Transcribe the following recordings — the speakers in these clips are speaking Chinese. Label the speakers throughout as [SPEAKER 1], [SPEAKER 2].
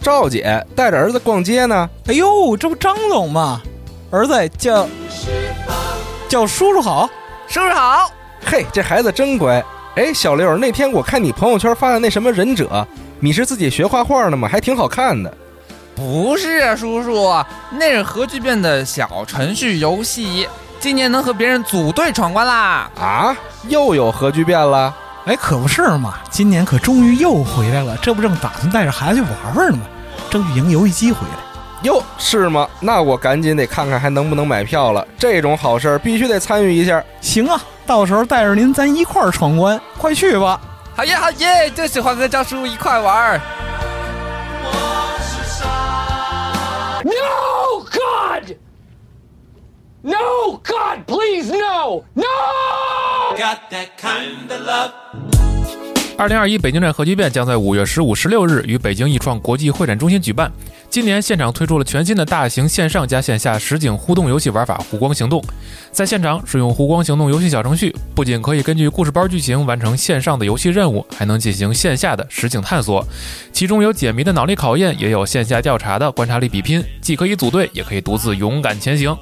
[SPEAKER 1] 赵姐带着儿子逛街呢，
[SPEAKER 2] 哎呦，这不张总吗？儿子叫叫叔叔好，
[SPEAKER 3] 叔叔好，
[SPEAKER 1] 嘿，这孩子真乖。哎，小刘，那天我看你朋友圈发的那什么忍者，你是自己学画画的吗？还挺好看的。
[SPEAKER 3] 不是啊，叔叔，那是核聚变的小程序游戏，今年能和别人组队闯关啦！
[SPEAKER 1] 啊，又有核聚变了。
[SPEAKER 2] 哎，可不是嘛，今年可终于又回来了，这不正打算带着孩子去玩玩呢吗？争取赢游戏机回来。
[SPEAKER 1] 哟，是吗？那我赶紧得看看还能不能买票了。这种好事儿必须得参与一下。
[SPEAKER 2] 行啊，到时候带着您咱一块儿闯关，快去吧！
[SPEAKER 3] 好耶好耶，就喜欢跟张叔叔一块玩儿。
[SPEAKER 4] No, God! No, God, please, no! No!
[SPEAKER 5] Got that kind of love.
[SPEAKER 6] 二零二一北京站核聚变将在五月十五、十六日于北京易创国际会展中心举办。今年现场推出了全新的大型线上加线下实景互动游戏玩法“湖光行动”。在现场使用“湖光行动”游戏小程序，不仅可以根据故事包剧情完成线上的游戏任务，还能进行线下的实景探索。其中有解谜的脑力考验，也有线下调查的观察力比拼，既可以组队，也可以独自勇敢前行。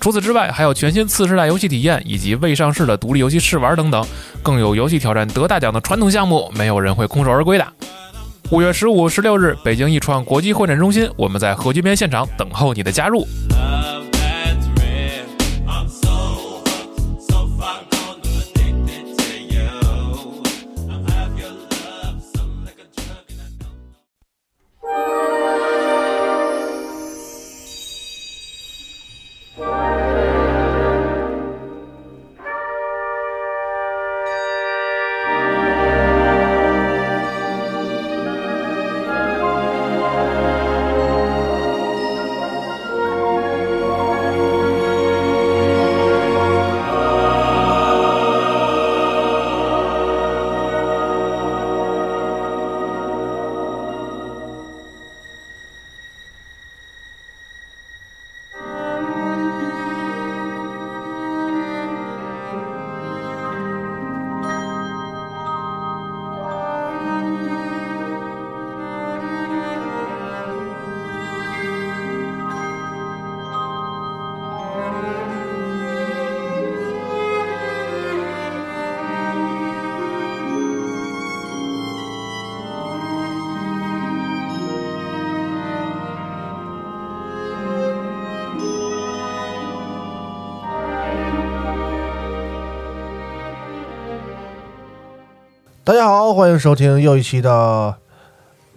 [SPEAKER 6] 除此之外，还有全新次世代游戏体验以及未上市的独立游戏试玩等等，更有游戏挑战得大奖的传统项目，没有人会空手而归的。五月十五、十六日，北京易创国际会展中心，我们在核聚变现场等候你的加入。
[SPEAKER 5] Love that's real. I'm so hooked, so far gone, I'm addicted to you. I have your love, some like a drug, and I don't.
[SPEAKER 7] 大家好，欢迎收听又一期的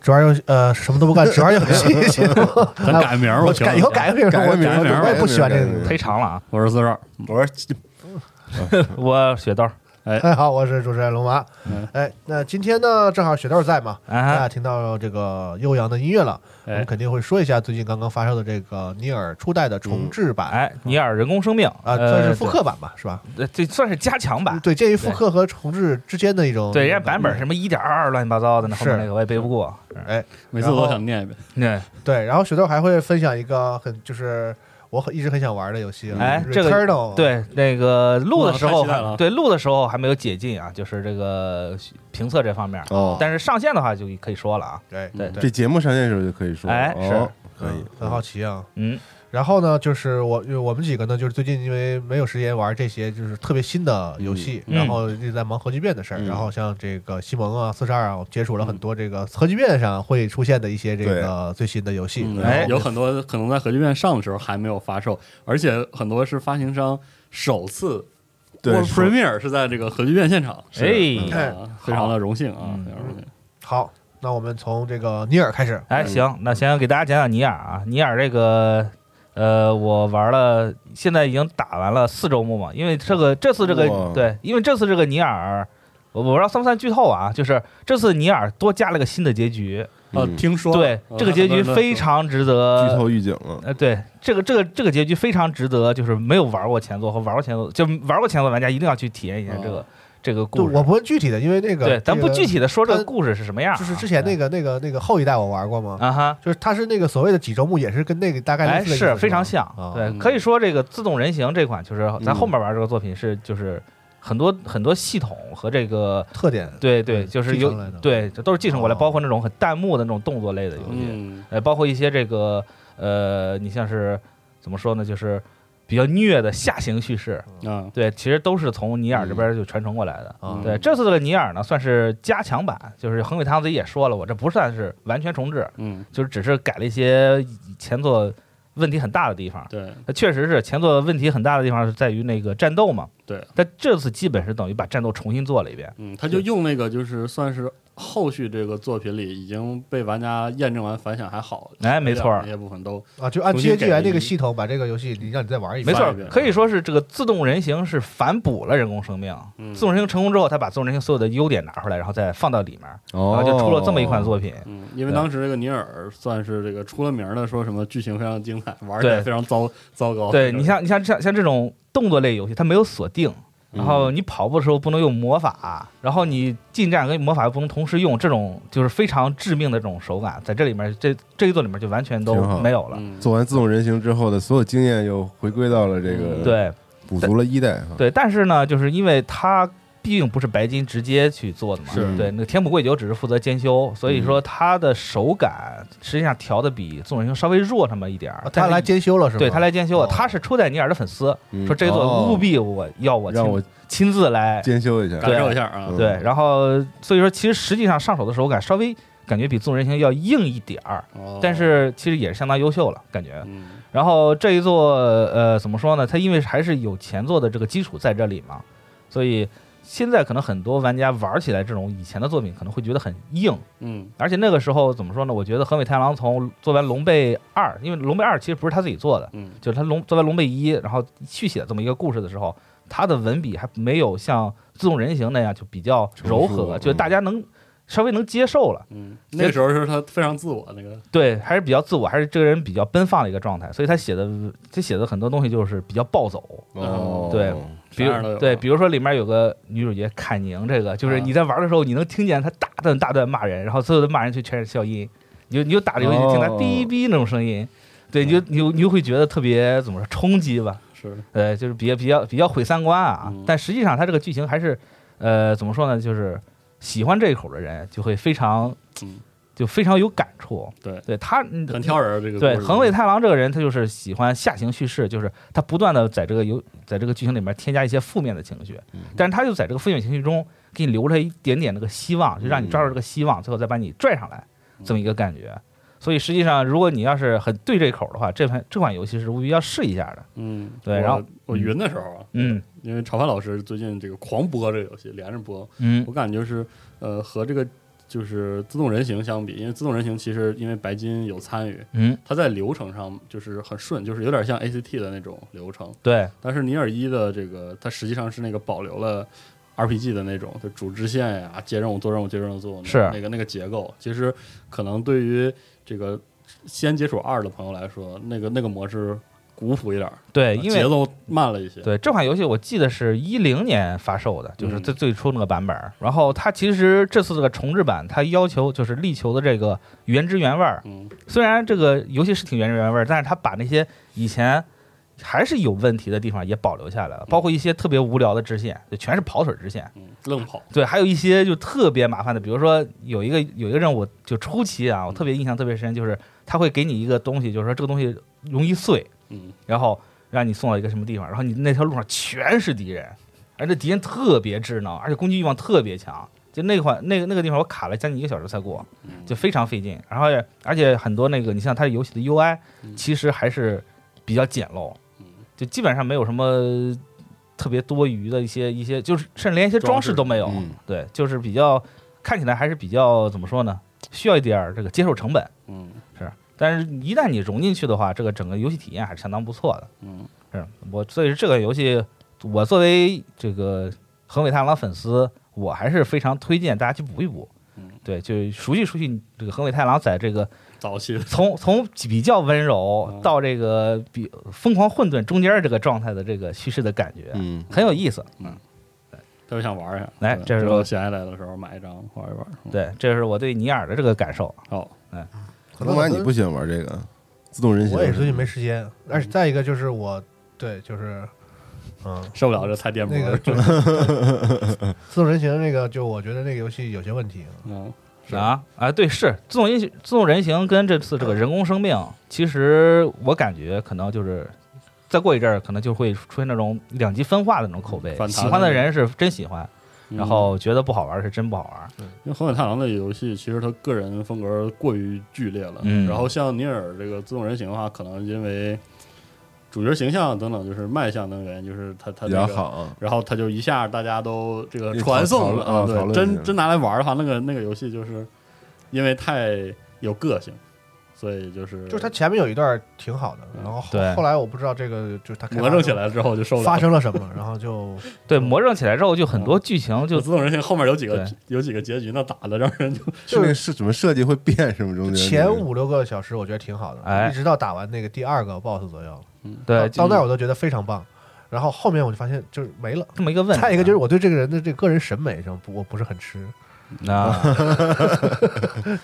[SPEAKER 7] 只玩游戏，呃，什么都不干，只玩游戏 节目。
[SPEAKER 8] 咱改名儿吧
[SPEAKER 7] 我
[SPEAKER 8] 行
[SPEAKER 7] 改以后改个名儿，
[SPEAKER 8] 改个
[SPEAKER 7] 我
[SPEAKER 8] 名儿改个名儿
[SPEAKER 7] 我也不喜欢这个名儿。
[SPEAKER 9] 忒长了啊！
[SPEAKER 8] 我是四少，
[SPEAKER 9] 我是我雪豆，
[SPEAKER 8] 哎
[SPEAKER 7] 大家哎好，我是主持人龙马。哎，那今天呢，正好雪豆在嘛，
[SPEAKER 9] 啊
[SPEAKER 8] 哎
[SPEAKER 7] 大
[SPEAKER 9] 哈
[SPEAKER 7] 家听到这个悠扬的音乐了，我们
[SPEAKER 9] 哎
[SPEAKER 7] 肯定会说一下最近刚刚发售的这个《尼尔》初代的重制
[SPEAKER 8] 嗯
[SPEAKER 7] 版。
[SPEAKER 9] 哎，尼尔人工生命
[SPEAKER 7] 啊，
[SPEAKER 9] 呃
[SPEAKER 7] 算是复刻版吧，是吧？
[SPEAKER 8] 哎
[SPEAKER 9] 对这算是加强版。
[SPEAKER 7] 对，鉴于复刻和重置之间的一种
[SPEAKER 9] 对，人家版本什么一点二乱七八糟的呢，
[SPEAKER 7] 嗯是
[SPEAKER 9] 后面那个我也背不过。
[SPEAKER 8] 每次都想念一遍。
[SPEAKER 9] 对，
[SPEAKER 7] 对，然后雪豆还会分享一个很就是我很一直很想玩的游戏，
[SPEAKER 9] 哎
[SPEAKER 7] 《
[SPEAKER 9] 这个
[SPEAKER 7] Returnal》，
[SPEAKER 9] 对，那个录的时
[SPEAKER 8] 哇太
[SPEAKER 9] 候
[SPEAKER 8] 期待了啊，
[SPEAKER 9] 对录的时候还没有解禁啊，就是这个评测这方面。
[SPEAKER 10] 哦，
[SPEAKER 9] 但是上线的话就可以说了啊。
[SPEAKER 7] 对
[SPEAKER 9] 对
[SPEAKER 10] 这节目上线的时候就可以说，
[SPEAKER 9] 哎
[SPEAKER 10] 哦，可
[SPEAKER 7] 嗯
[SPEAKER 10] 以，
[SPEAKER 7] 很好奇啊。
[SPEAKER 9] 嗯，
[SPEAKER 7] 然后呢，就是我我们几个呢，就是最近因为没有时间玩这些就是特别新的游戏，
[SPEAKER 9] 嗯
[SPEAKER 7] 然后一直在忙核聚变的事儿。
[SPEAKER 10] 嗯
[SPEAKER 7] 然后像这个西蒙啊、四十二啊，我接触了很多这个核聚变上会出现的一些这个最新的游戏。
[SPEAKER 10] 哎
[SPEAKER 8] 嗯
[SPEAKER 7] 然后
[SPEAKER 9] 哎
[SPEAKER 8] 有很多可能在核聚变上的时候还没有发售，而且很多是发行商首次
[SPEAKER 10] 对
[SPEAKER 8] World
[SPEAKER 10] 说
[SPEAKER 8] Premiere 是在这个核聚变现场，
[SPEAKER 9] 哎
[SPEAKER 7] 哎
[SPEAKER 8] 啊非常的荣幸
[SPEAKER 10] 嗯
[SPEAKER 8] 啊，非常荣幸。
[SPEAKER 7] 好，那我们从这个尼尔开始。
[SPEAKER 9] 哎，
[SPEAKER 10] 嗯
[SPEAKER 9] 行，那先给大家讲讲尼尔啊，尼尔这个，呃，我玩了，现在已经打完了四周目嘛，因为这个这次这个
[SPEAKER 10] 哇
[SPEAKER 9] 对，因为这次这个尼尔，我我不知道算不算剧透啊，就是这次尼尔多加了个新的结局，
[SPEAKER 8] 啊，
[SPEAKER 10] 嗯
[SPEAKER 8] 听说
[SPEAKER 9] 对，
[SPEAKER 8] 嗯
[SPEAKER 9] 这个结局非常值
[SPEAKER 10] 剧
[SPEAKER 9] 得。
[SPEAKER 10] 透预警了，
[SPEAKER 9] 呃，对，这个这个这个结局非常值得，就是没有玩过前作和玩过前作，就玩过前作的玩家一定要去体验一下
[SPEAKER 10] 哦
[SPEAKER 9] 这个、这个
[SPEAKER 7] 就
[SPEAKER 9] 故事。
[SPEAKER 7] 我不问具体的，因为那个
[SPEAKER 9] 对，咱不具
[SPEAKER 7] 体，
[SPEAKER 9] 体的说这个
[SPEAKER 7] 但
[SPEAKER 9] 故事是什么样啊、
[SPEAKER 7] 就是之前那个那个那个后一代我玩过嘛，
[SPEAKER 9] 啊哈，
[SPEAKER 7] 就是它是那个所谓的几周目，也是跟那个大概
[SPEAKER 9] 哎，
[SPEAKER 7] 类似的意思吧，
[SPEAKER 9] 是非常像
[SPEAKER 7] 啊。
[SPEAKER 9] 对，
[SPEAKER 8] 嗯
[SPEAKER 7] 嗯
[SPEAKER 9] 可以说这个《自动人形》这款就是咱后面玩这个作品是就是很多很多系统和这个
[SPEAKER 7] 特点，
[SPEAKER 9] 对对，
[SPEAKER 7] 嗯
[SPEAKER 9] 就是
[SPEAKER 7] 继
[SPEAKER 9] 有
[SPEAKER 7] 承来的
[SPEAKER 9] 对，这都是继承过来，
[SPEAKER 7] 哦
[SPEAKER 9] 包括那种很弹幕的那种动作类的游戏
[SPEAKER 8] 嗯，
[SPEAKER 9] 呃，包括一些这个呃，你像是怎么说呢，就是比较虐的下行叙事，
[SPEAKER 8] 嗯
[SPEAKER 9] 对，其实都是从尼尔这边就传承过来的。
[SPEAKER 7] 嗯
[SPEAKER 9] 对，这次的尼尔呢，算是加强版，就是亨利·汤自己也说了，我这不算是完全重置，
[SPEAKER 8] 嗯，
[SPEAKER 9] 就是只是改了一些以前作问题很大的地方。
[SPEAKER 8] 对，
[SPEAKER 9] 那确实是前作问题很大的地方是在于那个战斗嘛。
[SPEAKER 8] 对，
[SPEAKER 9] 但这次基本是等于把战斗重新做了一遍。
[SPEAKER 8] 嗯，他就用那个就是算是后续这个作品里已经被玩家验证完反响还好，
[SPEAKER 9] 哎没错儿
[SPEAKER 8] 那些部分都
[SPEAKER 7] 啊，就按
[SPEAKER 8] 重
[SPEAKER 7] 街
[SPEAKER 8] 新
[SPEAKER 7] 机员
[SPEAKER 8] 改
[SPEAKER 7] 那个
[SPEAKER 8] 一
[SPEAKER 7] 系统把这个游戏你让你再玩一遍，
[SPEAKER 9] 没错
[SPEAKER 8] 一遍，
[SPEAKER 9] 可以说是这个自动人形是反哺了人工生命。
[SPEAKER 8] 嗯
[SPEAKER 9] 自动人形成功之后，他把自动人形所有的优点拿出来，然后再放到里面，然
[SPEAKER 1] 哦
[SPEAKER 9] 后就出了这么一款作品。
[SPEAKER 8] 嗯，因为
[SPEAKER 9] 对
[SPEAKER 8] 当时这个尼尔算是这个出了名儿的，说什么剧情非常精彩，玩起
[SPEAKER 9] 对
[SPEAKER 8] 来非常糟糟糕。
[SPEAKER 9] 对你像你像像像这种动作类游戏，它没有锁定，然后
[SPEAKER 8] 嗯
[SPEAKER 9] 你跑步的时候不能用魔法，然后你近战跟魔法又不能同时用，这种就是非常致命的这种手感，在这里面这这一座里面就完全都
[SPEAKER 1] 挺好
[SPEAKER 9] 没有了。
[SPEAKER 8] 嗯，
[SPEAKER 1] 做完自动人形之后的所有经验又回归到了这
[SPEAKER 8] 嗯
[SPEAKER 1] 个，，
[SPEAKER 9] 对
[SPEAKER 1] 补足了一代哈。
[SPEAKER 9] 对，但是呢，就是因为它。毕竟不是白金直接去做的嘛，
[SPEAKER 1] 是嗯
[SPEAKER 9] 对那个天普贵久只是负责监修，所以说它的手感实际上调的比纵人星稍微弱那么一点儿
[SPEAKER 7] 啊。
[SPEAKER 9] 但
[SPEAKER 7] 他
[SPEAKER 9] 是
[SPEAKER 7] 来监修了是吗？
[SPEAKER 9] 对他来监修，
[SPEAKER 7] 哦
[SPEAKER 9] 他是初代尼尔的粉丝，
[SPEAKER 1] 嗯
[SPEAKER 9] 说这座
[SPEAKER 1] 哦
[SPEAKER 9] 务必我要我亲
[SPEAKER 1] 让我
[SPEAKER 9] 亲自来
[SPEAKER 1] 监修一下，
[SPEAKER 8] 感受一下啊，
[SPEAKER 1] 嗯
[SPEAKER 9] 对，然后所以说其实实际上上手的手感稍微感觉比纵人行要硬一点儿，
[SPEAKER 8] 哦
[SPEAKER 9] 但是其实也是相当优秀了感觉。
[SPEAKER 8] 嗯
[SPEAKER 9] 然后这一座呃怎么说呢？它因为还是有前作的这个基础在这里嘛，所以现在可能很多玩家玩起来这种以前的作品可能会觉得很硬，
[SPEAKER 8] 嗯
[SPEAKER 9] 而且那个时候怎么说呢？我觉得横尾太郎从做完《龙背二》，因为《龙背二》其实不是他自己做的，
[SPEAKER 8] 嗯
[SPEAKER 9] 就是他龙做完《龙背一》，然后续写这么一个故事的时候，他的文笔还没有像《自动人形》那样就比较
[SPEAKER 1] 成
[SPEAKER 9] 柔
[SPEAKER 1] 熟
[SPEAKER 9] 和，
[SPEAKER 1] 嗯
[SPEAKER 9] 就是大家能稍微能接受了。
[SPEAKER 8] 嗯，那个时候是他非常自我那个，
[SPEAKER 9] 对，还是比较自我，还是这个人比较奔放的一个状态，所以他写的他写的很多东西就是比较暴走。
[SPEAKER 1] 哦，
[SPEAKER 9] 嗯对比
[SPEAKER 8] 啥样都
[SPEAKER 9] 如
[SPEAKER 8] 有
[SPEAKER 9] 对，比如说里面有个女主角凯宁，这个就是
[SPEAKER 8] 啊
[SPEAKER 9] 你在玩的时候，你能听见她大段大段骂人，然后所有的骂人就全是消音，你就你就打着游戏就听她
[SPEAKER 1] 哦
[SPEAKER 9] 哔哔那种声音，对，你就你就你就会觉得特别怎么说冲击吧，
[SPEAKER 8] 是
[SPEAKER 9] 呃，就是比较比较比较毁三观啊
[SPEAKER 8] 嗯。
[SPEAKER 9] 但实际上它这个剧情还是，呃，怎么说呢，就是喜欢这一口的人就会非常
[SPEAKER 8] 嗯，
[SPEAKER 9] 就非常有感触。
[SPEAKER 8] 对
[SPEAKER 9] 对他
[SPEAKER 8] 很挑人儿这个
[SPEAKER 9] 对，
[SPEAKER 8] 故事
[SPEAKER 9] 横尾太郎这个人，他就是喜欢下行叙事，就是他不断的在这个游，在这个剧情里面添加一些负面的情绪，
[SPEAKER 8] 嗯
[SPEAKER 9] 但是他就在这个负面情绪中给你留出来一点点那个希望，就让
[SPEAKER 8] 嗯
[SPEAKER 9] 你抓住这个希望，最后再把你拽上来，这么一个感觉。所以实际上，如果你要是很对这口的话，这款这款游戏是务必要试一下的。
[SPEAKER 8] 嗯，
[SPEAKER 9] 对
[SPEAKER 8] 我
[SPEAKER 9] 然后
[SPEAKER 8] 我云的时候啊，
[SPEAKER 9] 嗯
[SPEAKER 8] 因为炒饭老师最近这个狂播这个游戏，连着播，
[SPEAKER 9] 嗯
[SPEAKER 8] 我感觉就是呃和这个就是自动人形相比，因为自动人形其实因为白金有参与，
[SPEAKER 9] 嗯，
[SPEAKER 8] 它在流程上就是很顺，就是有点像 ACT 的那种流程。
[SPEAKER 9] 对
[SPEAKER 8] 但是尼尔一的这个，它实际上是那个保留了 RPG 的那种，就主支线呀、接任务做任务接任务做任务那
[SPEAKER 9] 是
[SPEAKER 8] 那个那个结构。其实可能对于这个先接触二的朋友来说，那个那个模式古朴一点儿，啊
[SPEAKER 9] 对，因为
[SPEAKER 8] 节奏慢了一些。
[SPEAKER 9] 对这款游戏，我记得是一零年发售的，
[SPEAKER 8] 嗯
[SPEAKER 9] 就是最最初那个版本儿。然后它其实这次这个重置版，它要求就是力求的这个原汁原味儿。
[SPEAKER 8] 嗯
[SPEAKER 9] 虽然这个游戏是挺原汁原味儿，但是它把那些以前还是有问题的地方也保留下来了，包括一些特别无聊的支线，就全是跑腿儿支线。
[SPEAKER 8] 嗯，愣跑。
[SPEAKER 9] 对，还有一些就特别麻烦的，比如说有一个有一个任务，就初期啊，我特别印象特别深，就是它会给你一个东西，就是说这个东西容易碎，
[SPEAKER 8] 嗯，
[SPEAKER 9] 然后让你送到一个什么地方，然后你那条路上全是敌人，而且敌人特别智能，而且攻击欲望特别强。就那块那个那个地方，我卡了将近一个小时才过，
[SPEAKER 8] 嗯
[SPEAKER 9] 就非常费劲。然后也而且很多那个，你像它的游戏的 UI，
[SPEAKER 8] 嗯
[SPEAKER 9] 其实还是比较简陋
[SPEAKER 8] 嗯，
[SPEAKER 9] 就基本上没有什么特别多余的一些一些，就是甚至连一些装饰都没有
[SPEAKER 1] 嗯。
[SPEAKER 9] 对，就是比较看起来还是比较怎么说呢，需要一点儿这个接受成本。
[SPEAKER 8] 嗯
[SPEAKER 9] 是，但是一旦你融进去的话，这个整个游戏体验还是相当不错的。
[SPEAKER 8] 嗯
[SPEAKER 9] 是我所以这个游戏，我作为这个横尾太郎粉丝，我还是非常推荐大家去补一补
[SPEAKER 8] 嗯。
[SPEAKER 9] 对，就熟悉熟悉这个横尾太郎在这个
[SPEAKER 8] 早期的
[SPEAKER 9] 从从比较温柔
[SPEAKER 8] 嗯
[SPEAKER 9] 到这个比疯狂混沌中间这个状态的这个叙事的感觉，
[SPEAKER 1] 嗯，
[SPEAKER 9] 很有意思。
[SPEAKER 8] 特别想玩一下。
[SPEAKER 9] 来
[SPEAKER 8] 对
[SPEAKER 9] 这是
[SPEAKER 8] 之后
[SPEAKER 9] 我
[SPEAKER 8] 闲下来的时候买一张玩一玩。嗯，
[SPEAKER 9] 对，这是我对尼尔的这个感受。
[SPEAKER 8] 好，
[SPEAKER 1] 可能你不喜欢玩这个自动人形，
[SPEAKER 7] 我也是最近没时间，而且再一个就是我对就是嗯，
[SPEAKER 8] 受不了这菜颠簸
[SPEAKER 7] 那个
[SPEAKER 8] 儿。
[SPEAKER 7] 就是《自动人形》那个，就我觉得那个游戏有些问题。
[SPEAKER 8] 嗯，
[SPEAKER 9] 啊啊，对，是自动人形自动人形跟这次这个人工生命，其实我感觉可能就是再过一阵儿，可能就会出现那种两极分化的那种口碑
[SPEAKER 8] 反。弹
[SPEAKER 9] 喜欢的人是真喜欢，然后觉得不好玩儿是真不好玩儿。
[SPEAKER 8] 因为横尾太郎的游戏，其实他个人风格过于剧烈了。
[SPEAKER 9] 嗯
[SPEAKER 8] 然后像尼尔这个自动人形的话，可能因为主角形象等等，就是卖相等原因，就是他他
[SPEAKER 2] 比
[SPEAKER 8] 这
[SPEAKER 2] 较
[SPEAKER 8] 个
[SPEAKER 2] 好啊。
[SPEAKER 8] 然后他就一下大家都这个
[SPEAKER 2] 一
[SPEAKER 8] 传
[SPEAKER 2] 讨
[SPEAKER 8] 送
[SPEAKER 2] 论
[SPEAKER 8] 了
[SPEAKER 2] 啊讨论
[SPEAKER 8] 对，
[SPEAKER 2] 一下
[SPEAKER 8] 真真拿来玩儿的话，那个那个游戏就是因为太有个性，所以就是
[SPEAKER 7] 就是它前面有一段挺好的，然后后
[SPEAKER 9] 对
[SPEAKER 7] 后来我不知道这个就是它开发
[SPEAKER 8] 魔怔起来了之后就受不了
[SPEAKER 7] 发
[SPEAKER 8] 了。
[SPEAKER 7] 生了什么，然后就
[SPEAKER 9] 对，魔怔起来之后，就很多剧情就
[SPEAKER 8] 自动人形后面有几个
[SPEAKER 9] 对
[SPEAKER 8] 有几个结局，那打的让人就
[SPEAKER 2] 是那是怎么设计会变什么中间
[SPEAKER 7] 前五六个小时我觉得挺好的，
[SPEAKER 9] 哎
[SPEAKER 7] 一直到打完那个第二个 BOSS 左右，
[SPEAKER 9] 对
[SPEAKER 7] 到
[SPEAKER 9] 就
[SPEAKER 7] 那儿我都觉得非常棒。然后后面我就发现就是没了。
[SPEAKER 9] 这么一个问题。
[SPEAKER 7] 再一个就是我对这个人的这个个人审美上不我不是很吃，
[SPEAKER 9] 啊，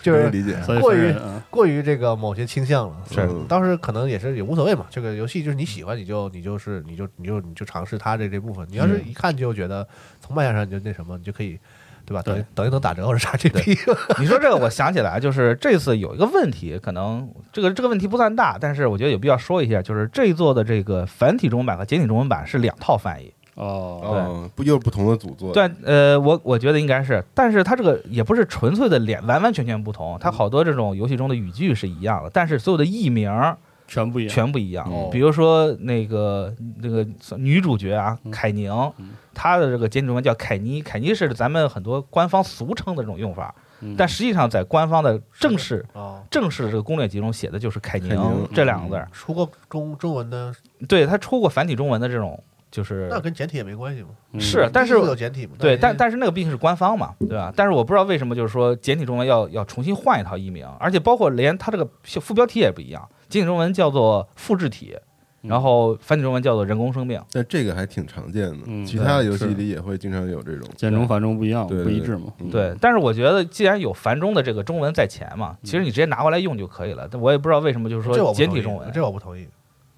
[SPEAKER 7] 就
[SPEAKER 2] 没
[SPEAKER 7] 是
[SPEAKER 2] 理解
[SPEAKER 8] 所以
[SPEAKER 7] 过于
[SPEAKER 8] 分人嗯
[SPEAKER 7] 过于这个某些倾向了。
[SPEAKER 2] 是
[SPEAKER 7] 嗯当时可能也是也无所谓嘛。这个游戏就是你喜欢你就你就是你就你就你就尝试它这这部分。你要是
[SPEAKER 9] 嗯
[SPEAKER 7] 一看就觉得从卖相上你就那什么，你就可以对吧？
[SPEAKER 8] 对
[SPEAKER 7] 等一等一等打折或者啥这批。
[SPEAKER 9] 你说这个，我想起来，就是这次有一个问题，可能这个这个问题不算大，但是我觉得有必要说一下，就是这一座的这个繁体中文版和简体中文版是两套翻译。
[SPEAKER 8] 哦，
[SPEAKER 2] 哦，不又是不同的组做的，
[SPEAKER 9] 对，呃，我我觉得应该是，但是它这个也不是纯粹的脸完完全全不同，它好多这种游戏中的语句是一样的，但是所有的译名儿
[SPEAKER 8] 全不一样。
[SPEAKER 9] 全不一样。
[SPEAKER 8] 哦
[SPEAKER 9] 比如说那个那个女主角啊，
[SPEAKER 8] 嗯
[SPEAKER 9] 凯宁
[SPEAKER 8] 嗯，
[SPEAKER 9] 她的这个简体中文叫凯妮，凯妮是咱们很多官方俗称的这种用法，
[SPEAKER 8] 嗯
[SPEAKER 9] 但实际上在官方的正式
[SPEAKER 7] 哦，
[SPEAKER 9] 正式的这个攻略集中写的就是凯
[SPEAKER 2] 凯
[SPEAKER 9] 宁
[SPEAKER 2] 宁
[SPEAKER 9] 这两个字儿。
[SPEAKER 7] 出过中中文的，
[SPEAKER 9] 对，它出过繁体中文的这种，就是
[SPEAKER 7] 那跟简体也没关系嘛。
[SPEAKER 8] 嗯
[SPEAKER 9] 是但是
[SPEAKER 7] 第一次有简体嘛？
[SPEAKER 9] 对，
[SPEAKER 7] 是
[SPEAKER 9] 但但是那个毕竟是官方嘛，对吧？但是我不知道为什么，就是说简体中文要要重新换一套译名，而且包括连它这个副标题也不一样，简体中文叫做复制体，
[SPEAKER 8] 嗯
[SPEAKER 9] 然后繁体中文叫做人工生命。
[SPEAKER 2] 但这个还挺常见的，
[SPEAKER 8] 嗯
[SPEAKER 2] 其他的
[SPEAKER 8] 对
[SPEAKER 2] 游戏
[SPEAKER 8] 是
[SPEAKER 2] 里也会经常有这种
[SPEAKER 8] 简中繁中不一样，
[SPEAKER 2] 对嗯
[SPEAKER 8] 不一致嘛。，嗯
[SPEAKER 9] 对，但是我觉得既然有繁中的这个中文在前嘛，
[SPEAKER 8] 嗯
[SPEAKER 9] 其实你直接拿过来用就可以了。但我也不知道为什么，就是
[SPEAKER 7] 这我不同
[SPEAKER 9] 说
[SPEAKER 7] 意
[SPEAKER 9] 简体中文，
[SPEAKER 7] 这我不同意。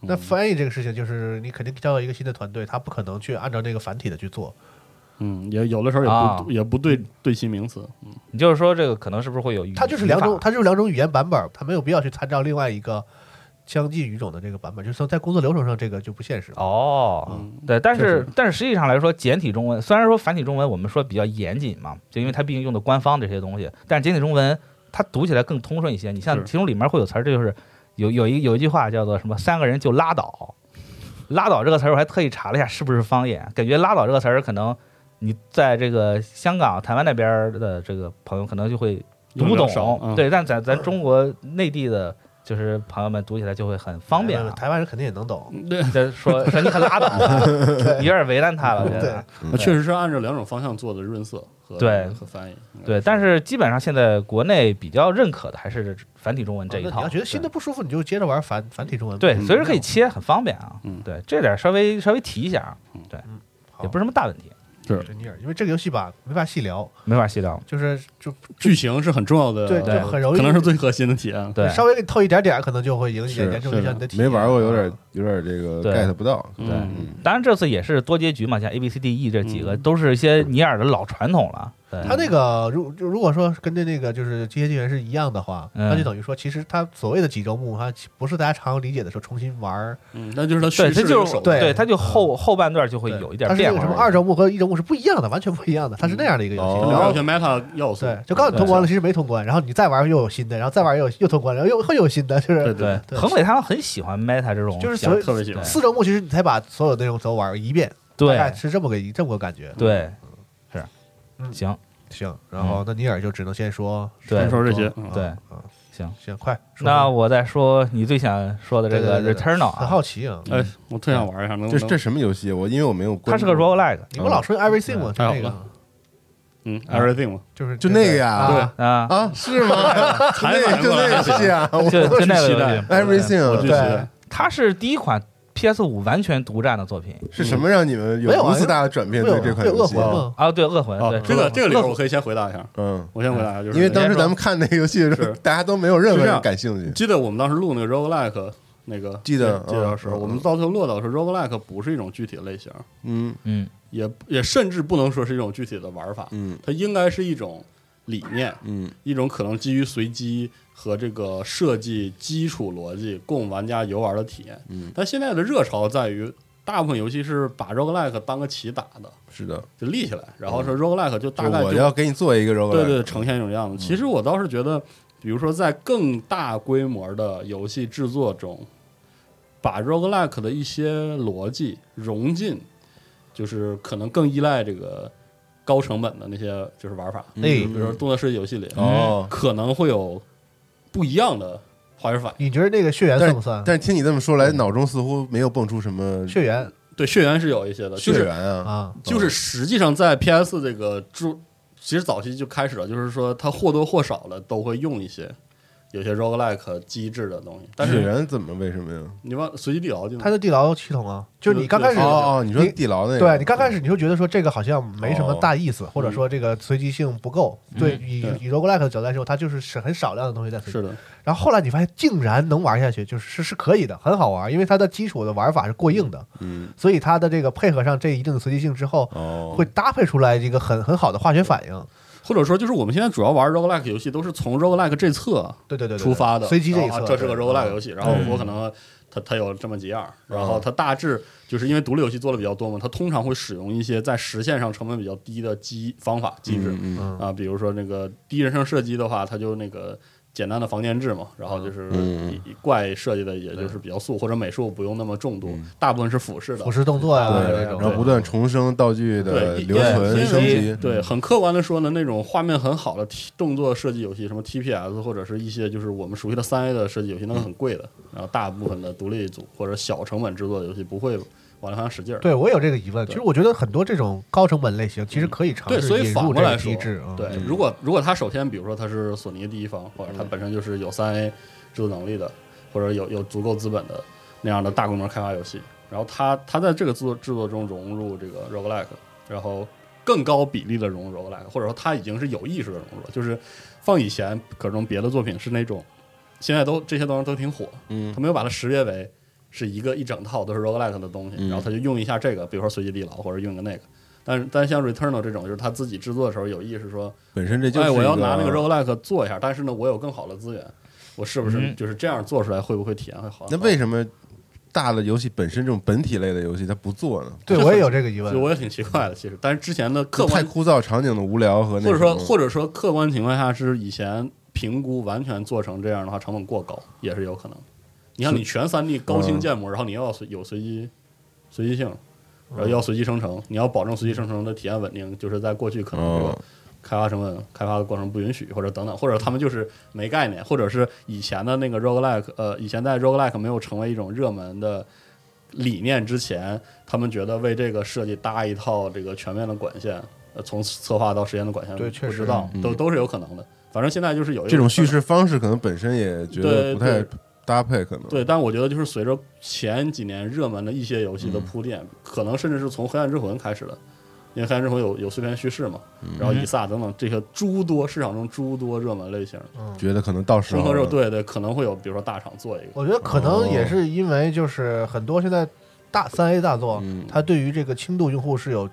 [SPEAKER 7] 那
[SPEAKER 8] 嗯
[SPEAKER 7] 翻译这个事情，就是你肯定招到一个新的团队，他不可能去按照那个繁体的去做。
[SPEAKER 8] 嗯，也有的时候也
[SPEAKER 9] 啊
[SPEAKER 8] 不也不对对齐名词。
[SPEAKER 9] 你就是说这个可能是不是会有语
[SPEAKER 7] 它就是两
[SPEAKER 9] 嗯语
[SPEAKER 7] 种，
[SPEAKER 9] 法
[SPEAKER 7] 它就是两种语言版本，它没有必要去参照另外一个相近语种的这个版本。就是说在工作流程上，这个就不现实。
[SPEAKER 9] 哦，
[SPEAKER 8] 嗯
[SPEAKER 9] 对，但
[SPEAKER 8] 确
[SPEAKER 9] 是
[SPEAKER 8] 实
[SPEAKER 9] 但是实际上来说，简体中文虽然说繁体中文我们说比较严谨嘛，就因为它毕竟用的官方这些东西，但是简体中文它读起来更通顺一些。你像
[SPEAKER 8] 是
[SPEAKER 9] 其中里面会有词儿，这就是有有一有一句话叫做什么“三个人就拉倒”，拉倒这个词儿我还特意查了一下是不是方言，感觉拉倒这个词儿可能你在这个香港、台湾那边儿的这个朋友可能就会读
[SPEAKER 8] 用
[SPEAKER 9] 不
[SPEAKER 8] 得少
[SPEAKER 9] 懂，
[SPEAKER 8] 嗯
[SPEAKER 9] 对，但咱咱中国内地的。就是朋友们读起来就会很方便、
[SPEAKER 7] 哎
[SPEAKER 9] 啊，
[SPEAKER 7] 台湾人肯定也能懂。
[SPEAKER 8] 对，
[SPEAKER 9] 这 说说你可拉倒吧，有点为难他了，我觉得。
[SPEAKER 2] 嗯
[SPEAKER 8] 那啊确实是按照两种方向做的润色和
[SPEAKER 9] 对
[SPEAKER 8] 和翻译。嗯应该
[SPEAKER 9] 对，但是基本上现在国内比较认可的还是繁体中文这一
[SPEAKER 7] 哦那
[SPEAKER 9] 套。
[SPEAKER 7] 啊你要觉得新的不舒服，你就接着玩繁繁体中文。
[SPEAKER 9] 对，
[SPEAKER 8] 嗯
[SPEAKER 9] 随时可以切，很方便啊。
[SPEAKER 8] 嗯
[SPEAKER 9] 对，这点稍微稍微提一下啊，
[SPEAKER 7] 好，
[SPEAKER 9] 也不是什么大问题，
[SPEAKER 7] 是尼尔，因为这个游戏吧没法细聊，
[SPEAKER 9] 没法细聊。
[SPEAKER 7] 就是就
[SPEAKER 8] 剧情是很重要的，
[SPEAKER 7] 对，
[SPEAKER 9] 对
[SPEAKER 7] 就很容易
[SPEAKER 8] 可能是最核心的体验。
[SPEAKER 9] 对，
[SPEAKER 7] 稍微给你透一点点，可能就会影
[SPEAKER 2] 是
[SPEAKER 7] 响严重影响你的体验。
[SPEAKER 2] 没玩过，有点
[SPEAKER 7] 啊
[SPEAKER 2] 有点这个
[SPEAKER 9] 对
[SPEAKER 2] get 不到。
[SPEAKER 8] 对
[SPEAKER 2] 嗯
[SPEAKER 9] 当然这次也是多结局嘛，像 A B C D E 这几个
[SPEAKER 8] 嗯
[SPEAKER 9] 都是一些尼尔的老传统了。对，
[SPEAKER 7] 他那个如就如果说跟着那个就是《机械纪元》是一样的话，
[SPEAKER 9] 嗯
[SPEAKER 7] 那就等于说，其实他所谓的几周目，它不是大家常理解的说重新玩儿，
[SPEAKER 8] 嗯，那就是它
[SPEAKER 9] 对，
[SPEAKER 8] 叙
[SPEAKER 9] 他
[SPEAKER 8] 事
[SPEAKER 9] 就
[SPEAKER 8] 有
[SPEAKER 9] 是
[SPEAKER 8] 手
[SPEAKER 7] 对
[SPEAKER 9] 对，他就后后半段就
[SPEAKER 7] 嗯
[SPEAKER 9] 会
[SPEAKER 7] 对
[SPEAKER 9] 有一点
[SPEAKER 7] 它是
[SPEAKER 9] 变
[SPEAKER 7] 那个
[SPEAKER 9] 化嗯
[SPEAKER 7] 什么。二周目和一周目是不一样的，完全不一样的，它是那样的一个游戏。
[SPEAKER 2] 哦
[SPEAKER 7] 然
[SPEAKER 8] 完
[SPEAKER 7] 后
[SPEAKER 8] 全 meta 要素。
[SPEAKER 7] 对，就告诉你通关了，其实没通关，然后你再玩又有新的，然后再玩又有又通关，然后又会有新的，就是
[SPEAKER 8] 对
[SPEAKER 9] 对，
[SPEAKER 7] 对
[SPEAKER 9] 横尾他们很喜欢 Meta 这种
[SPEAKER 7] 就是
[SPEAKER 9] 想
[SPEAKER 7] 所谓
[SPEAKER 8] 嗯特别喜欢，
[SPEAKER 7] 四周目，其实你才把所有内容都玩一遍，大概
[SPEAKER 9] 对
[SPEAKER 7] 是这么个这么个感觉。
[SPEAKER 9] 对是
[SPEAKER 7] 嗯
[SPEAKER 9] 行
[SPEAKER 7] 行，然后那尼尔就只能先说
[SPEAKER 9] 嗯对
[SPEAKER 8] 说这些
[SPEAKER 7] 啊
[SPEAKER 9] 对
[SPEAKER 7] 啊
[SPEAKER 9] 行。
[SPEAKER 7] 行，快说
[SPEAKER 9] 那
[SPEAKER 7] 说
[SPEAKER 9] 我再说你最想说的这个
[SPEAKER 7] 对对对对
[SPEAKER 9] Returnal
[SPEAKER 7] 很
[SPEAKER 9] 啊，
[SPEAKER 7] 好奇啊，
[SPEAKER 8] 哎，我特想玩一下，能
[SPEAKER 2] 这
[SPEAKER 8] 能
[SPEAKER 2] 这什么游戏？我因为我没有关
[SPEAKER 9] 它
[SPEAKER 2] 注，
[SPEAKER 9] 是个 roguelike
[SPEAKER 7] 你们老
[SPEAKER 9] 嗯
[SPEAKER 7] 说 everything 嘛，就
[SPEAKER 8] 太好
[SPEAKER 7] 那个
[SPEAKER 8] 了嗯 everything 嘛，
[SPEAKER 7] 就是
[SPEAKER 2] 就那个呀
[SPEAKER 7] 啊
[SPEAKER 8] 对
[SPEAKER 9] 啊，
[SPEAKER 2] 啊？是吗？就
[SPEAKER 8] 才
[SPEAKER 2] 那
[SPEAKER 8] 反
[SPEAKER 2] 就
[SPEAKER 8] 应过
[SPEAKER 2] 那
[SPEAKER 8] 来
[SPEAKER 2] 个游戏啊
[SPEAKER 9] 就就那个游戏，
[SPEAKER 2] ，Everything
[SPEAKER 8] 我
[SPEAKER 2] 啊
[SPEAKER 8] 巨期待。
[SPEAKER 9] 它是第一款 PS 五完全独占的作品
[SPEAKER 2] 是什么让你们有
[SPEAKER 7] 没有啊
[SPEAKER 2] 如此大的转变？
[SPEAKER 7] 不有
[SPEAKER 2] 对这款
[SPEAKER 7] 不有
[SPEAKER 2] 游
[SPEAKER 7] 恶
[SPEAKER 2] 戏
[SPEAKER 7] 魂，吗？
[SPEAKER 9] 啊，对，恶魂，
[SPEAKER 8] 哦
[SPEAKER 9] 对，，
[SPEAKER 8] 这个这个理
[SPEAKER 9] 恶
[SPEAKER 8] 由
[SPEAKER 9] 魂
[SPEAKER 8] 我可以先回答一下，
[SPEAKER 2] 嗯，
[SPEAKER 8] 我先回答一下，就是
[SPEAKER 2] 因为当时咱
[SPEAKER 8] 们。
[SPEAKER 2] 们看那个游戏的时候
[SPEAKER 8] 是，
[SPEAKER 2] 大家都没有任何
[SPEAKER 8] 是这
[SPEAKER 2] 人
[SPEAKER 8] 样
[SPEAKER 2] 感兴趣。
[SPEAKER 8] 记得我们当时录那个 roguelike 那个
[SPEAKER 9] 记得
[SPEAKER 8] 介介绍时候，
[SPEAKER 9] 嗯嗯
[SPEAKER 8] 我们到最后乐到说 roguelike 不是一种具体的类型，
[SPEAKER 9] 嗯
[SPEAKER 2] 嗯
[SPEAKER 8] 也也甚至不能说是一种具体的玩法，
[SPEAKER 9] 嗯
[SPEAKER 8] 它应该是一种理念，
[SPEAKER 9] 嗯
[SPEAKER 8] 一种可能基于随机和这个设计基础逻辑供玩家游玩的体验。
[SPEAKER 9] 嗯，
[SPEAKER 8] 但现在的热潮在于，大部分游戏是把 roguelike 当个棋打的，
[SPEAKER 9] 是的，嗯
[SPEAKER 8] 就立起来，然后说 roguelike 就大
[SPEAKER 9] 就
[SPEAKER 8] 概
[SPEAKER 9] 我
[SPEAKER 8] 就
[SPEAKER 9] 要给你做一个 roguelike，
[SPEAKER 8] 对
[SPEAKER 9] 嗯
[SPEAKER 8] 对，呈现一种样子。其实我倒是觉得，比如说在更大规模的游戏制作中，把 roguelike 的一些逻辑融进，就是可能更依赖这个高成本的那些就是玩法，
[SPEAKER 9] 嗯，
[SPEAKER 7] 哎
[SPEAKER 8] 比如说动作设计游戏里，
[SPEAKER 9] 哦，
[SPEAKER 8] 可能会有不一样的化学反应。
[SPEAKER 7] 你觉得那个血缘算不算？
[SPEAKER 9] 但是听你这么说来，脑中似乎没有蹦出什么
[SPEAKER 7] 血缘
[SPEAKER 8] 对，血缘是有一些的，就
[SPEAKER 9] 血
[SPEAKER 8] 是
[SPEAKER 9] 缘啊，
[SPEAKER 7] 啊，
[SPEAKER 8] 就是实际上在 PS 这个主，其实早期就开始了，就是说它或多或少的都会用一些有些 roguelike 机制的东西，但
[SPEAKER 9] 血
[SPEAKER 8] 是
[SPEAKER 9] 缘怎么为什么呀？
[SPEAKER 8] 你往随机地牢进
[SPEAKER 7] 它的地牢系统啊，就是你刚开始
[SPEAKER 9] 哦哦，你说
[SPEAKER 7] 你
[SPEAKER 9] 地牢那个，哦嗯
[SPEAKER 7] 对你刚开始你就觉得说这个好像没什么大意思，或者说这个随机性不够。对，以
[SPEAKER 8] 对
[SPEAKER 7] 以 roguelike 的角度来说，它就是是很少量的
[SPEAKER 9] 哦
[SPEAKER 7] 东西在随机。
[SPEAKER 8] 是的，
[SPEAKER 7] 然后后来你发现竟然能玩下去，就是是是可以的，很好玩，因为它的基础的玩法是过硬的，
[SPEAKER 9] 嗯，
[SPEAKER 7] 所以它的这个配合上这一定的随机性之后，
[SPEAKER 9] 哦，
[SPEAKER 7] 会搭配出来一个很很好的化学反应。
[SPEAKER 8] 或者说就是我们现在主要玩 roguelike 游戏都是从 roguelike 这侧
[SPEAKER 7] 对对对对，对
[SPEAKER 8] 出发的，
[SPEAKER 7] 随机这一
[SPEAKER 8] 然后
[SPEAKER 7] 侧，
[SPEAKER 8] 啊这是个
[SPEAKER 7] 对嗯
[SPEAKER 8] roguelike 游戏，然后我可
[SPEAKER 9] 嗯
[SPEAKER 8] 能。它它有这么几样，然后它大致就是因为独立游戏做的比较多嘛，它通常会使用一些在实现上成本比较低的机方法机制，
[SPEAKER 9] 嗯嗯
[SPEAKER 7] 嗯
[SPEAKER 8] 啊，比如说那个第一人称射击的话，它就那个简单的房间制嘛，然后就是
[SPEAKER 9] 嗯
[SPEAKER 8] 一怪设计的也就是比较素，或者美术不用那么重度，
[SPEAKER 9] 嗯
[SPEAKER 8] 大部分是俯视的
[SPEAKER 7] 俯。视动作呀、
[SPEAKER 8] 对
[SPEAKER 7] 啊这
[SPEAKER 9] 然
[SPEAKER 7] 种，
[SPEAKER 9] 后不断重生道具的
[SPEAKER 8] 对，
[SPEAKER 9] 留存
[SPEAKER 8] 因
[SPEAKER 9] 升
[SPEAKER 8] 为
[SPEAKER 9] 级，
[SPEAKER 7] 嗯
[SPEAKER 8] 对，很客观的说呢，那种画面很好的 T- 动作设计游戏，什么 TPS 或者是一些就是我们熟悉的三 A 的设计游戏，那个很贵的。然后大部分的独立组或者小成本制作的游戏不会往那方向使劲儿。
[SPEAKER 7] 对我有这个疑问。其
[SPEAKER 8] 对
[SPEAKER 7] 实我觉得很多这种高成本类型其实可以尝
[SPEAKER 8] 对，
[SPEAKER 7] 试
[SPEAKER 8] 所以
[SPEAKER 7] 引
[SPEAKER 8] 反
[SPEAKER 7] 入
[SPEAKER 8] 过
[SPEAKER 7] 这
[SPEAKER 8] 来
[SPEAKER 7] 个
[SPEAKER 8] 说，
[SPEAKER 7] 机制。嗯嗯
[SPEAKER 8] 对，，如果如果他首先，比如说他是索尼第一方，或者他本身就是有三 A 制作能力的，或者有有足够资本的那样的大规模开发游戏，然后他他在这个制作制作中融入这个 roguelike，然后更高比例的融入 roguelike，或者说他已经是有意识的融入了，就是放以前可能别的作品是那种现在都这些东西都挺火，
[SPEAKER 9] 嗯
[SPEAKER 8] 他没有把它识别为是一个一整套都是 roguelike 的东西，
[SPEAKER 9] 嗯
[SPEAKER 8] 然后他就用一下这个，比如说随机地牢或者用一个那个。但是，但是像 Returnal 这种，就是他自己制作的时候有意识说，
[SPEAKER 9] 本身这就是
[SPEAKER 8] 哎，
[SPEAKER 9] 一
[SPEAKER 8] 我要拿那个 roguelike 做一下，但是呢，我有更好的资源，我是不是
[SPEAKER 2] 嗯
[SPEAKER 8] 就是这样做出来会不会体验会好？
[SPEAKER 9] 那为什么大的游戏本身这种本体类的游戏它不做呢？
[SPEAKER 7] 对我也有这个疑
[SPEAKER 8] 么
[SPEAKER 7] 问
[SPEAKER 8] 就。我也挺奇怪的，其实，但是之前的客
[SPEAKER 9] 就太
[SPEAKER 8] 观，
[SPEAKER 9] 枯燥，场景的无聊和那
[SPEAKER 8] 或者说
[SPEAKER 9] 种
[SPEAKER 8] 或者说客观情况下是以前评估完全做成这样的话，成本过高也是有可能。你看，你全三 D 高
[SPEAKER 9] 嗯
[SPEAKER 8] 清建模，然后你又要随有随机随机性，然
[SPEAKER 9] 嗯
[SPEAKER 8] 后要随机生成，你要保证随机生成的体验稳定，就是在过去可能这个
[SPEAKER 9] 哦
[SPEAKER 8] 开发成本、开发的过程不允许，或者等等，或者他们就是没概念，或者是以前的那个 roguelike，呃，以前在 roguelike 没有成为一种热门的理念之前，他们觉得为这个设计搭一套这个全面的管线，呃，从策划到实验的管线，
[SPEAKER 7] 对确
[SPEAKER 8] 不
[SPEAKER 7] 实
[SPEAKER 8] 知道，都都是有可能的。反正现在就是有一
[SPEAKER 9] 嗯这种
[SPEAKER 8] 趋
[SPEAKER 9] 叙
[SPEAKER 8] 势。
[SPEAKER 9] 事方式，可能本身也觉得
[SPEAKER 8] 对
[SPEAKER 9] 不太
[SPEAKER 8] 对
[SPEAKER 9] 搭配，可能
[SPEAKER 8] 对，但我觉得就是随着前几年热门的一些游戏
[SPEAKER 9] 嗯
[SPEAKER 8] 的铺垫，可能甚至是从《黑暗之魂》开始的，因为《黑暗之魂有》有碎片叙事嘛，
[SPEAKER 9] 嗯
[SPEAKER 8] 然后
[SPEAKER 7] 嗯
[SPEAKER 8] 以撒等等这些诸多市场中诸多热门类型，
[SPEAKER 7] 嗯
[SPEAKER 9] 觉得可能到时
[SPEAKER 8] 红
[SPEAKER 9] 候
[SPEAKER 8] 河
[SPEAKER 9] 了
[SPEAKER 8] 肉对对，可能会有，比如说大厂做一个，
[SPEAKER 7] 我觉得可能也
[SPEAKER 9] 哦
[SPEAKER 7] 是因为就是很多现在大三 A 大作，
[SPEAKER 9] 嗯
[SPEAKER 7] 它对于这个轻度用户是有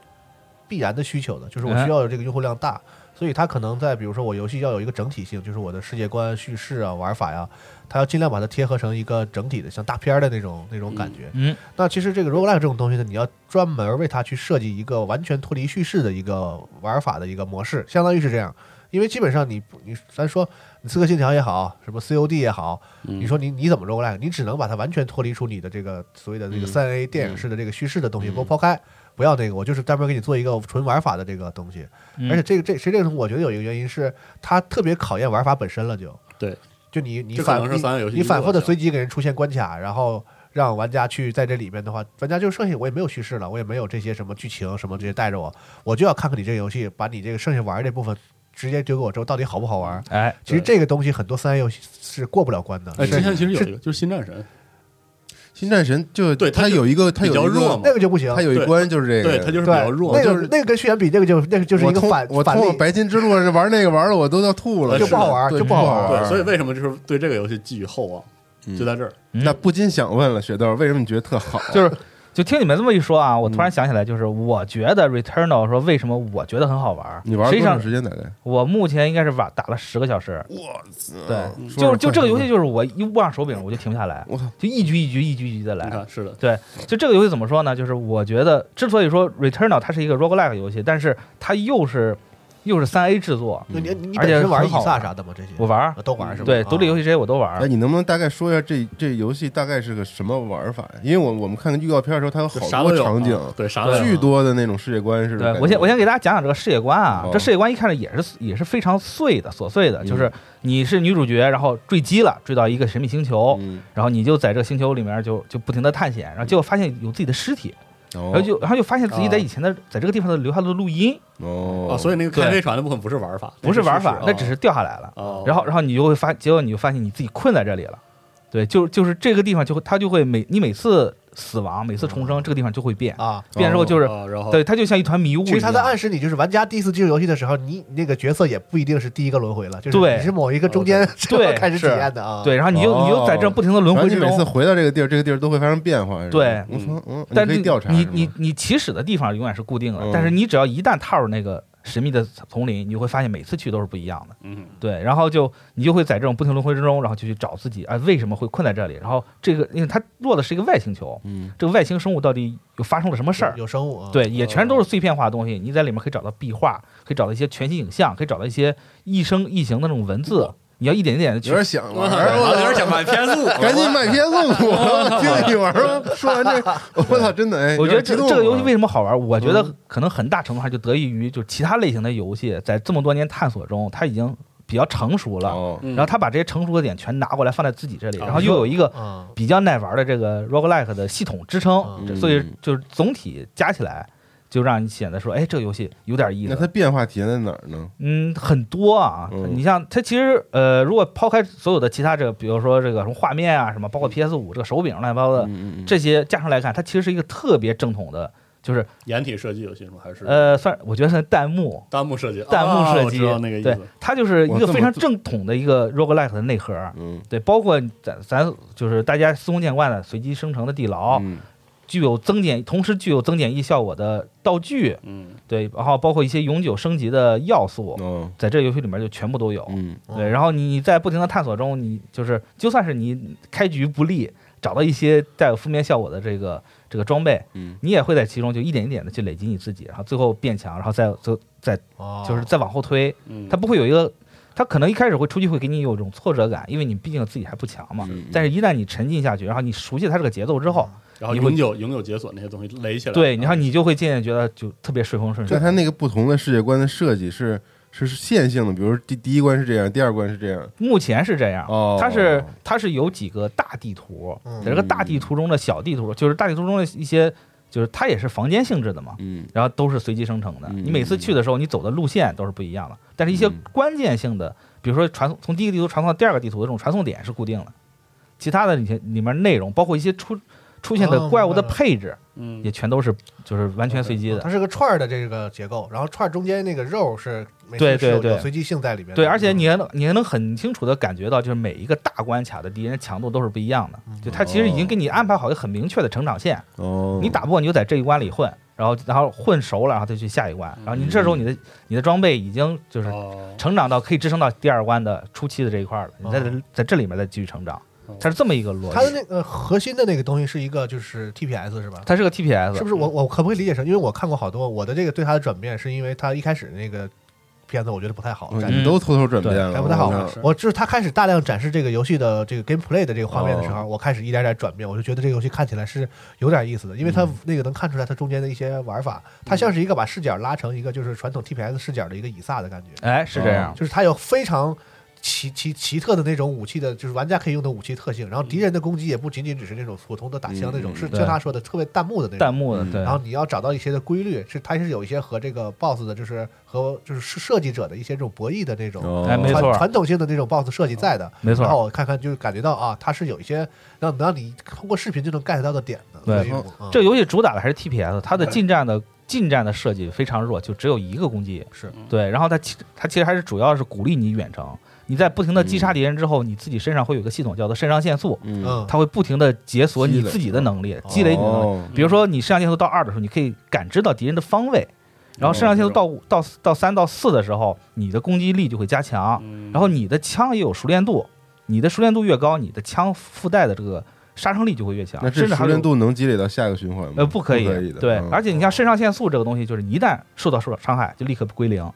[SPEAKER 7] 必然的需求的，就是我
[SPEAKER 2] 哎
[SPEAKER 7] 需要有这个用户量大，所以它可能在比如说我游戏要有一个整体性，就是我的世界观、叙事啊、玩法呀、它要尽量把它贴合成一个整体的，像大片儿的那种那种感觉。
[SPEAKER 2] 嗯，
[SPEAKER 7] 那其实这个 roguelike 这种东西呢，你要专门为它去设计一个完全脱离叙事的一个玩法的一个模式，相当于是这样。因为基本上你不你咱说你刺客信条也好，什么 COD 也好，
[SPEAKER 2] 嗯
[SPEAKER 7] 你说你你怎么 roguelike，你只能把它完全脱离出你的这个所谓的这
[SPEAKER 2] 嗯
[SPEAKER 7] 个三 A 电影式的这个叙事的东西，给我抛开，不要那个，我就是专门给你做一个纯玩法的这个东西。
[SPEAKER 2] 嗯
[SPEAKER 7] 而且这个这其实这个东西我觉得有一个原因是它特别考验玩法本身了就，
[SPEAKER 8] 对，
[SPEAKER 7] 就你你
[SPEAKER 8] 这可
[SPEAKER 7] 反
[SPEAKER 8] 能是三 A 游戏
[SPEAKER 7] 你你
[SPEAKER 8] 一个
[SPEAKER 7] 反复的
[SPEAKER 8] 项
[SPEAKER 7] 随机给人出现关卡，然后让玩家去在这里面的话，玩家就剩下我也没有叙事了，我也没有这些什么剧情什么这些带着我，我就要看看你这个游戏，把你这个剩下玩儿这部分直接丢给我之后到底好不好玩儿。
[SPEAKER 2] 哎，
[SPEAKER 7] 其实这个东西很多三 A 游戏是过不了关的，
[SPEAKER 8] 哎，之
[SPEAKER 7] 是
[SPEAKER 8] 前其实有
[SPEAKER 7] 是
[SPEAKER 8] 一个就是新战神，
[SPEAKER 9] 新战神就
[SPEAKER 8] 对它
[SPEAKER 9] 它
[SPEAKER 8] 就
[SPEAKER 9] 有一个它
[SPEAKER 8] 比
[SPEAKER 9] 有
[SPEAKER 8] 较
[SPEAKER 9] 一
[SPEAKER 8] 弱
[SPEAKER 9] 个
[SPEAKER 8] 嘛
[SPEAKER 7] 那，个就不行，
[SPEAKER 9] 它有一
[SPEAKER 8] 对
[SPEAKER 9] 关就是这个
[SPEAKER 8] 对，它就是比
[SPEAKER 7] 对
[SPEAKER 8] 较弱，
[SPEAKER 7] 那
[SPEAKER 9] 就
[SPEAKER 7] 个
[SPEAKER 9] 是
[SPEAKER 7] 那个跟血缘比那个就那个就是一
[SPEAKER 9] 我
[SPEAKER 7] 个
[SPEAKER 9] 通
[SPEAKER 7] 反
[SPEAKER 9] 我
[SPEAKER 7] 反
[SPEAKER 9] 通过
[SPEAKER 7] 例，
[SPEAKER 9] 白金之路玩那个玩了，我都要吐了，
[SPEAKER 8] 呃就是
[SPEAKER 7] 就不好玩
[SPEAKER 9] 对
[SPEAKER 7] 就
[SPEAKER 9] 不
[SPEAKER 7] 不好玩
[SPEAKER 9] 玩，
[SPEAKER 8] 对，所以为什么就是对这个游戏寄予厚望？
[SPEAKER 1] 嗯
[SPEAKER 8] 就在这儿。
[SPEAKER 9] 嗯
[SPEAKER 1] 那不禁想问了，雪豆，为什么你觉得特好？啊
[SPEAKER 9] 就是就听你们这么一说啊，我突然
[SPEAKER 1] 嗯
[SPEAKER 9] 想起来，就是我觉得 Returnal 说为什么我觉得很好玩儿，
[SPEAKER 1] 你玩
[SPEAKER 9] 实
[SPEAKER 1] 了
[SPEAKER 9] 际
[SPEAKER 1] 多
[SPEAKER 9] 上
[SPEAKER 1] 长时间？大概？
[SPEAKER 9] 我目前应该是玩打了十个小时，
[SPEAKER 1] 我操！说
[SPEAKER 9] 对就是
[SPEAKER 1] 说
[SPEAKER 9] 就
[SPEAKER 1] 快
[SPEAKER 9] 这个游
[SPEAKER 1] 说
[SPEAKER 9] 戏就是我一握上手柄我就停不下来，
[SPEAKER 1] 我靠
[SPEAKER 9] 就一局一局一局一局的来
[SPEAKER 8] 你。
[SPEAKER 1] 嗯
[SPEAKER 8] 看，是的，
[SPEAKER 9] 就这个游戏怎么说呢？就是我觉得，之所以说 Returnal 它是一个 roguelike 游戏，但是它又是又是三 A 制作，
[SPEAKER 1] 嗯
[SPEAKER 7] 你你
[SPEAKER 9] 而
[SPEAKER 7] 本
[SPEAKER 9] 且
[SPEAKER 7] 身玩
[SPEAKER 9] 很
[SPEAKER 7] 以
[SPEAKER 9] 好
[SPEAKER 7] 萨啥的吗？这些
[SPEAKER 9] 我玩儿，
[SPEAKER 7] 啊都玩是吧？
[SPEAKER 9] 对，
[SPEAKER 7] 啊
[SPEAKER 9] 独立游戏这些我都玩
[SPEAKER 1] 哎，
[SPEAKER 9] 儿。
[SPEAKER 1] 你能不能大概说一下这这游戏大概是个什么玩法呀？因为我我们看预告片的时候，它有
[SPEAKER 8] 就
[SPEAKER 1] 好
[SPEAKER 8] 啥都
[SPEAKER 1] 多
[SPEAKER 8] 有
[SPEAKER 1] 场景，
[SPEAKER 8] 啊对，啥都有
[SPEAKER 1] 巨多的那种世界观似的。
[SPEAKER 9] 对我先我先给大家讲讲这个世界观啊
[SPEAKER 1] 哦，
[SPEAKER 9] 这世界观一开始也是也是非常碎的、琐碎的，
[SPEAKER 1] 嗯
[SPEAKER 9] 就是你是女主角，然后坠机了，坠到一个神秘星球，
[SPEAKER 1] 嗯，
[SPEAKER 9] 然后你就在这个星球里面就就不停的探险，然后结果发现有自己的尸体，
[SPEAKER 1] 然
[SPEAKER 9] 然后就然后就发现自己在
[SPEAKER 8] 哦
[SPEAKER 9] 以前的在这个地方的留下的录音，
[SPEAKER 1] 哦
[SPEAKER 8] 啊，，所以那个开
[SPEAKER 9] 对
[SPEAKER 8] 飞船的部分不是玩法，
[SPEAKER 9] 不是玩法，那
[SPEAKER 8] 那
[SPEAKER 9] 只是掉下来了。
[SPEAKER 8] 哦，
[SPEAKER 9] 然后然后你就会发，结果你就发现你自己困在这里了。对，就就是这个地方就会，它就会每你每次死亡，每次重生，这个地方就会变，
[SPEAKER 7] 啊。
[SPEAKER 9] 变之后就是，
[SPEAKER 8] 啊，然后
[SPEAKER 9] 对，它就像一团迷雾一样。
[SPEAKER 7] 其实他在暗示你，就是玩家第一次进入游戏的时候，你你那个角色也不一定是第一个轮回了，就是
[SPEAKER 9] 对呃
[SPEAKER 7] 你是某一个中 间
[SPEAKER 9] 对
[SPEAKER 7] 开始体
[SPEAKER 9] 是
[SPEAKER 7] 验的啊。
[SPEAKER 9] 对，然后你就
[SPEAKER 1] 哦
[SPEAKER 9] 你就在这儿不停的轮
[SPEAKER 1] 然后
[SPEAKER 9] 回
[SPEAKER 1] 你
[SPEAKER 9] 之
[SPEAKER 1] 每次
[SPEAKER 9] 中。
[SPEAKER 1] 回到这个地儿，这个地儿都会发生变化。是吧
[SPEAKER 9] 对
[SPEAKER 1] 我操，嗯，你
[SPEAKER 9] 但
[SPEAKER 1] 可
[SPEAKER 9] 是
[SPEAKER 1] 以调查
[SPEAKER 9] 你
[SPEAKER 1] 是吗
[SPEAKER 9] 你你起始的地方永远是固定的
[SPEAKER 1] 嗯，
[SPEAKER 9] 但是你只要一旦踏入那个神秘的丛林，你就会发现每次去都是不一样的。
[SPEAKER 8] 嗯，
[SPEAKER 9] 对，然后就你就会在这种不停轮回之中，然后就去找自己啊、哎为什么会困在这里？然后这个因为它落的是一个外星球，
[SPEAKER 1] 嗯
[SPEAKER 9] 这个外星生物到底又发生了什么事儿？
[SPEAKER 7] 有生物啊。
[SPEAKER 9] 对，也全都是碎片化的东西。你在里面可以找到壁画，可以找到一些全息影像，可以找到一些一声一形的那种文字。你要一点一点的去
[SPEAKER 1] 有点想玩儿，
[SPEAKER 8] 我
[SPEAKER 1] 我
[SPEAKER 8] 有点想买 PS 五，
[SPEAKER 1] 赶紧买片送我，听你玩 儿吧。说完这，我操，真的，哎，
[SPEAKER 9] 我觉
[SPEAKER 1] 有点
[SPEAKER 9] 得这
[SPEAKER 1] 激动
[SPEAKER 9] 这个游戏
[SPEAKER 1] 啊
[SPEAKER 9] 为什么好玩？我觉得可能很大程度上就得益于就是其他类型的游戏在这么多年探索中，它已经比较成熟了。
[SPEAKER 1] 哦
[SPEAKER 8] 嗯
[SPEAKER 9] 然后他把这些成熟的点全拿过来放在自己这里，
[SPEAKER 8] 啊
[SPEAKER 9] 然后又有一个
[SPEAKER 7] 啊，
[SPEAKER 9] 比较耐玩的这个 roguelike 的系统支撑，
[SPEAKER 7] 嗯
[SPEAKER 9] 这所以就是总体加起来就让你显得说，哎，这个游戏有点意思
[SPEAKER 1] 那。它变化体现在哪儿呢？
[SPEAKER 9] 嗯，很多啊。
[SPEAKER 1] 嗯
[SPEAKER 9] 你像它其实呃，如果抛开所有的其他这个，比如说这个什么画面啊，什么包括 PS 五这个手柄乱七八糟的
[SPEAKER 1] 嗯嗯嗯
[SPEAKER 9] 这些加上来看，它其实是一个特别正统的，就是
[SPEAKER 8] 掩体设计游戏吗？还是
[SPEAKER 9] 呃，算我觉得算弹幕。
[SPEAKER 8] 弹幕设计？
[SPEAKER 9] 弹幕
[SPEAKER 8] 啊
[SPEAKER 9] 设
[SPEAKER 8] 我
[SPEAKER 9] 计，
[SPEAKER 8] 知道那个意
[SPEAKER 9] 对
[SPEAKER 8] 思。，
[SPEAKER 9] 它就是一
[SPEAKER 1] 哇
[SPEAKER 9] 个
[SPEAKER 1] 这么
[SPEAKER 9] 非常
[SPEAKER 1] 多
[SPEAKER 9] 正统的一个 roguelike 的内核，
[SPEAKER 1] 嗯，
[SPEAKER 9] 对，包括咱咱就是大家司空见惯的随机生成的地牢，
[SPEAKER 1] 嗯，
[SPEAKER 9] 具有增减，同时具有增减益效果的道具，
[SPEAKER 8] 嗯，
[SPEAKER 9] 对，然后包括一些永久升级的要素，
[SPEAKER 1] 哦，
[SPEAKER 9] 在这个游戏里面就全部都有。
[SPEAKER 1] 嗯，
[SPEAKER 9] 对，然后你在不停的探索中，你就是就算是你开局不利，找到一些带有负面效果的这个这个装备，
[SPEAKER 1] 嗯，
[SPEAKER 9] 你也会在其中就一点一点的去累积你自己，然后最后变强，然后再就再
[SPEAKER 7] 哦
[SPEAKER 9] 就是再往后推，
[SPEAKER 8] 嗯
[SPEAKER 9] 它不会有一个，它可能一开始会出去会给你有一种挫折感，因为你毕竟自己还不强嘛
[SPEAKER 1] 是嗯，
[SPEAKER 9] 但是一旦你沉浸下去，然后你熟悉它这个节奏之后，
[SPEAKER 8] 然后
[SPEAKER 9] 你会
[SPEAKER 8] 永久永久解锁那些东西垒起来，
[SPEAKER 9] 对，然后你就会渐渐觉得就特别顺风顺水
[SPEAKER 1] 那。它那个不同的世界观的设计是是是线性的，比如说第第一关是这样，第二关是这样，
[SPEAKER 9] 目前是这样，
[SPEAKER 1] 哦
[SPEAKER 9] 它是它是有几个大地图，在这个大地图中的小地图，就是大地图中的一些，就是它也是房间性质的嘛，
[SPEAKER 1] 嗯
[SPEAKER 9] 然后都是随机生成的。
[SPEAKER 1] 嗯
[SPEAKER 9] 你每次去的时候，你走的路线都是不一样的，但是一些
[SPEAKER 1] 嗯
[SPEAKER 9] 关键性的，比如说传送从第一个地图传送到第二个地图的这种传送点是固定的，其他的里面里面内容，包括一些出出现的
[SPEAKER 7] 哦
[SPEAKER 9] 怪物
[SPEAKER 7] 明
[SPEAKER 9] 的
[SPEAKER 7] 白了
[SPEAKER 9] 配置，
[SPEAKER 8] 嗯
[SPEAKER 9] 也，全都是就是完全随机的
[SPEAKER 7] 嗯它。是个串儿的这个结构，然后串儿中间那个肉是每次
[SPEAKER 9] 对
[SPEAKER 7] 是有
[SPEAKER 9] 对对
[SPEAKER 7] 有随机性在里面的。
[SPEAKER 9] 对，而且
[SPEAKER 7] 嗯
[SPEAKER 9] 你还能你还能很清楚的感觉到，就是每一个大关卡的敌人强度都是不一样的。
[SPEAKER 7] 嗯
[SPEAKER 9] 就他其实已经给你安排好一个很明确的成长线，
[SPEAKER 1] 哦，
[SPEAKER 9] 你打不过你就在这一关里混，然后然后混熟了，然后再去下一关。
[SPEAKER 7] 嗯
[SPEAKER 9] 然后你这时候你的你的装备已经就是
[SPEAKER 8] 哦，
[SPEAKER 9] 成长到可以支撑到第二关的初期的这一块了，你在这在这里面再继续成长
[SPEAKER 8] 哦，
[SPEAKER 9] 它是这么一个逻
[SPEAKER 7] 哦嗯它的
[SPEAKER 9] 辑。
[SPEAKER 7] 那个核心的那个东西是一个就是 TPS 是吧？
[SPEAKER 9] 它是个 TPS，
[SPEAKER 7] 是不是我我可不可以理解成，因为我看过好多，我的这个对它的转变是因为它一开始那个片子我觉得不太好，
[SPEAKER 9] 嗯
[SPEAKER 1] 哦，
[SPEAKER 7] 展
[SPEAKER 1] 你
[SPEAKER 7] 示
[SPEAKER 1] 都偷偷转变了，哦
[SPEAKER 7] 还不太好
[SPEAKER 1] 我
[SPEAKER 7] 玩
[SPEAKER 1] 看
[SPEAKER 8] 嗯是
[SPEAKER 7] 我就是它开始大量展示这个游戏的这个 gameplay 的这个画面的时候，我开始一点点转变，我就觉得这个游戏看起来是有点意思的，因为它那个能看出来它中间的一些玩法，它像是一个把视角拉成一个就是传统 TPS 视角的一个以撒的感觉，
[SPEAKER 9] 哎，是这
[SPEAKER 1] 哦
[SPEAKER 9] 样。
[SPEAKER 7] 就是它有非常奇奇奇特的那种武器的，就是玩家可以用的武器特性，然后敌人的攻击也不仅仅只是那种普通的打枪那种，
[SPEAKER 1] 嗯
[SPEAKER 7] 是
[SPEAKER 9] 对
[SPEAKER 7] 像他说的特别弹幕的那
[SPEAKER 9] 弹
[SPEAKER 7] 种。
[SPEAKER 9] 幕的对
[SPEAKER 7] 然，后你要找到一些的规律，是它是有一些和这个 BOSS 的，就是和就是设计者的一些这种博弈的那种
[SPEAKER 1] 哦
[SPEAKER 9] 哎没错
[SPEAKER 7] 传传统性的那种 BOSS 设计在的，
[SPEAKER 9] 没错
[SPEAKER 7] 然后我看看，就是感觉到啊，它是有一些让让你通过视频就能 get 到的点的。
[SPEAKER 9] 对
[SPEAKER 7] 那一种嗯
[SPEAKER 9] 这个游戏主打的还是 TPS，它的近战的近战的设计非常弱，就只有一个攻击。
[SPEAKER 7] 是
[SPEAKER 9] 对，然后它其它其实还是主要是鼓励你远程，你在不停的击杀敌人之后，你自己身上会有一个系统叫做肾上腺素，
[SPEAKER 2] 嗯，
[SPEAKER 7] 嗯，
[SPEAKER 9] 它会不停的解锁
[SPEAKER 2] 积
[SPEAKER 9] 你
[SPEAKER 2] 累嗯
[SPEAKER 9] 自己的能力，积累你的能力。
[SPEAKER 2] 哦
[SPEAKER 9] 比如说你肾上腺素到二的时候，你可以感知到敌人的方位，然
[SPEAKER 2] 哦
[SPEAKER 9] 后肾上腺素到五、到到三到四的时候，你的攻击力就会加强，
[SPEAKER 8] 嗯，
[SPEAKER 9] 然后你的枪也有熟练度，你的熟练度越高，你的枪附带的这个杀伤力就会越强，
[SPEAKER 2] 那这
[SPEAKER 9] 甚至
[SPEAKER 2] 熟
[SPEAKER 9] 还有
[SPEAKER 2] 练度能积累到下一个循环吗？
[SPEAKER 9] 呃，不可以，
[SPEAKER 2] 的。
[SPEAKER 9] 对，
[SPEAKER 2] 嗯
[SPEAKER 9] 而且你像肾上腺素这个东西，就是你一旦受到受到伤害，就立刻归零，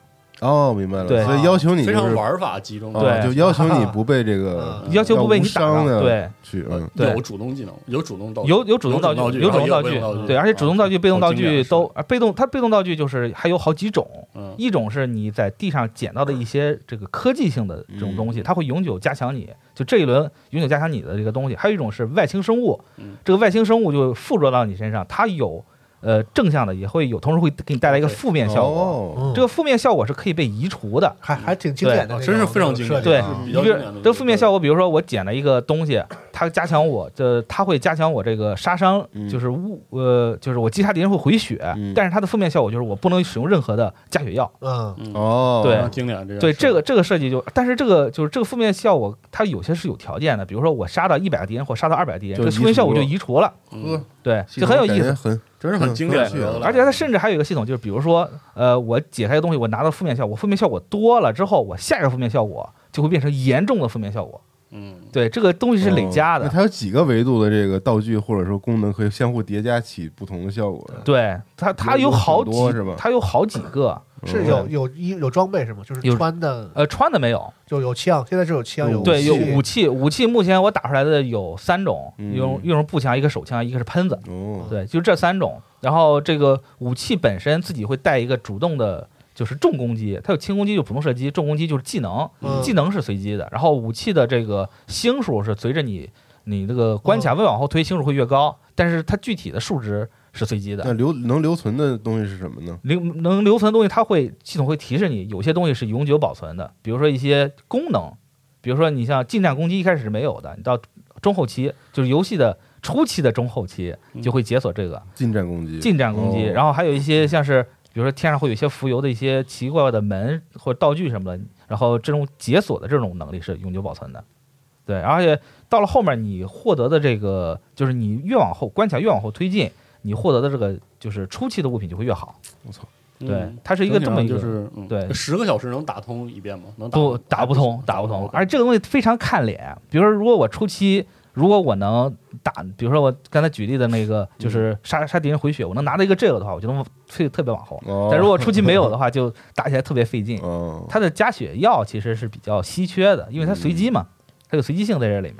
[SPEAKER 2] 哦，明白了。
[SPEAKER 9] 对
[SPEAKER 2] 所以要求你
[SPEAKER 8] 非
[SPEAKER 2] 就
[SPEAKER 8] 常
[SPEAKER 2] 是
[SPEAKER 8] 玩法集中，
[SPEAKER 2] 哦
[SPEAKER 9] 对
[SPEAKER 2] 就要求你 不被这个
[SPEAKER 7] 嗯
[SPEAKER 9] 要求不被你打
[SPEAKER 2] 要无
[SPEAKER 9] 到
[SPEAKER 2] 伤的
[SPEAKER 9] 对，
[SPEAKER 2] 去，
[SPEAKER 8] 呃
[SPEAKER 2] 嗯，
[SPEAKER 9] 对
[SPEAKER 8] 有主动技能，有主动道具，
[SPEAKER 9] 有有主动道
[SPEAKER 8] 道
[SPEAKER 9] 具，
[SPEAKER 8] 具，
[SPEAKER 9] 有主
[SPEAKER 8] 然
[SPEAKER 9] 动
[SPEAKER 8] 后
[SPEAKER 9] 道
[SPEAKER 8] 也有被
[SPEAKER 9] 具，
[SPEAKER 8] 动道具，哦
[SPEAKER 9] 对，而且主动道具、被动道
[SPEAKER 8] 好经
[SPEAKER 9] 具
[SPEAKER 8] 典
[SPEAKER 9] 都，啊被动它被动道具就是还有好几种，
[SPEAKER 8] 嗯，
[SPEAKER 9] 一种是你在地上捡到的一些这个科技性的这种东西，它会永久加强你，就这一轮永久加强你的这个东西；还有一种是外星生物
[SPEAKER 8] 嗯，
[SPEAKER 9] 这个外星生物就附着到你身上，它有呃正向的，也会有，同时会给你带来一个负面效果。
[SPEAKER 2] 哦，
[SPEAKER 9] 这个负面效果是可以被移除的，
[SPEAKER 7] 还还挺经典的那
[SPEAKER 8] 啊
[SPEAKER 7] 种，
[SPEAKER 8] 真是非常经典，
[SPEAKER 7] 设计
[SPEAKER 9] 对
[SPEAKER 7] 啊
[SPEAKER 8] 比
[SPEAKER 9] 你
[SPEAKER 8] 较
[SPEAKER 9] 比
[SPEAKER 8] 经
[SPEAKER 9] 如
[SPEAKER 8] 典的
[SPEAKER 9] 这个负面效果，比如说我捡了一个东西，它加强我这，它会加强我这个杀伤
[SPEAKER 2] 嗯，
[SPEAKER 9] 就是物呃，就是我击杀敌人会回血
[SPEAKER 2] 嗯，
[SPEAKER 9] 但是它的负面效果就是我不能使用任何的加血药。
[SPEAKER 7] 嗯，
[SPEAKER 8] 嗯，
[SPEAKER 2] 哦，
[SPEAKER 8] 非常
[SPEAKER 9] 对
[SPEAKER 8] 经典这个，
[SPEAKER 9] 对这个这个设计就，但是这个就是这个负面效果，它有些是有条件的，比如说我杀到一百个敌人或杀到二百敌人，
[SPEAKER 2] 就
[SPEAKER 9] 这个负
[SPEAKER 2] 移
[SPEAKER 9] 面
[SPEAKER 2] 除
[SPEAKER 9] 效果就
[SPEAKER 2] 了
[SPEAKER 9] 移除了。
[SPEAKER 8] 嗯，
[SPEAKER 9] 对，
[SPEAKER 2] 系
[SPEAKER 9] 就
[SPEAKER 2] 统
[SPEAKER 9] 很有意
[SPEAKER 2] 感觉
[SPEAKER 9] 思。
[SPEAKER 2] 很啊
[SPEAKER 8] 真是很经典
[SPEAKER 2] 对
[SPEAKER 8] 的，
[SPEAKER 9] 而且它甚至还有一个系统，就是比如说，呃，我解开一个东西，我拿到负面效果，负面效果多了之后，我下一个负面效果就会变成严重的负面效果。
[SPEAKER 8] 嗯，
[SPEAKER 9] 对，这个东西是累加的
[SPEAKER 2] 哦那。它有几个维度的这个道具或者说功能可以相互叠加起不同的效果？
[SPEAKER 9] 对它，它
[SPEAKER 2] 有有
[SPEAKER 9] 有好
[SPEAKER 2] 很多
[SPEAKER 9] 几
[SPEAKER 2] 是吧，
[SPEAKER 9] 它有好几个。
[SPEAKER 7] 是
[SPEAKER 2] 嗯
[SPEAKER 9] 哦
[SPEAKER 7] 有有衣有装备是吗？就是
[SPEAKER 9] 有
[SPEAKER 7] 穿的
[SPEAKER 9] 呃，穿的没有，
[SPEAKER 7] 就有枪，现在是有枪有
[SPEAKER 9] 对，有武
[SPEAKER 7] 武器
[SPEAKER 9] 器，武器目前我打出来的有三种，
[SPEAKER 2] 嗯
[SPEAKER 9] 用用步枪，一个手枪，一个是喷子，
[SPEAKER 2] 哦，
[SPEAKER 9] 对，就这三种。然后这个武器本身自己会带一个主动的，就是重攻击，它有轻攻击，就普通射击，重攻击就是技能，
[SPEAKER 7] 嗯
[SPEAKER 9] 技能是随机的。然后武器的这个星数是随着你你这个关卡位往后推，星数会越高，但是它具体的数值是随机的。
[SPEAKER 2] 那留能留存的东西是什么呢？
[SPEAKER 9] 留能留存的东西，它会系统会提示你，有些东西是永久保存的，比如说一些功能，比如说你像近战攻击一开始是没有的，你到中后期，就是游戏的初期的中后期
[SPEAKER 8] 嗯
[SPEAKER 9] 就会解锁这个
[SPEAKER 2] 近战攻击，
[SPEAKER 9] 近战攻击，
[SPEAKER 2] 哦
[SPEAKER 9] 然后还有一些像是比如说天上会有一些浮游的一些奇怪的门或者道具什么的，然后这种解锁的这种能力是永久保存的，对，而且到了后面你获得的这个就是你越往后关卡越往后推进，你获得的这个就是初期的物品就会越好。
[SPEAKER 8] 嗯
[SPEAKER 9] 对，它是一个这么一个，
[SPEAKER 8] 就是嗯
[SPEAKER 9] 对
[SPEAKER 8] 十个小时能打通一遍吗？能打
[SPEAKER 9] 不打不通，打不
[SPEAKER 8] 嗯
[SPEAKER 9] 通。而且这个东西非常看脸，比如说，如果我初期，如果我能打，比如说我刚才举例的那个，
[SPEAKER 2] 嗯
[SPEAKER 9] 就是杀杀敌人回血，我能拿到一个这个的话，我就能推特别往后。
[SPEAKER 2] 哦，
[SPEAKER 9] 但如果初期没 有的话，就打起来特别费劲。
[SPEAKER 2] 哦，
[SPEAKER 9] 它的加血药其实是比较稀缺的，因为它随
[SPEAKER 2] 嗯
[SPEAKER 9] 机嘛，它有随机性在这里面。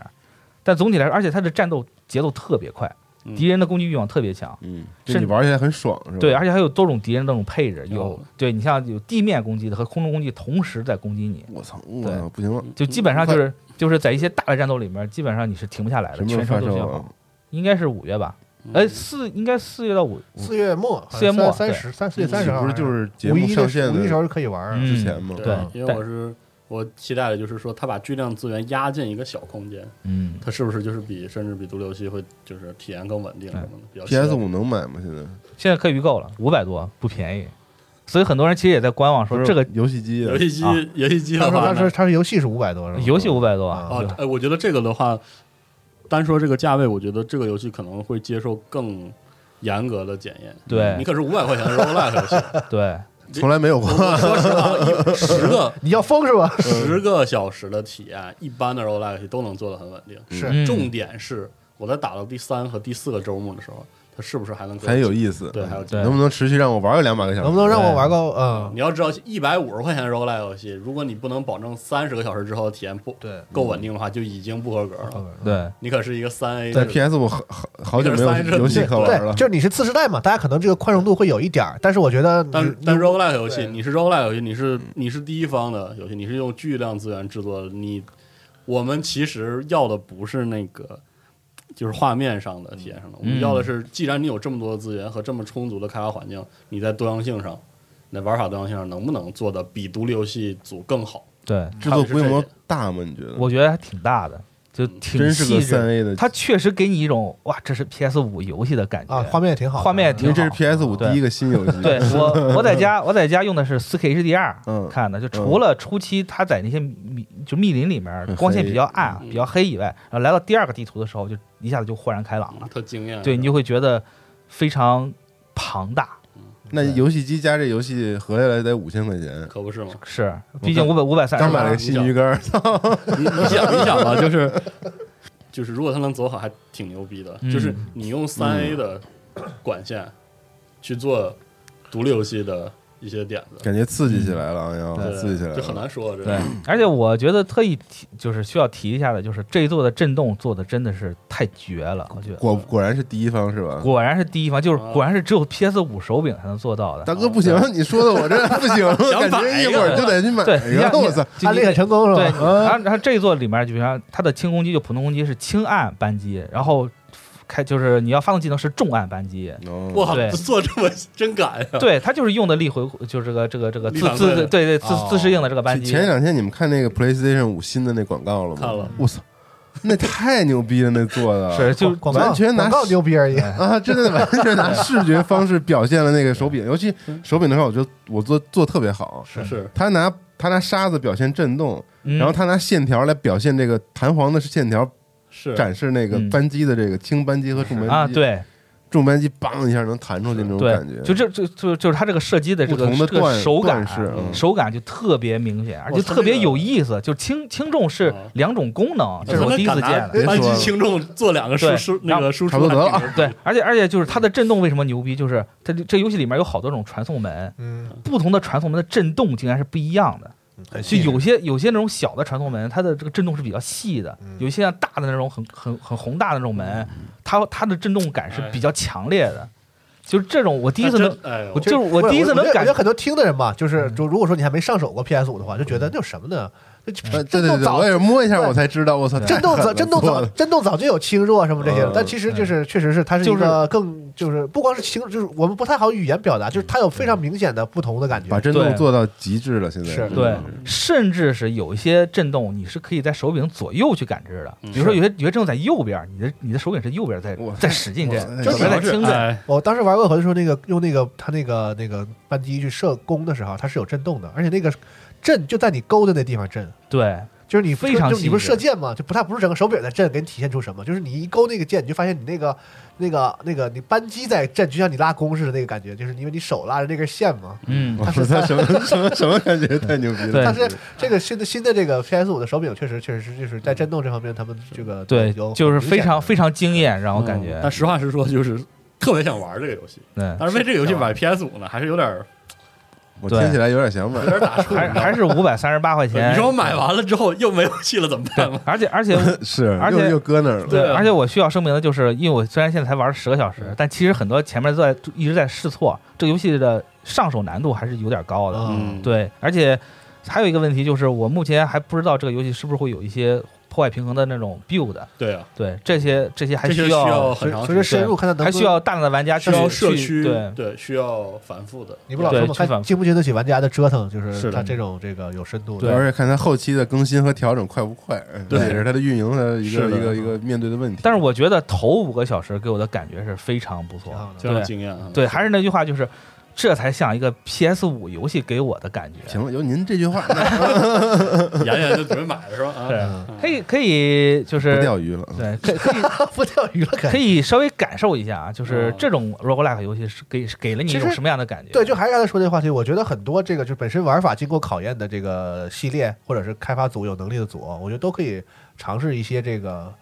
[SPEAKER 9] 但总体来说，而且它的战斗节奏特别快，
[SPEAKER 8] 嗯
[SPEAKER 9] 敌人的攻击欲望特别强。
[SPEAKER 2] 嗯，这
[SPEAKER 9] 甚
[SPEAKER 2] 你玩起来很爽是吧？
[SPEAKER 9] 对，而且还有多种敌人的那种配置，有
[SPEAKER 8] 哦
[SPEAKER 9] 对你像有地面攻击的和空中攻击同时在攻击你，
[SPEAKER 2] 我操，我不行
[SPEAKER 8] 嗯
[SPEAKER 2] 了，
[SPEAKER 9] 就基本上就是就是在一些大的战斗里面，基本上你是停不下来
[SPEAKER 2] 什
[SPEAKER 9] 的，
[SPEAKER 2] 么时候
[SPEAKER 9] 全
[SPEAKER 2] 发
[SPEAKER 9] 程就需
[SPEAKER 2] 售
[SPEAKER 9] 要
[SPEAKER 2] 啊？
[SPEAKER 9] 应该是五月吧，哎
[SPEAKER 8] 哎，
[SPEAKER 9] 四应该四月到五，
[SPEAKER 7] 四月末，
[SPEAKER 9] 四月末
[SPEAKER 7] 三十三四月
[SPEAKER 2] 这
[SPEAKER 7] 三十号
[SPEAKER 2] 不是就是节
[SPEAKER 7] 五
[SPEAKER 2] 目
[SPEAKER 7] 一
[SPEAKER 2] 上
[SPEAKER 7] 的
[SPEAKER 2] 线
[SPEAKER 7] 五一时
[SPEAKER 2] 的
[SPEAKER 7] 候可以玩儿，啊
[SPEAKER 2] 之前吗？
[SPEAKER 8] 嗯对
[SPEAKER 9] 嗯对
[SPEAKER 8] 因为
[SPEAKER 9] 但
[SPEAKER 8] 我是我期待的就是说，他把巨量资源压进一个小空间，
[SPEAKER 9] 嗯，
[SPEAKER 8] 它是不是就是比甚至比独立游戏会就是体验更稳定什么的？比较
[SPEAKER 2] PS 五能买吗？现在
[SPEAKER 9] 现在可以预购了，五百多不便宜，所以很多人其实也在观望
[SPEAKER 2] 不
[SPEAKER 9] 说
[SPEAKER 2] 是
[SPEAKER 9] 这个
[SPEAKER 2] 游戏机啊
[SPEAKER 8] 游戏机
[SPEAKER 9] 啊
[SPEAKER 8] 游戏机
[SPEAKER 7] 他
[SPEAKER 8] 的
[SPEAKER 7] 说
[SPEAKER 8] 话
[SPEAKER 7] 他
[SPEAKER 8] 呢
[SPEAKER 7] 说，他说游戏是五百多是吧？
[SPEAKER 9] 游戏五百多
[SPEAKER 7] 啊
[SPEAKER 8] 哦，
[SPEAKER 9] 啊，
[SPEAKER 8] 哎，我觉得这个的话，单说这个价位，我觉得这个游戏可能会接受更严格的检验。
[SPEAKER 9] 对
[SPEAKER 8] 你可是五百块钱的 roguelike 游 戏，
[SPEAKER 9] 对
[SPEAKER 2] 从来没有过，
[SPEAKER 8] 我说实话，十个
[SPEAKER 7] 你要疯是吧？
[SPEAKER 8] 十个小时的体验，一般的 roguelike 游戏都能做得很稳定。
[SPEAKER 7] 是
[SPEAKER 9] 嗯
[SPEAKER 8] 重点是我在打到第三和第四个周目的时候，它是不是还能 给我
[SPEAKER 2] 才有意思。
[SPEAKER 8] 对，还有
[SPEAKER 9] 嗯对
[SPEAKER 2] 能不能持续让我玩个两百个小时？
[SPEAKER 7] 能不能让我玩个嗯？
[SPEAKER 8] 你要知道，一百五十块钱的 roguelike 游戏，如果你不能保证三十个小时之后的体验不
[SPEAKER 7] 对，
[SPEAKER 8] 够稳定的话，就已经不合格
[SPEAKER 7] 好
[SPEAKER 8] 了。
[SPEAKER 7] 玩
[SPEAKER 9] 对
[SPEAKER 8] 你可是一个三 A
[SPEAKER 2] 在 PS 五好好好久没有游戏可玩
[SPEAKER 7] 对，
[SPEAKER 2] 了，
[SPEAKER 7] 就是你是次世代嘛，大家可能这个宽容度会有一点儿，但是我觉
[SPEAKER 2] 嗯
[SPEAKER 7] 得你，
[SPEAKER 8] 但是但是
[SPEAKER 7] 你
[SPEAKER 8] roguelike 游戏，
[SPEAKER 7] 对
[SPEAKER 8] 你是 roguelike 游戏，你是你是第一方的游戏，你是用巨量资源制作的。你我们其实要的不是那个，就是画面上的体验上的，我们
[SPEAKER 9] 嗯
[SPEAKER 8] 要的是，既然你有这么多的资源和这么充足的开发环境，你在多样性上，你在玩法多样性上能不能做的比独立游戏组更好？
[SPEAKER 9] 对，
[SPEAKER 2] 制作规模大吗？你觉得？
[SPEAKER 9] 我觉得还挺大的。
[SPEAKER 2] 就
[SPEAKER 8] 嗯
[SPEAKER 2] 挺
[SPEAKER 9] 真是个
[SPEAKER 2] 细
[SPEAKER 9] 三
[SPEAKER 2] 致。
[SPEAKER 9] A 的，
[SPEAKER 2] 它确实给你一种哇，这是 PS 五游戏的感觉
[SPEAKER 7] 啊，画面也挺好的，
[SPEAKER 2] 画面也
[SPEAKER 9] 因
[SPEAKER 2] 挺
[SPEAKER 9] 为
[SPEAKER 2] 好
[SPEAKER 9] 这是 PS 五
[SPEAKER 2] 对
[SPEAKER 9] 第一个新游戏。
[SPEAKER 2] 对我，我在家我在家用的是 4K HDR
[SPEAKER 9] 嗯
[SPEAKER 2] 看的，就除了初期它在那些密就密林里面光线比较暗、
[SPEAKER 8] 嗯
[SPEAKER 2] 啊比较黑以外，然后来到第二个地图的时候，就一下子就豁然开朗了。
[SPEAKER 8] 嗯特惊艳。啊
[SPEAKER 2] 对你就会觉得非常庞大，
[SPEAKER 9] 那游戏机加这游戏合下来得五千块钱，
[SPEAKER 8] 可不是吗？
[SPEAKER 2] 是，毕竟五百五百三十
[SPEAKER 9] 刚买
[SPEAKER 2] 万
[SPEAKER 9] 了个新鱼竿儿，
[SPEAKER 8] 你你想你想吧，就是就是，如果它能走好，还挺牛逼的。
[SPEAKER 2] 嗯
[SPEAKER 8] 就是你用三 A 的管线去做独立游戏的一些点子，
[SPEAKER 9] 感觉刺激起来
[SPEAKER 2] 嗯
[SPEAKER 9] 了，哎呀，
[SPEAKER 8] 对
[SPEAKER 9] 刺激起来
[SPEAKER 8] 就很
[SPEAKER 9] 了。
[SPEAKER 8] 难说这
[SPEAKER 2] 对，而且我觉得特意提就是需要提一下的，就是这一座的震动做的真的是太绝了，我觉得
[SPEAKER 9] 果果然是第一方是吧？
[SPEAKER 2] 果然是第一方，就是
[SPEAKER 8] 啊
[SPEAKER 2] 果然是只有 PS 五手柄才能做到的。
[SPEAKER 9] 大哥不行，你说的我这不行，
[SPEAKER 8] 想买
[SPEAKER 9] 感觉
[SPEAKER 8] 一
[SPEAKER 9] 一
[SPEAKER 8] 个
[SPEAKER 9] 会儿就得去买
[SPEAKER 2] 对，
[SPEAKER 9] 一
[SPEAKER 2] 你
[SPEAKER 9] 个啊
[SPEAKER 2] 看，，
[SPEAKER 9] 我操！
[SPEAKER 2] 就啊
[SPEAKER 7] 案
[SPEAKER 2] 你
[SPEAKER 7] 例很成功
[SPEAKER 2] 对，
[SPEAKER 7] 是吧？
[SPEAKER 2] 然后然后这一座里面，就比方它的轻攻击就普通攻击是轻按扳机，然后开就是你要发动技能是重按扳机。
[SPEAKER 9] 哦
[SPEAKER 8] 哇
[SPEAKER 2] 对，
[SPEAKER 8] 做这么真敢 呀！
[SPEAKER 2] 对，它就是用的力回就是这个这个这个
[SPEAKER 8] 嗯力
[SPEAKER 2] 自
[SPEAKER 8] 反馈
[SPEAKER 2] 自对对自
[SPEAKER 7] 哦
[SPEAKER 2] 自适应的这个扳
[SPEAKER 9] 前
[SPEAKER 2] 机。
[SPEAKER 9] 前两天你们看那个 PlayStation 五新的那广告了吗？
[SPEAKER 8] 看了，
[SPEAKER 9] 我操，那太牛逼了，那做的
[SPEAKER 2] 是就
[SPEAKER 7] 广告
[SPEAKER 9] 完全拿
[SPEAKER 7] 广告牛逼而已，
[SPEAKER 9] 啊，真的完全拿视觉方式表现了那个手柄，尤其手柄的话，我觉得我做做得特别好。
[SPEAKER 8] 是是，
[SPEAKER 9] 他拿他拿沙子表现震动，
[SPEAKER 2] 嗯
[SPEAKER 9] 然后他拿线条来表现这个弹簧的线条，
[SPEAKER 8] 是
[SPEAKER 9] 展示那个
[SPEAKER 2] 嗯
[SPEAKER 9] 扳机的这个轻扳机和重扳机
[SPEAKER 2] 啊，对
[SPEAKER 9] 重扳机梆一下能弹出去那种感觉
[SPEAKER 2] 对，，就这就就就是它这个射击的这
[SPEAKER 9] 不
[SPEAKER 2] 个
[SPEAKER 9] 同的
[SPEAKER 2] 这个
[SPEAKER 9] 段
[SPEAKER 2] 手感啊
[SPEAKER 9] 段式，嗯
[SPEAKER 2] 手感就特别明显，而且
[SPEAKER 8] 哇它
[SPEAKER 2] 特别
[SPEAKER 8] 那个
[SPEAKER 2] 有意思。就轻轻重是
[SPEAKER 8] 啊
[SPEAKER 2] 两种功能，这是我第一次见的。
[SPEAKER 9] 别说
[SPEAKER 8] 按
[SPEAKER 9] 了
[SPEAKER 8] 击轻重做两个
[SPEAKER 2] 对
[SPEAKER 8] 输输那
[SPEAKER 2] 然后
[SPEAKER 8] 个输
[SPEAKER 9] 差
[SPEAKER 8] 出
[SPEAKER 9] 不多得了
[SPEAKER 8] 还挺牛逼
[SPEAKER 2] 对，而且而且就是它的震动为什么牛逼？就是它这这游戏里面有好多种传送门，
[SPEAKER 7] 嗯，
[SPEAKER 2] 不同的传送门的震动竟然是不一样的。
[SPEAKER 7] 嗯
[SPEAKER 2] 就有些有些那种小的传送门，它的这个震动是比较细的；有一些像大的那种很很很宏大的那种门，它它的震动感是比较强烈的。就是这种，我第一次能
[SPEAKER 8] 真，哎呦
[SPEAKER 2] 我就是
[SPEAKER 7] 不是
[SPEAKER 2] 我第一次能
[SPEAKER 7] 我觉得我
[SPEAKER 2] 感嗯
[SPEAKER 7] 觉得很多听的人吧，就是就如果说你还没上手过 PS 五的话，就觉得那有什么呢？那
[SPEAKER 9] 呃
[SPEAKER 7] 震
[SPEAKER 9] 对对
[SPEAKER 7] 动
[SPEAKER 9] 对，
[SPEAKER 7] 早
[SPEAKER 9] 我也是摸一下我才知道，我操，嗯
[SPEAKER 7] 震动 早，震动
[SPEAKER 9] 做
[SPEAKER 7] 早，
[SPEAKER 9] 的
[SPEAKER 7] 震动早就有轻弱什么这些的，但其实就是确实是它是一个更就是不光是轻，就是我们不太好语言表达，就是它有非常明显的不同的感
[SPEAKER 9] 把
[SPEAKER 7] 觉。
[SPEAKER 9] 震
[SPEAKER 2] 对
[SPEAKER 9] 动做到极致了，现在
[SPEAKER 7] 是
[SPEAKER 2] 对，甚至是有一些震动，你是可以在手柄左右去感知的。比如说有些有些震动在右边，你的你的手柄是右边在
[SPEAKER 9] 我
[SPEAKER 2] 在使劲震，
[SPEAKER 9] 我
[SPEAKER 2] 有边在轻
[SPEAKER 6] 啊
[SPEAKER 2] 震。
[SPEAKER 8] 哎
[SPEAKER 7] 我当时玩恶魂的时候，那个用那个它那个那个扳机去射弓的时候，啊它是有震动的，而且那个震就在你勾的那地方震。
[SPEAKER 2] 对，
[SPEAKER 7] 就是你
[SPEAKER 2] 非常
[SPEAKER 7] 就是你
[SPEAKER 2] 细
[SPEAKER 7] 不是
[SPEAKER 2] 致
[SPEAKER 7] 射箭吗？就不太不是整个手柄在震，给你体现出什么？就是你一勾那个键，你就发现你那个那个那个你扳机在震，就像你拉弓似的那个感觉，就是因为你手拉着那根线嘛。
[SPEAKER 2] 嗯，
[SPEAKER 9] 我操，什么什么什么感觉太牛逼了！
[SPEAKER 2] 对
[SPEAKER 7] 但是这个新的新的这个 PS 五的手柄确实确实是就是在震动这方面，他们这个
[SPEAKER 2] 对
[SPEAKER 7] 有，
[SPEAKER 2] 就是
[SPEAKER 7] 有明
[SPEAKER 2] 非
[SPEAKER 7] 显
[SPEAKER 2] 常非常惊艳，让我感
[SPEAKER 8] 嗯
[SPEAKER 2] 觉
[SPEAKER 8] 但。实话实说，就是特别想玩这个游戏，
[SPEAKER 2] 嗯，
[SPEAKER 8] 但是为这个游戏买 PS 五呢，还是有点儿
[SPEAKER 9] 我
[SPEAKER 2] 对
[SPEAKER 9] 听起来有点想买
[SPEAKER 8] 有，点 儿打怵。
[SPEAKER 2] 还还是五百三十八块钱。
[SPEAKER 8] 你说我买完了之后又没游戏了怎么办嘛？
[SPEAKER 2] 而且而且
[SPEAKER 9] 是，
[SPEAKER 2] 而
[SPEAKER 9] 又
[SPEAKER 2] 且
[SPEAKER 9] 又搁那儿了。
[SPEAKER 8] 对啊
[SPEAKER 2] 而且我需要声明的就是，因为我虽然现在才玩了十个小时，但其实很多前面都在一直在试错，这个游戏的上手难度还是有点高的。
[SPEAKER 7] 嗯，
[SPEAKER 2] 对，而且还有一个问题就是，我目前还不知道这个游戏是不是会有一些破坏平衡的那种 build。
[SPEAKER 8] 对啊，
[SPEAKER 2] 对，这些这些还
[SPEAKER 8] 这些需要很长
[SPEAKER 7] 随
[SPEAKER 8] 时
[SPEAKER 7] 着
[SPEAKER 8] 间，
[SPEAKER 7] 深入看它能不能
[SPEAKER 2] 还需要大量的玩家去
[SPEAKER 8] 需要社
[SPEAKER 2] 去
[SPEAKER 8] 区
[SPEAKER 2] 对
[SPEAKER 8] 对需要反复的，
[SPEAKER 7] 你不老
[SPEAKER 2] 对
[SPEAKER 7] 说嘛，
[SPEAKER 2] 去
[SPEAKER 7] 看
[SPEAKER 2] 反
[SPEAKER 7] 经不经得起玩家的折腾，就是是
[SPEAKER 8] 的
[SPEAKER 7] 它这种这个有深度的。
[SPEAKER 9] 而且看它后期的更新和调整快不快，
[SPEAKER 8] 对
[SPEAKER 9] 这也是它的运营的一个
[SPEAKER 8] 是的
[SPEAKER 9] 一个一个面对的问题。
[SPEAKER 2] 但是我觉得头五个小时给我的感觉是非常嗯不错
[SPEAKER 7] 挺好的
[SPEAKER 8] 这样经验啊。
[SPEAKER 2] 对，还 是那句话，就是这才像一个 PS 五游戏给我的感觉。
[SPEAKER 9] 行了，有您这句话， 那
[SPEAKER 8] 妍妍就准备买了是吧？啊，
[SPEAKER 7] 嗯
[SPEAKER 2] 是，可以可以，就
[SPEAKER 9] 不
[SPEAKER 2] 是
[SPEAKER 9] 钓鱼了。
[SPEAKER 2] 对，
[SPEAKER 9] 嗯
[SPEAKER 2] 可以可以
[SPEAKER 7] 不钓鱼了，
[SPEAKER 2] 可
[SPEAKER 7] 感觉。
[SPEAKER 2] 以稍微感受一下啊，就是
[SPEAKER 8] 哦
[SPEAKER 2] 这种 roguelike 游戏是给是给了你一
[SPEAKER 7] 其
[SPEAKER 2] 种
[SPEAKER 7] 实
[SPEAKER 2] 什么样的感觉？
[SPEAKER 7] 对，就还是刚才说那话题，我觉得很多这个就本身玩法经过考验的这个系列，或者是开发组有能力的组，我觉得都可以尝试一些这个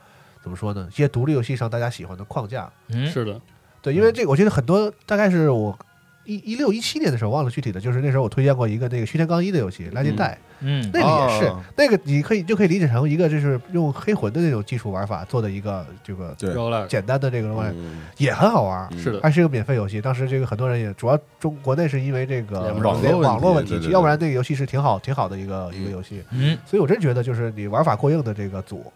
[SPEAKER 7] 怎么说呢？一些独立游戏上大家喜欢的框架。
[SPEAKER 2] 嗯，
[SPEAKER 8] 是的，
[SPEAKER 7] 对，因为这个我记得很多，大概是我一一六一七年的时候，忘了具体的，就是那时候我推荐过一个那个虚天刚一的游戏《拉金带》，
[SPEAKER 2] 嗯
[SPEAKER 7] 那个也是、
[SPEAKER 9] 哦
[SPEAKER 7] 那个你可以就可以理解成一个就是用黑魂的那种技术玩法做的一个这个
[SPEAKER 9] 对，
[SPEAKER 8] 后来
[SPEAKER 7] 简单的这个玩法，
[SPEAKER 9] 嗯
[SPEAKER 7] 也很好玩。
[SPEAKER 8] 是的，
[SPEAKER 7] 还是一个免费游戏，当时这个很多人也主要中国内是因为这个
[SPEAKER 8] 网
[SPEAKER 9] 络问题
[SPEAKER 7] 网络问
[SPEAKER 9] 对
[SPEAKER 7] 题
[SPEAKER 9] 对，对
[SPEAKER 7] 要不然那个游戏是挺好挺好的一个一个游戏，
[SPEAKER 2] 嗯，
[SPEAKER 7] 所以我真觉得就是你玩法过硬的这个组，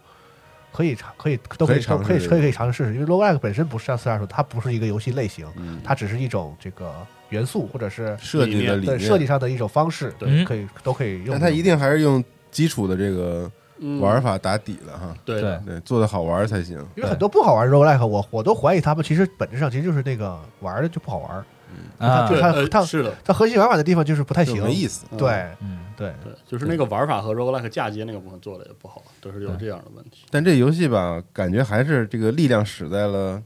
[SPEAKER 7] 可以尝可以都可
[SPEAKER 9] 可
[SPEAKER 7] 以都
[SPEAKER 9] 以尝试
[SPEAKER 7] 可以
[SPEAKER 9] 这个
[SPEAKER 7] 可以可以尝试试试，因为 roguelike 本身不是像四二说它不是一个游戏类型，
[SPEAKER 9] 嗯
[SPEAKER 7] 它只是一种这个元素或者是
[SPEAKER 9] 设计的理
[SPEAKER 7] 对
[SPEAKER 9] 念，嗯
[SPEAKER 7] 设计上的一种方式，
[SPEAKER 2] 对
[SPEAKER 7] 可以都可以用。
[SPEAKER 9] 但它一定还是用基础的这个
[SPEAKER 8] 嗯
[SPEAKER 9] 玩法打底了哈。
[SPEAKER 8] 对
[SPEAKER 2] 对
[SPEAKER 9] 对，做的好玩才行。
[SPEAKER 7] 因为很多不好玩的 roguelike，我我都怀疑他们其实本质上其实就是那个玩的就不好玩，
[SPEAKER 2] 啊
[SPEAKER 7] 就，
[SPEAKER 8] 对
[SPEAKER 7] 它
[SPEAKER 8] 呃
[SPEAKER 7] 它
[SPEAKER 8] 是的，
[SPEAKER 7] 它核心玩法的地方就是不太
[SPEAKER 9] 就
[SPEAKER 7] 行
[SPEAKER 9] 没。意思，
[SPEAKER 8] 嗯
[SPEAKER 7] 对
[SPEAKER 2] 嗯，
[SPEAKER 7] 对，，
[SPEAKER 8] 对，就是那个玩法和 roguelike 嫁接那个部分做的也不好，都是有这样的问题。
[SPEAKER 9] 但这游戏吧，感觉还是这个力量使在了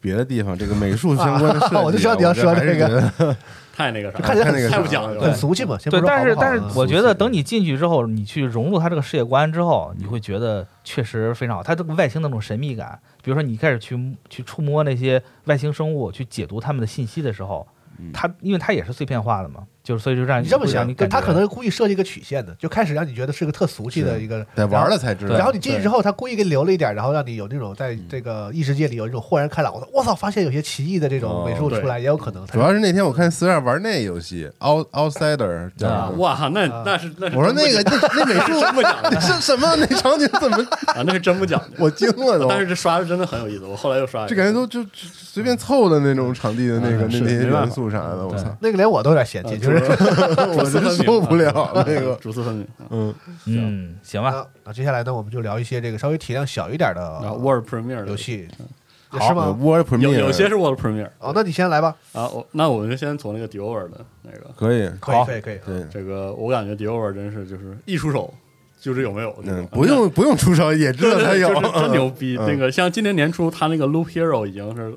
[SPEAKER 9] 别的地方，这个美术相关的设计啊
[SPEAKER 7] 我就知道你要说这个
[SPEAKER 9] 我这还是 觉得
[SPEAKER 8] 太那个啥，
[SPEAKER 7] 看起来很
[SPEAKER 8] 太
[SPEAKER 9] 太
[SPEAKER 8] 不讲究
[SPEAKER 9] 对
[SPEAKER 7] 很
[SPEAKER 8] 了。
[SPEAKER 7] 俗气嘛。先不
[SPEAKER 2] 对，
[SPEAKER 7] 说
[SPEAKER 2] 但是
[SPEAKER 7] 好不好
[SPEAKER 2] 但是
[SPEAKER 7] 嗯
[SPEAKER 2] 我觉
[SPEAKER 9] 俗
[SPEAKER 2] 得
[SPEAKER 9] 气
[SPEAKER 2] 等你进去之后，你去融入他这个世界观之后，你会觉得确实非常好。他这个外星那种神秘感，比如说你开始去去触摸那些外星生物，去解读他们的信息的时候，他因为他也是碎片化的嘛，就是所以就让
[SPEAKER 7] 你这么
[SPEAKER 2] 会让
[SPEAKER 7] 想
[SPEAKER 2] 你，感
[SPEAKER 7] 他
[SPEAKER 2] 觉
[SPEAKER 7] 可能故意设计一个曲线的，就开始让你觉得是个特俗气的
[SPEAKER 9] 是
[SPEAKER 7] 一个，
[SPEAKER 9] 得玩了才知道。
[SPEAKER 7] 然后你进去之后，他故意给你留了一点，然后让你有那种
[SPEAKER 9] 嗯
[SPEAKER 7] 在这个异世界里有一种豁然开朗。我操我操，发现有些奇异的这种美术
[SPEAKER 8] 哦对
[SPEAKER 7] 出来也有可能。
[SPEAKER 9] 主要是那天我看四二玩那游戏，Out Outsider 叫
[SPEAKER 2] 啊
[SPEAKER 9] 什么
[SPEAKER 8] 哇，那
[SPEAKER 7] 啊
[SPEAKER 8] 那是那是
[SPEAKER 9] 我说
[SPEAKER 8] 真不
[SPEAKER 9] 那个
[SPEAKER 8] 讲
[SPEAKER 9] 那 那美术
[SPEAKER 8] 真不讲究
[SPEAKER 9] 是什么？那场景怎么？
[SPEAKER 8] 啊，那是真不讲究。
[SPEAKER 9] 我惊了都。
[SPEAKER 8] 但是这刷的真的很有意思，我后来又刷了一
[SPEAKER 9] 这
[SPEAKER 8] 遍，
[SPEAKER 9] 感觉都就就随便凑的那种场地的那个
[SPEAKER 8] 嗯
[SPEAKER 9] 那
[SPEAKER 8] 是
[SPEAKER 9] 那些
[SPEAKER 8] 没办法
[SPEAKER 9] 元素啥的，我操，
[SPEAKER 7] 那个连我都有点
[SPEAKER 9] 啊
[SPEAKER 7] 嫌
[SPEAKER 9] 呃
[SPEAKER 7] 弃，就是
[SPEAKER 9] 我真受不了那个。
[SPEAKER 8] 主次分明啊
[SPEAKER 9] 嗯，
[SPEAKER 2] 嗯行吧，
[SPEAKER 7] 啊，那接下来呢，我们就聊一些这个稍微体量小一点的
[SPEAKER 8] 啊，Word Premiere 的
[SPEAKER 7] 游戏，
[SPEAKER 9] 好
[SPEAKER 7] 是吗？
[SPEAKER 9] ，Word Premiere
[SPEAKER 8] 有有些是 Word Premiere
[SPEAKER 7] 哦，那你先来吧，
[SPEAKER 8] 啊，我那我们就先从那个 Diover 的那个，
[SPEAKER 9] 可以，
[SPEAKER 7] 可以，可以，可以。
[SPEAKER 9] 对，
[SPEAKER 8] 这个我感觉 Diover 真是就是一出手就是有没有这种
[SPEAKER 9] 嗯，不用不用出手也知
[SPEAKER 8] 对
[SPEAKER 9] 道
[SPEAKER 8] 对
[SPEAKER 9] 他
[SPEAKER 8] 对，
[SPEAKER 9] 有，
[SPEAKER 8] 就是真牛逼。
[SPEAKER 9] 嗯
[SPEAKER 8] 那个像今年年初他那个 Loop Hero 已经是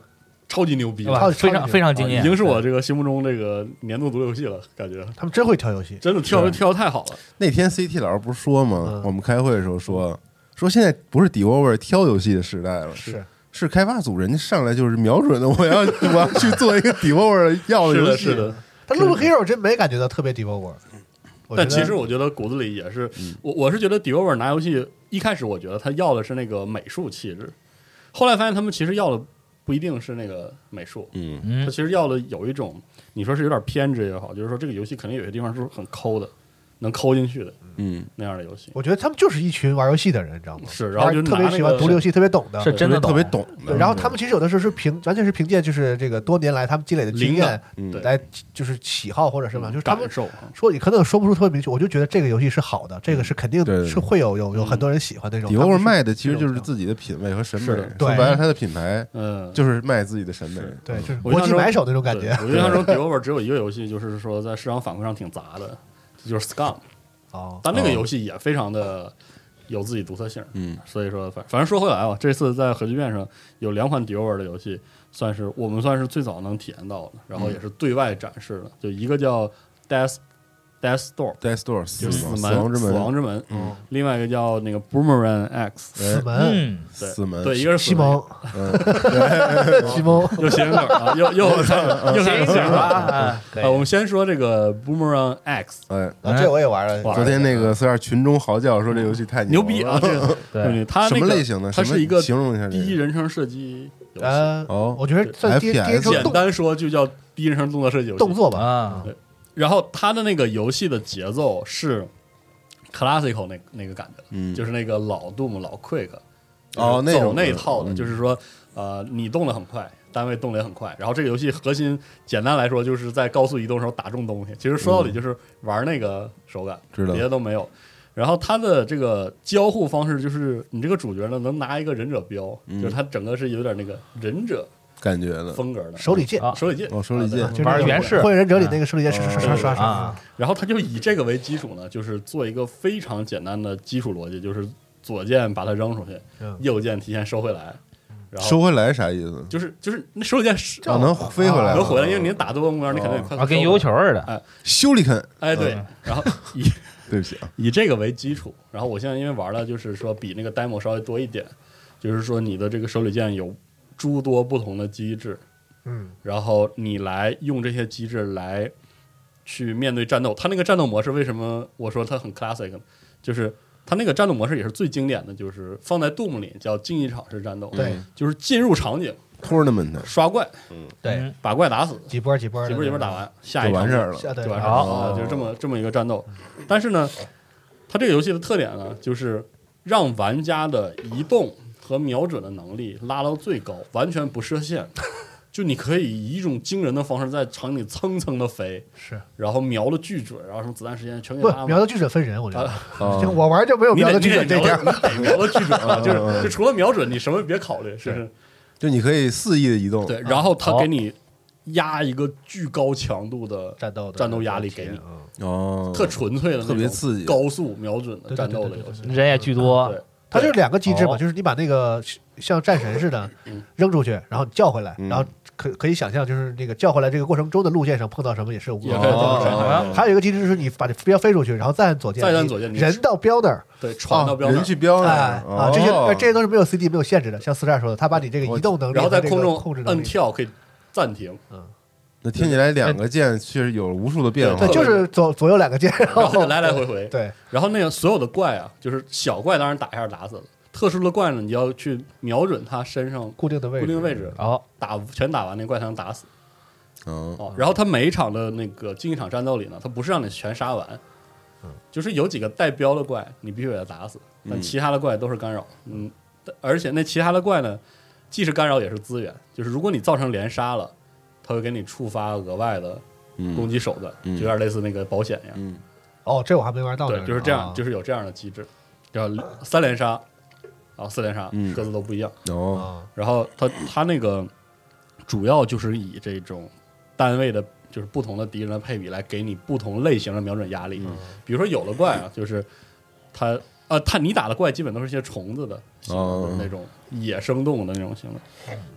[SPEAKER 8] 超级牛逼
[SPEAKER 2] 对吧
[SPEAKER 8] 了，
[SPEAKER 7] 超级
[SPEAKER 2] 非常非常惊
[SPEAKER 8] 已
[SPEAKER 2] 艳，
[SPEAKER 8] 经是我这个心目中这个年度独立游戏了，感觉
[SPEAKER 7] 他们真会挑游戏，
[SPEAKER 8] 真的跳跳得太好了。
[SPEAKER 9] 那天 CT 老师不是说吗
[SPEAKER 7] 嗯？
[SPEAKER 9] 我们开会的时候说说现在不是 Developer E 挑游戏的时代了，
[SPEAKER 7] 是
[SPEAKER 9] 是开发组人家上来就是瞄准的，我要我要去做一个 Developer E 要
[SPEAKER 8] 是
[SPEAKER 9] 游
[SPEAKER 8] 的，
[SPEAKER 9] 戏
[SPEAKER 8] 是，的。
[SPEAKER 7] 但 Loop Hero 真没感觉到特别 d e v e l o p
[SPEAKER 8] 但其实我觉得骨子里也是，我我是觉得 d e v e l o p e r 拿游戏一开始我觉得他要的是那个美术气质，后来发现他们其实要的不一定是那个美术，
[SPEAKER 9] 嗯，
[SPEAKER 8] 他
[SPEAKER 2] 嗯
[SPEAKER 8] 其实要的有一种你说是有点偏执也好，就是说这个游戏肯定有些地方是很抠的，能抠进去的
[SPEAKER 9] 嗯，
[SPEAKER 8] 那样的游戏。
[SPEAKER 7] 我觉得他们就是一群玩游戏的人，你知道吗？
[SPEAKER 8] 是然后就
[SPEAKER 7] 特
[SPEAKER 8] 拿
[SPEAKER 7] 别
[SPEAKER 8] 那
[SPEAKER 7] 喜欢
[SPEAKER 8] 个
[SPEAKER 7] 独立游戏，特别懂的。
[SPEAKER 2] 是真的
[SPEAKER 9] 特别懂的
[SPEAKER 7] 对，然后他们其实有的时候是凭完全是凭借就是这个多年来他们积累的经
[SPEAKER 8] 灵
[SPEAKER 7] 验
[SPEAKER 8] 感
[SPEAKER 9] 嗯
[SPEAKER 8] 对
[SPEAKER 7] 来就是喜好或者什么，就是他
[SPEAKER 8] 感
[SPEAKER 7] 们
[SPEAKER 8] 受啊，
[SPEAKER 7] 说你可能说不出特别明确，我就觉得这个游戏是好的，这个是肯定
[SPEAKER 9] 对对对
[SPEAKER 7] 是会有有有很多人喜欢那种。他们
[SPEAKER 9] Developer
[SPEAKER 7] 是
[SPEAKER 9] 卖的其实
[SPEAKER 7] 这
[SPEAKER 9] 就
[SPEAKER 7] 种
[SPEAKER 9] 是自己的品味和审美，
[SPEAKER 8] 是的
[SPEAKER 9] 说
[SPEAKER 7] 对
[SPEAKER 9] 白了，他的品牌
[SPEAKER 8] 嗯，
[SPEAKER 9] 就是卖自己的审美，
[SPEAKER 7] 对，就是
[SPEAKER 8] 我印
[SPEAKER 7] 国
[SPEAKER 8] 象
[SPEAKER 7] 际
[SPEAKER 8] 中
[SPEAKER 7] 买手那种感
[SPEAKER 8] 对
[SPEAKER 7] 觉。
[SPEAKER 8] 我印 象中 d e v e l o p e r 只有一个游戏，就是说在市场反馈上挺杂的，就是 Scum，
[SPEAKER 7] 哦，
[SPEAKER 8] 但那个游戏也非常的有自己独特性。
[SPEAKER 9] 嗯，
[SPEAKER 8] 所以说，反反正说回来啊，这次在核聚变上有两款 d i o r 的游戏，算是我们算是最早能体验到的，然
[SPEAKER 9] 嗯
[SPEAKER 8] 后也是对外展示的。就一个叫 Death Death Door，
[SPEAKER 9] Death Door 死
[SPEAKER 8] 就是死
[SPEAKER 9] 亡
[SPEAKER 8] 门
[SPEAKER 9] 死亡之
[SPEAKER 8] 死
[SPEAKER 9] 门
[SPEAKER 8] 亡，之门。
[SPEAKER 9] 嗯，
[SPEAKER 8] 另外一个叫那个 Boomerang X，
[SPEAKER 7] 死门，
[SPEAKER 2] 嗯，
[SPEAKER 8] 对
[SPEAKER 9] 死门，
[SPEAKER 8] 对，一个是
[SPEAKER 7] 西
[SPEAKER 8] 死门
[SPEAKER 7] 蒙，西蒙，
[SPEAKER 8] 又谐音梗啊，又又又谐音
[SPEAKER 2] 行吧，可
[SPEAKER 8] 啊，我
[SPEAKER 2] 以
[SPEAKER 8] 们先说这个 Boomerang X，
[SPEAKER 9] 哎，
[SPEAKER 7] 啊这我也玩了。
[SPEAKER 8] 哇
[SPEAKER 9] 昨天那个四二群中嚎叫说这游戏太
[SPEAKER 8] 牛
[SPEAKER 9] 了
[SPEAKER 8] 逼啊！这个对
[SPEAKER 2] 对，
[SPEAKER 8] 它那
[SPEAKER 9] 什么
[SPEAKER 8] 个
[SPEAKER 9] 类型的？
[SPEAKER 8] 它
[SPEAKER 9] 什么
[SPEAKER 8] 是一个
[SPEAKER 9] 形容一下这
[SPEAKER 8] 第一
[SPEAKER 9] 个。
[SPEAKER 8] 人称射击游戏，
[SPEAKER 7] 呃，
[SPEAKER 9] 哦
[SPEAKER 7] 我觉得算第
[SPEAKER 9] FPS
[SPEAKER 7] 第一
[SPEAKER 9] 就
[SPEAKER 7] 种
[SPEAKER 8] 简
[SPEAKER 7] 动
[SPEAKER 8] 单说就叫第一人称动作射击游戏。
[SPEAKER 7] 动作吧，
[SPEAKER 2] 啊，
[SPEAKER 8] 然后它的那个游戏的节奏是 classical 那那个感觉，
[SPEAKER 9] 嗯，
[SPEAKER 8] 就是那个老 Doom 老 Quick，
[SPEAKER 9] 哦
[SPEAKER 8] 就是
[SPEAKER 9] 那
[SPEAKER 8] 走
[SPEAKER 9] 种
[SPEAKER 8] 那
[SPEAKER 9] 的
[SPEAKER 8] 套的，
[SPEAKER 9] 嗯
[SPEAKER 8] 就是说呃你动得很快，单位动得也很快。然后这个游戏核心简单来说就是在高速移动的时候打中东西，其实说到底就是玩那个手感，
[SPEAKER 9] 嗯知道
[SPEAKER 8] 别的都没有。然后它的这个交互方式就是你这个主角呢能拿一个忍者标，
[SPEAKER 9] 嗯
[SPEAKER 8] 就是它整个是有点那个忍者
[SPEAKER 9] 感觉的，
[SPEAKER 8] 风格的
[SPEAKER 7] 手里剑，
[SPEAKER 2] 啊
[SPEAKER 8] 手里剑
[SPEAKER 9] 哦手里
[SPEAKER 8] 啊对
[SPEAKER 9] 剑
[SPEAKER 7] 就是
[SPEAKER 2] 玩
[SPEAKER 7] 那个
[SPEAKER 2] 原始嗯
[SPEAKER 7] 火影忍者里那个手里剑，刷刷刷刷刷
[SPEAKER 2] 啊，
[SPEAKER 8] 然后他就以这个为基础呢，就是做一个非常简单的基础逻辑，就是左键把它扔出去，
[SPEAKER 7] 嗯
[SPEAKER 8] 右键提前收回来，然后
[SPEAKER 9] 收回来啥意思？
[SPEAKER 8] 就是就是那手里键是
[SPEAKER 9] 啊，能飞回来，啊
[SPEAKER 8] 能回来，因为您打多个目标，你肯定得快速
[SPEAKER 2] 啊，跟
[SPEAKER 8] 收
[SPEAKER 2] 悠悠
[SPEAKER 8] 回来
[SPEAKER 2] 球似的，
[SPEAKER 9] 修理肯，
[SPEAKER 8] 哎对，然后以
[SPEAKER 9] 对不起啊，
[SPEAKER 8] 以这个为基础，然后我现在因为玩了，就是说比那个 demo 稍微多一点，就是说你的这个手里剑有诸多不同的机制，
[SPEAKER 7] 嗯，
[SPEAKER 8] 然后你来用这些机制来去面对战斗。它那个战斗模式为什么我说它很 classic，呢就是它那个战斗模式也是最经典的，就是放在 Doom 里叫竞技场式战斗，
[SPEAKER 7] 对，
[SPEAKER 8] 就是进入场景
[SPEAKER 9] tournament
[SPEAKER 8] 刷怪，
[SPEAKER 7] 对
[SPEAKER 2] 嗯，
[SPEAKER 8] 把怪打死，
[SPEAKER 7] 几波几波的，
[SPEAKER 8] 几波几波打完，下
[SPEAKER 9] 就
[SPEAKER 8] 一场
[SPEAKER 9] 完事
[SPEAKER 8] 景
[SPEAKER 9] 儿了，
[SPEAKER 7] 下对
[SPEAKER 8] 就完事儿了，
[SPEAKER 2] 好
[SPEAKER 8] 啊就是这么这么一个战斗。但是呢，它这个游戏的特点呢，就是让玩家的移动和瞄准的能力拉到最高，完全不设限，就你可以以一种惊人的方式在场景里蹭蹭的飞，
[SPEAKER 7] 是
[SPEAKER 8] 然后瞄的巨准，然后什么子弹时间全给
[SPEAKER 7] 不
[SPEAKER 8] 他
[SPEAKER 7] 瞄的巨准分人，我觉得
[SPEAKER 9] 啊
[SPEAKER 7] 就我玩就没有
[SPEAKER 8] 你
[SPEAKER 7] 瞄
[SPEAKER 8] 得
[SPEAKER 7] 的巨准这一
[SPEAKER 8] 点
[SPEAKER 7] 点，
[SPEAKER 8] 瞄的巨准 啊，就
[SPEAKER 9] 嗯嗯
[SPEAKER 8] 是就除了瞄准，你什么也别考虑，是不是
[SPEAKER 9] 就你可以肆意的移动，
[SPEAKER 8] 对，然后他给你压一个巨高强度的
[SPEAKER 7] 战斗的
[SPEAKER 8] 战斗压力给你
[SPEAKER 7] 体验嗯
[SPEAKER 9] 哦，
[SPEAKER 8] 特纯粹的那种
[SPEAKER 9] 特别刺激
[SPEAKER 8] 高速瞄准的
[SPEAKER 7] 对对
[SPEAKER 8] 战斗的
[SPEAKER 7] 对对
[SPEAKER 8] 游戏。
[SPEAKER 7] 对对
[SPEAKER 2] 人也巨多
[SPEAKER 8] 对，
[SPEAKER 7] 它就是两个机制嘛，
[SPEAKER 2] 哦
[SPEAKER 7] 就是你把那个像战神似的
[SPEAKER 8] 嗯
[SPEAKER 7] 扔出去，然后你叫回来，
[SPEAKER 9] 嗯
[SPEAKER 7] 然后可可以想象，就是那个叫回来这个过程中的路线上碰到什么也是无
[SPEAKER 8] 也
[SPEAKER 7] 关
[SPEAKER 8] 可以这么
[SPEAKER 9] 哦
[SPEAKER 8] 说
[SPEAKER 9] 哦
[SPEAKER 7] 还有一个机制就是你把这标飞出去，然后再按左键，
[SPEAKER 8] 再按
[SPEAKER 7] 你
[SPEAKER 8] 左键你
[SPEAKER 7] 人到标那儿，
[SPEAKER 8] 对，传到标
[SPEAKER 9] 人
[SPEAKER 8] 准，
[SPEAKER 9] 去标那
[SPEAKER 7] 哎
[SPEAKER 9] 儿
[SPEAKER 7] 啊，这些
[SPEAKER 9] 哦
[SPEAKER 7] 呃这些都是没有 CD 没有限制的，像四十二说的，他把你这个移动能力，
[SPEAKER 8] 哦然后在
[SPEAKER 7] 和这个
[SPEAKER 8] 空中
[SPEAKER 7] 控制能
[SPEAKER 8] 摁
[SPEAKER 7] 力，
[SPEAKER 8] 跳可以暂停，
[SPEAKER 9] 那听起来两个键确实有无数的变化
[SPEAKER 7] 对，，就是左左右两 个键，然
[SPEAKER 8] 啊然后
[SPEAKER 7] 后
[SPEAKER 8] 就来来回回。
[SPEAKER 7] 对，
[SPEAKER 8] 然后那个所有的怪啊，就是小怪当然打一下打死了，特殊的怪呢，你要去瞄准它身上
[SPEAKER 7] 固定的位置，
[SPEAKER 8] 固定位置
[SPEAKER 2] 哦，
[SPEAKER 8] 打全打完那怪才能打死。
[SPEAKER 9] 嗯
[SPEAKER 8] 哦，然后他每一场的那个竞技场战斗里呢，他不是让你全杀完，就是有几个带标的怪你必须给他打死，但
[SPEAKER 9] 嗯
[SPEAKER 8] 其他的怪都是干扰，嗯，但而且那其他的怪呢，既是干扰也是资源，就是如果你造成连杀了，他会给你触发额外的攻
[SPEAKER 9] 嗯
[SPEAKER 8] 击手段，
[SPEAKER 9] 嗯
[SPEAKER 8] 就有点类似那个保险一样，
[SPEAKER 9] 嗯，
[SPEAKER 7] 哦，这我还没玩到呢，啊
[SPEAKER 8] 对，就是这
[SPEAKER 9] 啊
[SPEAKER 8] 样，就是是有这样的机制，叫三连杀，啊四连杀
[SPEAKER 9] 嗯，
[SPEAKER 8] 各自都不一样。
[SPEAKER 9] 哦，
[SPEAKER 7] 啊，
[SPEAKER 8] 然后他他那个主要就是以这种单位的，就是不同的敌人的配比来给你不同类型的瞄准压力。比如说有的怪啊，就是他呃他你打的怪基本都是一些虫子的形
[SPEAKER 9] 哦
[SPEAKER 8] 的那种野生动物的那种型的，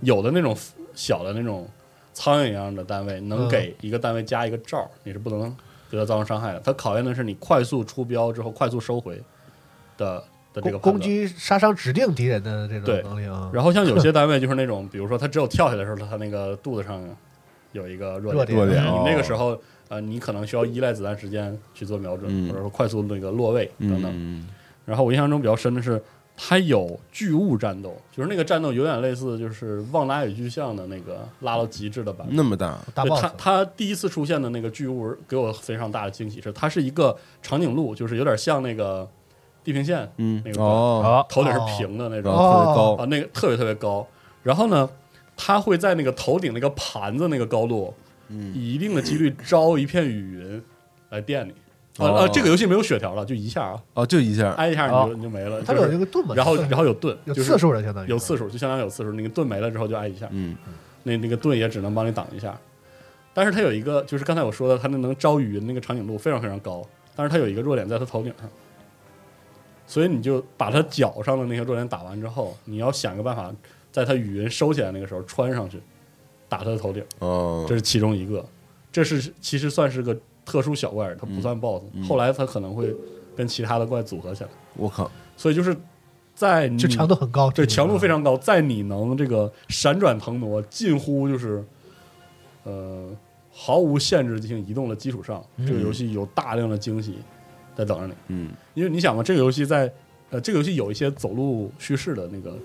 [SPEAKER 8] 有的那种小的那种苍蝇一样的单位能
[SPEAKER 7] 嗯
[SPEAKER 8] 给一个单位加一个罩儿，你是不能对它造成伤害的。它考验的是你快速出标之后快速收回的的这个判
[SPEAKER 7] 攻
[SPEAKER 8] 断
[SPEAKER 7] 攻击杀伤指定敌人的这
[SPEAKER 8] 对
[SPEAKER 7] 种能力啊，
[SPEAKER 8] 然后像有些单位就是那种，比如说他只有跳下来的时候，他那个肚子上有一个弱
[SPEAKER 7] 弱
[SPEAKER 8] 点，嗯
[SPEAKER 7] 点
[SPEAKER 9] 弱点
[SPEAKER 8] 你
[SPEAKER 9] 哦
[SPEAKER 8] 那个时候呃，你可能需要依赖子弹时间去做瞄准，
[SPEAKER 9] 嗯
[SPEAKER 8] 或者说快速那个落位等等。
[SPEAKER 9] 嗯
[SPEAKER 8] 然后我印象中比较深的是，它有巨物战斗，就是那个战斗有点类似就是《旺达与巨像》的那个拉到极致的版本。
[SPEAKER 9] 那么嗯大，
[SPEAKER 7] 大
[SPEAKER 8] 对
[SPEAKER 7] boss，
[SPEAKER 8] 他他第一次出现的那个巨物给我非常大的惊喜是，它是一个长颈鹿，就是有点像那个地平线，
[SPEAKER 9] 嗯
[SPEAKER 8] 那个
[SPEAKER 9] 哦，
[SPEAKER 2] 好，
[SPEAKER 8] 头顶是平的那种
[SPEAKER 9] 然，后特别
[SPEAKER 8] 啊，
[SPEAKER 9] 高，
[SPEAKER 8] 那个特别特别高。然后呢，它会在那个头顶那个盘子那个高度，
[SPEAKER 9] 嗯，
[SPEAKER 8] 以一定的几率招一片雨云来电你。啊
[SPEAKER 9] 哦
[SPEAKER 8] 啊，这个游戏没有血条了，就一下啊，
[SPEAKER 9] 哦，就一下，
[SPEAKER 8] 挨一下你就你就没了。
[SPEAKER 7] 哦它
[SPEAKER 8] 就是
[SPEAKER 7] 有那个盾嘛，
[SPEAKER 8] 然后
[SPEAKER 7] 刺
[SPEAKER 8] 然后有盾，
[SPEAKER 7] 有
[SPEAKER 8] 就是
[SPEAKER 7] 次数的相当于
[SPEAKER 8] 有次数，就相当于有次数。那个盾没了之后就挨一下，
[SPEAKER 9] 嗯
[SPEAKER 8] 那那个盾也只能帮你挡一下。但是它有一个，就是刚才我说的，它那能招雨云那个长颈鹿非常非常高，但是它有一个弱点在它头顶上，所以你就把它脚上的那些弱点打完之后，你要想个办法，在它雨云收起来那个时候穿上去，打它的头顶，
[SPEAKER 9] 哦
[SPEAKER 8] 这，是其中一个。这是其实算是个特殊小怪，它不算 BOSS、
[SPEAKER 9] 嗯
[SPEAKER 8] 后来它可能会跟其他的怪组合起来，
[SPEAKER 9] 我靠，
[SPEAKER 8] 所以就是在你
[SPEAKER 7] 就强度很高，
[SPEAKER 8] 嗯
[SPEAKER 7] 啊
[SPEAKER 8] 对，
[SPEAKER 7] 这个
[SPEAKER 8] 强度非常高，在你能这个闪转腾挪，近乎就是，呃，毫无限制性移动的基础上，这个游戏有大量的惊喜在等着你。
[SPEAKER 9] 嗯，
[SPEAKER 8] 因为你想嘛，这个游戏在呃，这个游戏有一些走路叙事的那个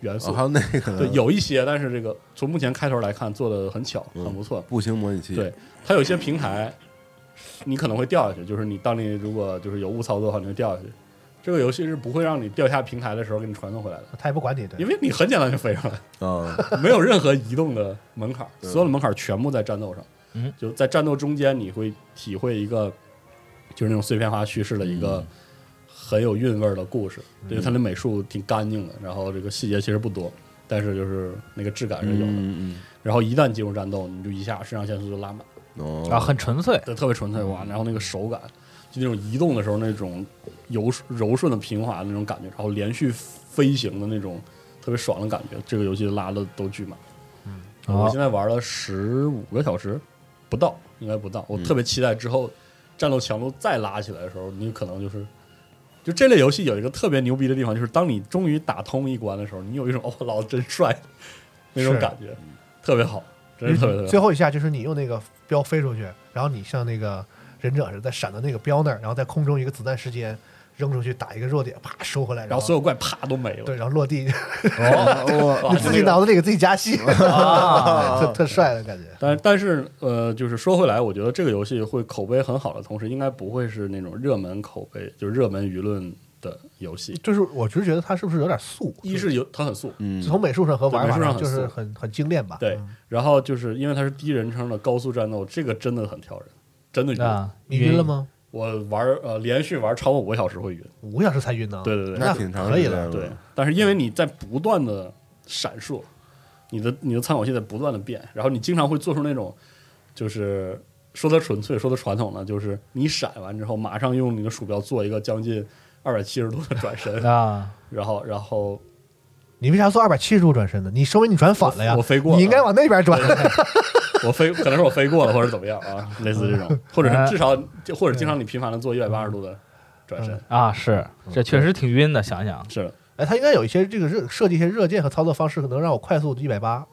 [SPEAKER 8] 元素，
[SPEAKER 9] 哦还有那个呢
[SPEAKER 8] 对，有一些，但是这个从目前开头来看做的很巧，
[SPEAKER 9] 嗯
[SPEAKER 8] 很不错。
[SPEAKER 9] 步行模拟器，
[SPEAKER 8] 对，它有一些平台，你可能会掉下去，就是你当你如果就是有误操作的话，你会掉下去。这个游戏是不会让你掉下平台的时候给你传送回来的。
[SPEAKER 9] 哎
[SPEAKER 7] 他也不管你， 对
[SPEAKER 8] 因，为你很简单就飞上来，
[SPEAKER 9] 啊，
[SPEAKER 8] 没有任何移动的门槛儿，
[SPEAKER 9] 对
[SPEAKER 8] 所有的门槛儿全部在战斗上。
[SPEAKER 2] 嗯，
[SPEAKER 8] 就在战斗中间，你会体会一个就是那种碎片化叙事的一个很有韵味儿的故事。对，它的美术挺干净的，然后这个细节其实不多，但是就是那个质感 是有的。
[SPEAKER 9] 嗯
[SPEAKER 8] 然后一旦进入战斗，你就一下肾上腺素就拉满，
[SPEAKER 9] 嗯，哦，
[SPEAKER 2] 啊，很纯粹，
[SPEAKER 8] 对，特别纯粹哇！然后那个手感，就那种移动的时候那种柔柔顺的平滑的那种感觉，然后连续飞行的那种特别爽的感觉，这个游戏拉的都巨满。嗯，我
[SPEAKER 2] 哦
[SPEAKER 8] 现在玩了十五个小时不到，应该不到。我
[SPEAKER 9] 嗯
[SPEAKER 8] 特别期待之后战斗强度再拉起来的时候，你可能就是。就这类游戏有一个特别牛逼的地方，就是当你终于打通一关的时候，你有一种哦，老子真帅 那种
[SPEAKER 7] 是
[SPEAKER 8] 感觉，特别好，真是特别特别好。
[SPEAKER 7] 最后一下就是你用那个标飞出去，然后你像那个忍者似的在闪到那个标那儿，然后在空中一个子弹时间扔出去打一个弱点，啪收回来，
[SPEAKER 8] 然后所有怪啪都没了，
[SPEAKER 7] 对，然后落地，
[SPEAKER 9] 哦，
[SPEAKER 8] 哇啊
[SPEAKER 7] 你自己脑子里给自己加戏， 特特帅的感觉。
[SPEAKER 8] 但但是呃，就是说回来，我觉得这个游戏会口碑很好的同时，应该不会是那种热门口碑，就是热门舆论的游戏。
[SPEAKER 7] 就是我只是觉得它是不是有点素？
[SPEAKER 8] 一是有它很素，
[SPEAKER 9] 嗯，
[SPEAKER 7] 从美术上和玩法
[SPEAKER 8] 对美术上很
[SPEAKER 7] 就是
[SPEAKER 8] 素
[SPEAKER 7] 很很精炼吧？
[SPEAKER 8] 对
[SPEAKER 7] 嗯，
[SPEAKER 8] 然后就是因为它是第一人称的高速战斗，这个真的很挑人，真的晕。
[SPEAKER 2] 啊，，
[SPEAKER 7] 你晕了？吗？
[SPEAKER 8] 我玩儿呃连续玩儿超过五个小时会晕，
[SPEAKER 7] 五个小时才晕呢？
[SPEAKER 8] 对对对
[SPEAKER 9] 那挺长
[SPEAKER 7] 可
[SPEAKER 9] 时
[SPEAKER 7] 以
[SPEAKER 9] 间
[SPEAKER 7] 了
[SPEAKER 8] 对，但是因为你在不断的闪烁，你的你的参考系在不断的变，然后你经常会做出那种，就是说它纯粹，说它传统呢，就是你闪完之后，马上用你的鼠标做一个将近二百七十度的转身
[SPEAKER 2] 啊，
[SPEAKER 8] 然后然后
[SPEAKER 7] 你为啥做二百七十度转身呢？你说明你转反了呀
[SPEAKER 8] 我？飞过了，
[SPEAKER 7] 你 应该往那边转。
[SPEAKER 8] 我飞，可能是我飞过了或者怎么样啊，类似这种，或者是至少就或者经常你频繁的做一百八十度的转身，
[SPEAKER 2] 啊，是，这确实挺晕的，想想
[SPEAKER 8] 是的，
[SPEAKER 7] 哎，它应该有一些这个热设计一些热键和操作方式，能让我快速一百八。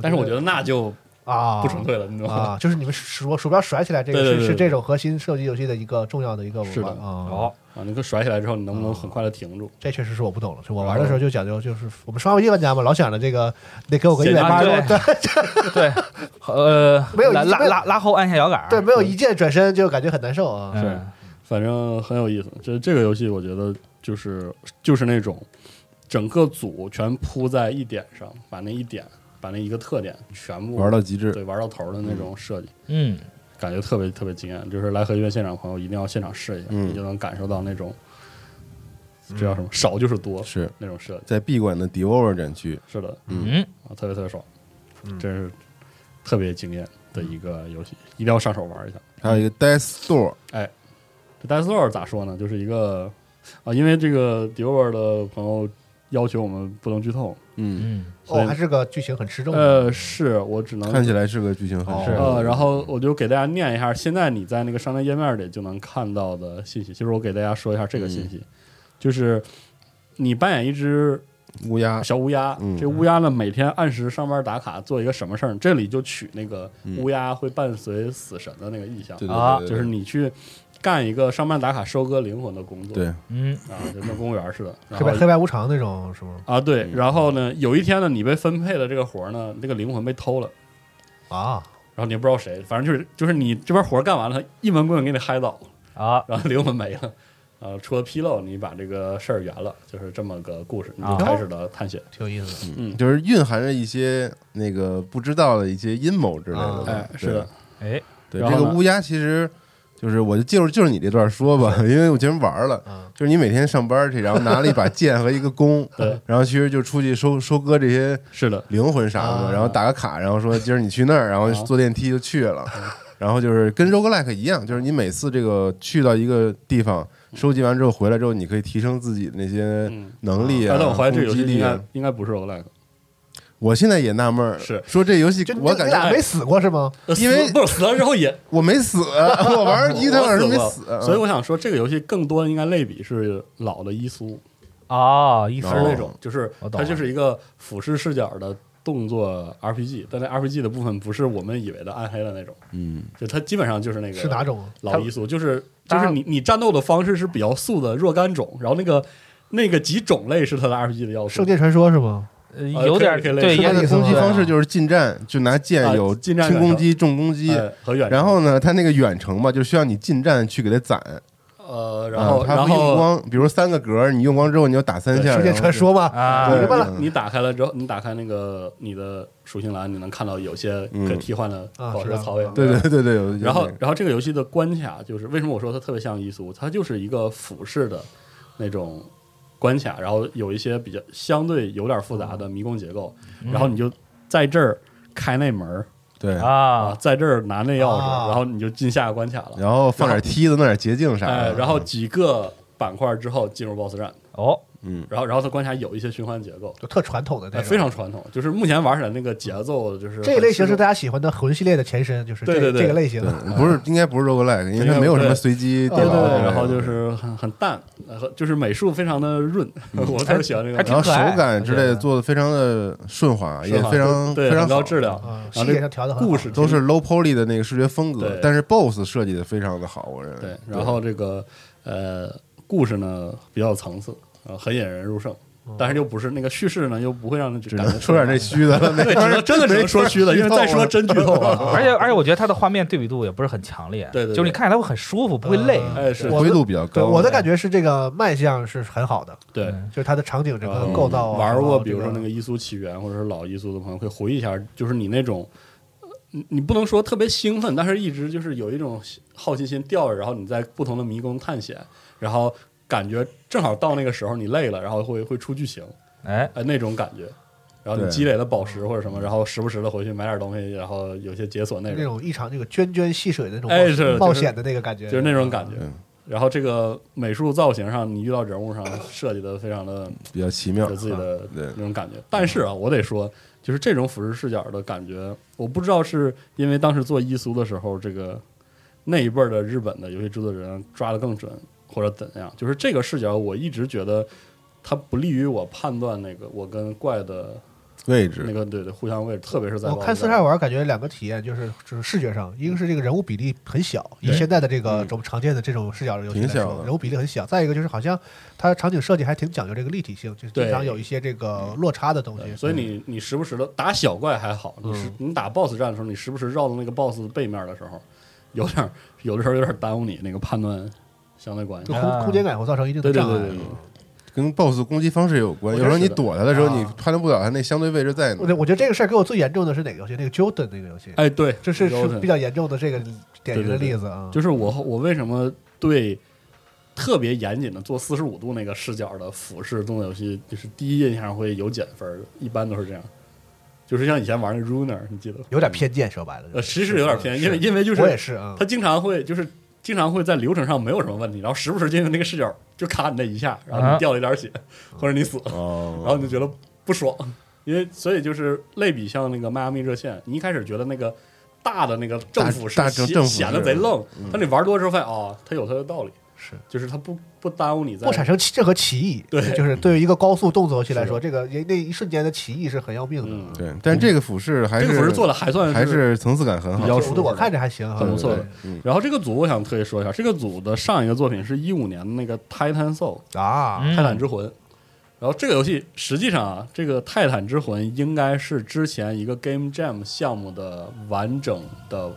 [SPEAKER 8] 但是我觉得那就
[SPEAKER 7] 啊，
[SPEAKER 8] 不纯粹了，你懂吗？
[SPEAKER 7] 啊，就是你们鼠鼠标甩起来，这个
[SPEAKER 8] 对对对
[SPEAKER 7] 是是
[SPEAKER 8] 对
[SPEAKER 7] 这种核心射击游戏的一个重要的一个
[SPEAKER 8] 是的
[SPEAKER 7] 玩法啊。
[SPEAKER 2] 哦，
[SPEAKER 8] 啊，你给甩起来之后，你能不能很快的停住？
[SPEAKER 7] 这确实是我不懂了。就我玩的时候就讲究，就是我们刷游戏玩家嘛，老想着这个得给我个一
[SPEAKER 8] 显
[SPEAKER 7] 百
[SPEAKER 8] 示
[SPEAKER 7] 八十
[SPEAKER 2] 对
[SPEAKER 7] 度，对
[SPEAKER 2] 对，呃，
[SPEAKER 7] 没有
[SPEAKER 2] 拉
[SPEAKER 7] 一
[SPEAKER 2] 拉
[SPEAKER 7] 没有
[SPEAKER 2] 拉拉后按下摇杆儿，
[SPEAKER 8] 啊
[SPEAKER 7] 对，没有一键转身就感觉很难受啊。
[SPEAKER 2] 嗯，
[SPEAKER 8] 反正很有意思。这这个游戏我觉得就是就是那种整个组全扑在一点上，把那一点把那一个特点全部
[SPEAKER 9] 玩到极致。
[SPEAKER 8] 对玩到头的那种设计，
[SPEAKER 2] 嗯，
[SPEAKER 8] 感觉特别特别惊艳。就是来和音乐现场的朋友一定要现场试一下，
[SPEAKER 9] 嗯
[SPEAKER 8] 你就能感受到那种这叫什么少就是多
[SPEAKER 9] 是
[SPEAKER 8] 那种设计。
[SPEAKER 9] 在闭馆的 Devour 展区，
[SPEAKER 8] 是的，
[SPEAKER 2] 嗯，
[SPEAKER 8] 啊，特别特别爽，
[SPEAKER 7] 嗯
[SPEAKER 8] 真是特别惊艳的一个游戏，一定要上手玩一下。
[SPEAKER 9] 还有一个 Death Store，
[SPEAKER 8] 这 Dice Lore 咋说呢？就是一个啊，因为这个 d i o r 的朋友要求我们不能剧透，
[SPEAKER 9] 嗯，
[SPEAKER 2] 嗯，
[SPEAKER 8] 所
[SPEAKER 7] 哦，
[SPEAKER 8] 以
[SPEAKER 7] 还是个剧情很吃重的。
[SPEAKER 8] 呃，是我只能
[SPEAKER 9] 看起来是个剧情很深
[SPEAKER 8] 呃，然后我就给大家念一下，现在你在那个商店页面里就能看到的信息。其实我给大家说一下这个
[SPEAKER 9] 嗯
[SPEAKER 8] 信息，就是你扮演一只
[SPEAKER 9] 乌鸦，
[SPEAKER 8] 小乌鸦，
[SPEAKER 9] 嗯
[SPEAKER 8] 这乌鸦呢每天按时上班打卡，做一个什么事儿？这里就取那个乌鸦会伴随死神的那个意象，
[SPEAKER 9] 嗯对
[SPEAKER 2] 啊
[SPEAKER 9] 对对对，
[SPEAKER 8] 就是你去干一个上班打卡收割灵魂的工作，
[SPEAKER 9] 对
[SPEAKER 2] 嗯，
[SPEAKER 8] 啊，就跟公务员似的。然
[SPEAKER 7] 黑
[SPEAKER 8] 后
[SPEAKER 7] 白黑白无常那种是吗？
[SPEAKER 8] 啊，对
[SPEAKER 9] 嗯，
[SPEAKER 8] 然后呢，有一天呢，你被分配的这个活儿呢，这个灵魂被偷了，
[SPEAKER 7] 啊，
[SPEAKER 8] 然后你也不知道谁，反正就是就是你这边活儿干完了，他一门棍给你嗨倒，
[SPEAKER 2] 啊，
[SPEAKER 8] 然后灵魂没了，呃，出了纰漏，你把这个事儿圆了，就是这么个故事，你
[SPEAKER 2] 啊
[SPEAKER 8] 就开始了探险。
[SPEAKER 7] 挺有意思的。
[SPEAKER 8] 嗯，
[SPEAKER 9] 就是蕴含着一些那个不知道的一些阴谋之类的。
[SPEAKER 7] 啊
[SPEAKER 8] 哎，是的，
[SPEAKER 2] 哎，
[SPEAKER 9] 对，
[SPEAKER 8] 然
[SPEAKER 9] 这
[SPEAKER 8] 后
[SPEAKER 9] 个
[SPEAKER 8] 呢，
[SPEAKER 9] 乌鸦其实就是我就进入就是你这段说吧，因为我前面玩了，
[SPEAKER 7] 嗯
[SPEAKER 9] 就是你每天上班去，然后拿了一把剑和一个弓
[SPEAKER 8] 对，
[SPEAKER 9] 然后其实就出去收收割这些
[SPEAKER 8] 是的，
[SPEAKER 9] 灵魂啥的嘛，
[SPEAKER 7] 啊
[SPEAKER 9] 然后打个卡，然后说今儿你去那儿，然后
[SPEAKER 8] 啊
[SPEAKER 9] 坐电梯就去了，然后就是跟 roguelike 一样，就是你每次这个去到一个地方。收集完之后回来之后，你可以提升自己的那些
[SPEAKER 8] 嗯。
[SPEAKER 9] 能力啊，
[SPEAKER 8] 但是我怀疑这个游
[SPEAKER 9] 攻
[SPEAKER 8] 戏
[SPEAKER 9] 击
[SPEAKER 8] 应
[SPEAKER 9] 力
[SPEAKER 8] 该
[SPEAKER 9] 啊。
[SPEAKER 8] 应该不是 roguelike，
[SPEAKER 9] 我现在也纳闷儿，
[SPEAKER 8] 是
[SPEAKER 9] 说这游戏
[SPEAKER 7] 就，
[SPEAKER 9] 我感
[SPEAKER 7] 你
[SPEAKER 9] 觉
[SPEAKER 7] 俩没死过是吗？
[SPEAKER 8] 呃
[SPEAKER 9] 因为
[SPEAKER 8] 死不是死了之后也，
[SPEAKER 9] 我没 死，我玩 儿一个多小时没
[SPEAKER 8] 我
[SPEAKER 9] 死，嗯
[SPEAKER 8] 过所以我想说这个游戏更多应该类比是老的伊苏，
[SPEAKER 2] 哦，意思
[SPEAKER 9] 哦
[SPEAKER 8] 是那种，就是
[SPEAKER 2] 我懂
[SPEAKER 8] 它
[SPEAKER 2] 了
[SPEAKER 8] 就是一个俯视视角的动作 RPG，但那 RPG 的部分不是我们以为的暗黑的那种，
[SPEAKER 9] 嗯，
[SPEAKER 8] 就它基本上就是那个
[SPEAKER 7] 是哪种啊？
[SPEAKER 8] 老伊索，就是就
[SPEAKER 2] 它
[SPEAKER 8] 是你你战斗的方式是比较素的若干种，然后那个那个几种类是它的 RPG 的要素
[SPEAKER 7] 圣，剑传说是吗？
[SPEAKER 2] 呃有点儿
[SPEAKER 8] 可以可以类
[SPEAKER 2] 对，
[SPEAKER 8] 似
[SPEAKER 2] 也
[SPEAKER 9] 它的
[SPEAKER 2] 挺
[SPEAKER 9] 攻击
[SPEAKER 2] 对
[SPEAKER 9] 方式就是近战，就拿剑
[SPEAKER 8] 啊
[SPEAKER 9] 有
[SPEAKER 8] 近战
[SPEAKER 9] 轻
[SPEAKER 8] 远程
[SPEAKER 9] 攻击、重攻击。
[SPEAKER 8] 哎和远程，
[SPEAKER 9] 然后呢，它那个远程吧，就需要你近战去给它攒。
[SPEAKER 8] 呃，然后
[SPEAKER 9] 啊它
[SPEAKER 8] 然
[SPEAKER 9] 不用
[SPEAKER 8] 后
[SPEAKER 9] 光，比如三个格，你用光之后你要打三下。
[SPEAKER 7] 圣剑传说嘛，
[SPEAKER 2] 啊
[SPEAKER 9] 对，
[SPEAKER 7] 明白了
[SPEAKER 8] 你打开了之后，你打开那个你的属性栏，你能看到有些可以替换的
[SPEAKER 7] 嗯啊
[SPEAKER 8] 宝
[SPEAKER 7] 是
[SPEAKER 8] 石
[SPEAKER 7] 啊
[SPEAKER 8] 槽位，
[SPEAKER 9] 对对对对，有
[SPEAKER 8] 然后，然后这个游戏的关卡就是为什么我说它特别像伊苏，它就是一个俯视的那种关卡，然后有一些比较相对有点复杂的迷宫结构，
[SPEAKER 7] 嗯
[SPEAKER 8] 然后你就在这儿开那门儿
[SPEAKER 9] 对，
[SPEAKER 2] 啊，
[SPEAKER 8] 在这儿拿那钥匙，
[SPEAKER 7] 啊
[SPEAKER 8] 然后你就进下个关卡了。
[SPEAKER 9] 然后放点梯子，弄点捷径啥
[SPEAKER 8] 哎
[SPEAKER 9] 的。，
[SPEAKER 8] 然后几个板块之后进入 BOSS 战，
[SPEAKER 2] 哦，
[SPEAKER 9] 嗯，
[SPEAKER 8] 然后然后它关卡有一些循环结构，
[SPEAKER 7] 就特传统的那
[SPEAKER 8] 哎
[SPEAKER 7] 种，
[SPEAKER 8] 非常传统，就是目前玩起来那个节奏就是
[SPEAKER 7] 这个类型是
[SPEAKER 8] 在
[SPEAKER 7] 大家喜欢的魂系列的前身，就是这
[SPEAKER 8] 对对对
[SPEAKER 7] 这个类型
[SPEAKER 9] 对，不是应该不是 roguelike，因为它没有什么随机
[SPEAKER 8] 对
[SPEAKER 9] 电
[SPEAKER 8] 对
[SPEAKER 9] 脑之
[SPEAKER 8] 对，
[SPEAKER 9] 类的。
[SPEAKER 8] 然后就是很很淡，然后就是美术非常的润，
[SPEAKER 9] 嗯
[SPEAKER 8] 我特别喜欢这个
[SPEAKER 2] 还
[SPEAKER 8] 美
[SPEAKER 2] 挺
[SPEAKER 8] 术。
[SPEAKER 9] 然后手
[SPEAKER 2] 可爱
[SPEAKER 9] 感之类的做的非常的顺滑，也
[SPEAKER 8] 是吧
[SPEAKER 9] 非常
[SPEAKER 8] 对
[SPEAKER 9] 非常
[SPEAKER 8] 很高
[SPEAKER 9] 好。
[SPEAKER 8] 质量，
[SPEAKER 7] 啊，
[SPEAKER 8] 然
[SPEAKER 7] 细
[SPEAKER 8] 后这
[SPEAKER 7] 节上调的很好
[SPEAKER 8] 故事
[SPEAKER 9] 都是 low poly 的那个视觉风格
[SPEAKER 8] 对，
[SPEAKER 9] 但是 BOSS 设计的非常的好，我认为。
[SPEAKER 8] 对，然后这个呃故事呢比较有层次，呃很引人入胜，
[SPEAKER 7] 嗯
[SPEAKER 8] 但是又不是那个叙事呢，又不会让人
[SPEAKER 9] 只
[SPEAKER 8] 感觉
[SPEAKER 9] 能说点这虚的了。那
[SPEAKER 8] 对，只 能真的只能说虚的，因为再说真剧透了。
[SPEAKER 2] 而且而且我觉得它的画面对比度也不是很强烈，
[SPEAKER 8] 对对对
[SPEAKER 2] 就是你看起来会很舒服，不会累。
[SPEAKER 8] 哎，是
[SPEAKER 7] 我
[SPEAKER 9] 灰度比较
[SPEAKER 7] 对，
[SPEAKER 9] 高。
[SPEAKER 7] 我的感觉是这个卖相是很好的，
[SPEAKER 8] 对。
[SPEAKER 7] 就是它的场景这个构造啊，
[SPEAKER 8] 玩过，比如
[SPEAKER 7] 然
[SPEAKER 8] 说
[SPEAKER 7] 后这
[SPEAKER 8] 那
[SPEAKER 7] 个
[SPEAKER 8] 个《伊苏起源》或者是老《伊苏》的朋友，会回忆一下，就是你那种，呃你不能说特别兴奋，但是一直就是有一种好奇心吊着，然后你在不同的迷宫探险，然后感觉正好到那个时候你累了，然后会会出剧情，
[SPEAKER 2] 哎，
[SPEAKER 8] 哎，那种感觉。然后你
[SPEAKER 9] 对
[SPEAKER 8] 积累了宝石或者什么，然后时不时的回去买点东西，然后有些解锁内
[SPEAKER 7] 那
[SPEAKER 8] 容，
[SPEAKER 7] 种异常那个涓涓细水的那种
[SPEAKER 8] 哎
[SPEAKER 7] 冒
[SPEAKER 8] 是
[SPEAKER 7] 冒
[SPEAKER 8] 就是
[SPEAKER 7] 险的那个感觉，
[SPEAKER 8] 就是那种感觉
[SPEAKER 9] 嗯。
[SPEAKER 8] 然后这个美术造型上，你遇到人物上设计的非常的
[SPEAKER 9] 比较奇妙，啊
[SPEAKER 8] 有自己
[SPEAKER 7] 啊
[SPEAKER 8] 的
[SPEAKER 9] 对
[SPEAKER 8] 那种感觉。但是啊，我得说，就是这种俯视视角的感觉，我不知道是因为当时做伊苏的时候，这个那一辈儿的日本的游戏制作人抓得更准，或者怎样。就是这个视角，我一直觉得它不利于我判断那个我跟怪的
[SPEAKER 9] 位
[SPEAKER 8] 那
[SPEAKER 9] 置，
[SPEAKER 8] 个对对互相位置，特别是在
[SPEAKER 7] 我哦看四十二玩，感觉两个体验就是就是视觉上，一个是这个人物比例很小，以
[SPEAKER 8] 对嗯
[SPEAKER 7] 现在的这个种常见的这种视角的游戏来
[SPEAKER 9] 挺小
[SPEAKER 7] 说，
[SPEAKER 9] 的
[SPEAKER 7] 人物比例很小。再一个就是好像它场景设计还挺讲究这个立体性，就是经
[SPEAKER 8] 对
[SPEAKER 7] 常有一些这个落差的东西
[SPEAKER 8] 对，。所以你你时不时的打小怪还好，你是
[SPEAKER 7] 嗯
[SPEAKER 8] 你打 BOSS 战的时候，你时不时绕到那个 BOSS 背面的时候，有点儿有的时候有点儿耽误你那个判断相对关系
[SPEAKER 7] 就。空空间感会造成一定
[SPEAKER 8] 对
[SPEAKER 7] 的
[SPEAKER 8] 对
[SPEAKER 7] 障
[SPEAKER 8] 对
[SPEAKER 7] 碍。
[SPEAKER 8] 对对，
[SPEAKER 9] 跟 BOSS 攻击方式也有关。
[SPEAKER 8] 我觉
[SPEAKER 9] 有
[SPEAKER 8] 得
[SPEAKER 9] 时候你
[SPEAKER 8] 是的
[SPEAKER 9] 躲他的时候，
[SPEAKER 7] 啊
[SPEAKER 9] 你判断不了他那相对位置在
[SPEAKER 7] 我
[SPEAKER 9] 哪
[SPEAKER 7] 觉。得我觉得这个事儿给我最严重的是哪个游戏？那个 Jordan 那个游戏，
[SPEAKER 8] 哎，对，
[SPEAKER 7] 这是
[SPEAKER 8] 有
[SPEAKER 7] 是
[SPEAKER 8] 的
[SPEAKER 7] 比较严重的这个典
[SPEAKER 8] 对
[SPEAKER 7] 型的
[SPEAKER 8] 对对
[SPEAKER 7] 例子啊。
[SPEAKER 8] 就是我我为什么对特别严谨的做四十五度那个视角的俯视动作游戏，就是第一印象会有减分儿，一般都是这样。就是像以前玩那 Runner，你记得吗？
[SPEAKER 7] 有点偏见，说白了，
[SPEAKER 8] 呃，其实有点偏，
[SPEAKER 7] 是
[SPEAKER 8] 因为因为就
[SPEAKER 7] 我也
[SPEAKER 8] 是
[SPEAKER 7] 是啊
[SPEAKER 8] 他。经常会就是经常会在流程上没有什么问题，然后时不时就因为那个视角就卡你那一下，然后
[SPEAKER 2] 啊
[SPEAKER 8] 你掉了一点血，或者你死了。然后
[SPEAKER 9] 哦，
[SPEAKER 8] 你就觉得不爽，因为所以就是类比像那个迈阿密热线，你一开始觉得那个大的那个政府是
[SPEAKER 9] 大大政政府是
[SPEAKER 8] 显得贼愣
[SPEAKER 9] 嗯，
[SPEAKER 8] 但你玩多之后发现哦，它有它的道理，
[SPEAKER 7] 是
[SPEAKER 8] 就是它不不耽误你在
[SPEAKER 7] 不产生歧任何歧义，
[SPEAKER 8] 对
[SPEAKER 7] 就是对于一个高速动作游戏来
[SPEAKER 8] 是的
[SPEAKER 7] 说，这个那一瞬间的歧义是很要命的。
[SPEAKER 8] 嗯，
[SPEAKER 9] 对，但这个俯视还
[SPEAKER 8] 这
[SPEAKER 9] 是
[SPEAKER 8] 个不是做的还算
[SPEAKER 9] 还是层次感很
[SPEAKER 8] 比
[SPEAKER 9] 好，
[SPEAKER 8] 较
[SPEAKER 7] 我
[SPEAKER 8] 舒服
[SPEAKER 7] 对我
[SPEAKER 8] 的
[SPEAKER 7] 看着还行啊，
[SPEAKER 8] 很不错的
[SPEAKER 7] 对。
[SPEAKER 9] 嗯，
[SPEAKER 8] 然后这个组我想特意说一下，这个组的上一个作品是一五年的那个《泰坦 Soul》
[SPEAKER 7] 啊，
[SPEAKER 8] 泰坦之魂。然后这个游戏实际上啊，这个《泰坦之魂》应该是之前一个 Game Jam 项目的完整的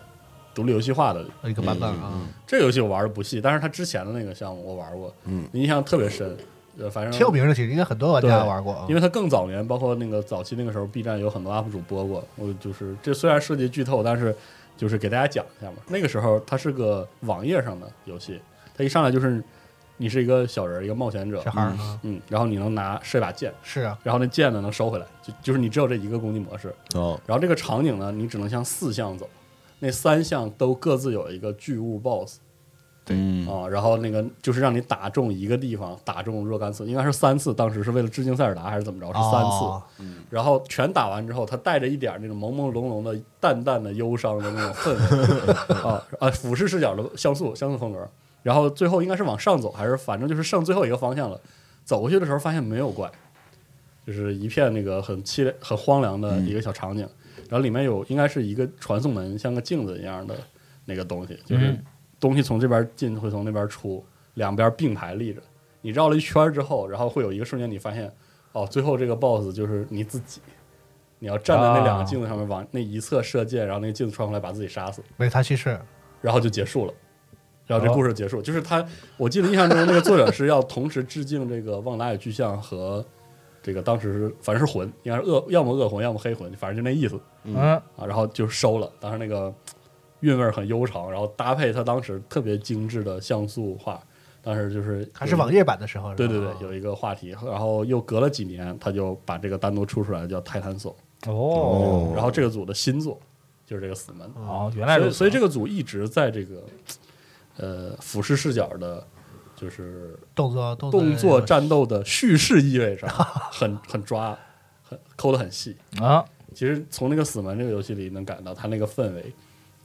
[SPEAKER 8] 独立游戏化的
[SPEAKER 7] 一个版本啊，
[SPEAKER 8] 这个游戏我玩的不细，但是它之前的那个项目我玩过，
[SPEAKER 9] 嗯，
[SPEAKER 8] 印象特别深。呃，反正
[SPEAKER 7] 挺有名的，其实应该很多玩家玩过啊
[SPEAKER 8] 因。为它更早年，包括那个早期那个时候，B 站有很多 UP 主播过。我就是这虽然涉及剧透，但是就是给大家讲一下嘛。那个时候它是个网页上的游戏，它一上来就是你是一个小人儿，一个冒险者
[SPEAKER 7] 小，孩儿啊，
[SPEAKER 8] 嗯，然后你能拿射一把剑，
[SPEAKER 7] 是啊，
[SPEAKER 8] 然后那剑呢能收回来，就就是你只有这一个攻击模式。
[SPEAKER 9] 哦，
[SPEAKER 8] 然后这个场景呢，你只能向四项走，那三项都各自有一个巨物 BOSS。
[SPEAKER 9] 对，嗯
[SPEAKER 8] 啊、然后那个就是让你打中一个地方，打中若干次，应该是三次，当时是为了致敬塞尔达还是怎么着，是三次。
[SPEAKER 7] 哦
[SPEAKER 8] 然后全打完之后，他带着一点那种朦朦胧胧的、淡淡的忧伤的那种氛围啊啊，俯视视角的像素像素风格。然后最后应该是往上走，还是反正就是剩最后一个方向了。走过去的时候发现没有怪，就是一片那个很凄很荒凉的一个小场景。然后里面有应该是一个传送门，像个镜子一样的那个东西，就是东西从这边进会从那边出，两边并排立着。你绕了一圈之后，然后会有一个瞬间，你发现哦，最后这个 BOSS 就是你自己，你要站在那两个镜子
[SPEAKER 7] 啊
[SPEAKER 8] 上面往那一侧射箭，然后那个镜子穿过来把自己杀死，
[SPEAKER 7] 维他叙事，
[SPEAKER 8] 然后就结束了。然
[SPEAKER 7] 哦
[SPEAKER 8] 后这故事结束，就是他，我记得印象中那个作者是要同时致敬这个《旺达与巨像》和这个当时是反正是魂，应该是恶，要么恶魂，要么黑魂，反正就那意思。
[SPEAKER 2] 嗯，
[SPEAKER 8] 啊，然后就收了。当时那个韵味儿很悠长，然后搭配它当时特别精致的像素画，当时就是
[SPEAKER 7] 还是网页版的时候是吧，
[SPEAKER 8] 对对对，有一个话题，然后又隔了几年，他就把这个单独出出来，叫《泰坦索
[SPEAKER 2] 哦》，
[SPEAKER 8] 然后这个组的新作就是这个死门，
[SPEAKER 2] 哦，原来
[SPEAKER 8] 所
[SPEAKER 2] 如
[SPEAKER 8] 以
[SPEAKER 2] 此，
[SPEAKER 8] 所以这个组一直在这个呃俯视视角的。就是
[SPEAKER 7] 动作动
[SPEAKER 8] 动作
[SPEAKER 7] 战
[SPEAKER 8] 战斗的叙事意味上很很抓，很抠的很细。
[SPEAKER 2] 啊，
[SPEAKER 8] 其实从那个死门这个游戏里能感到它那个氛围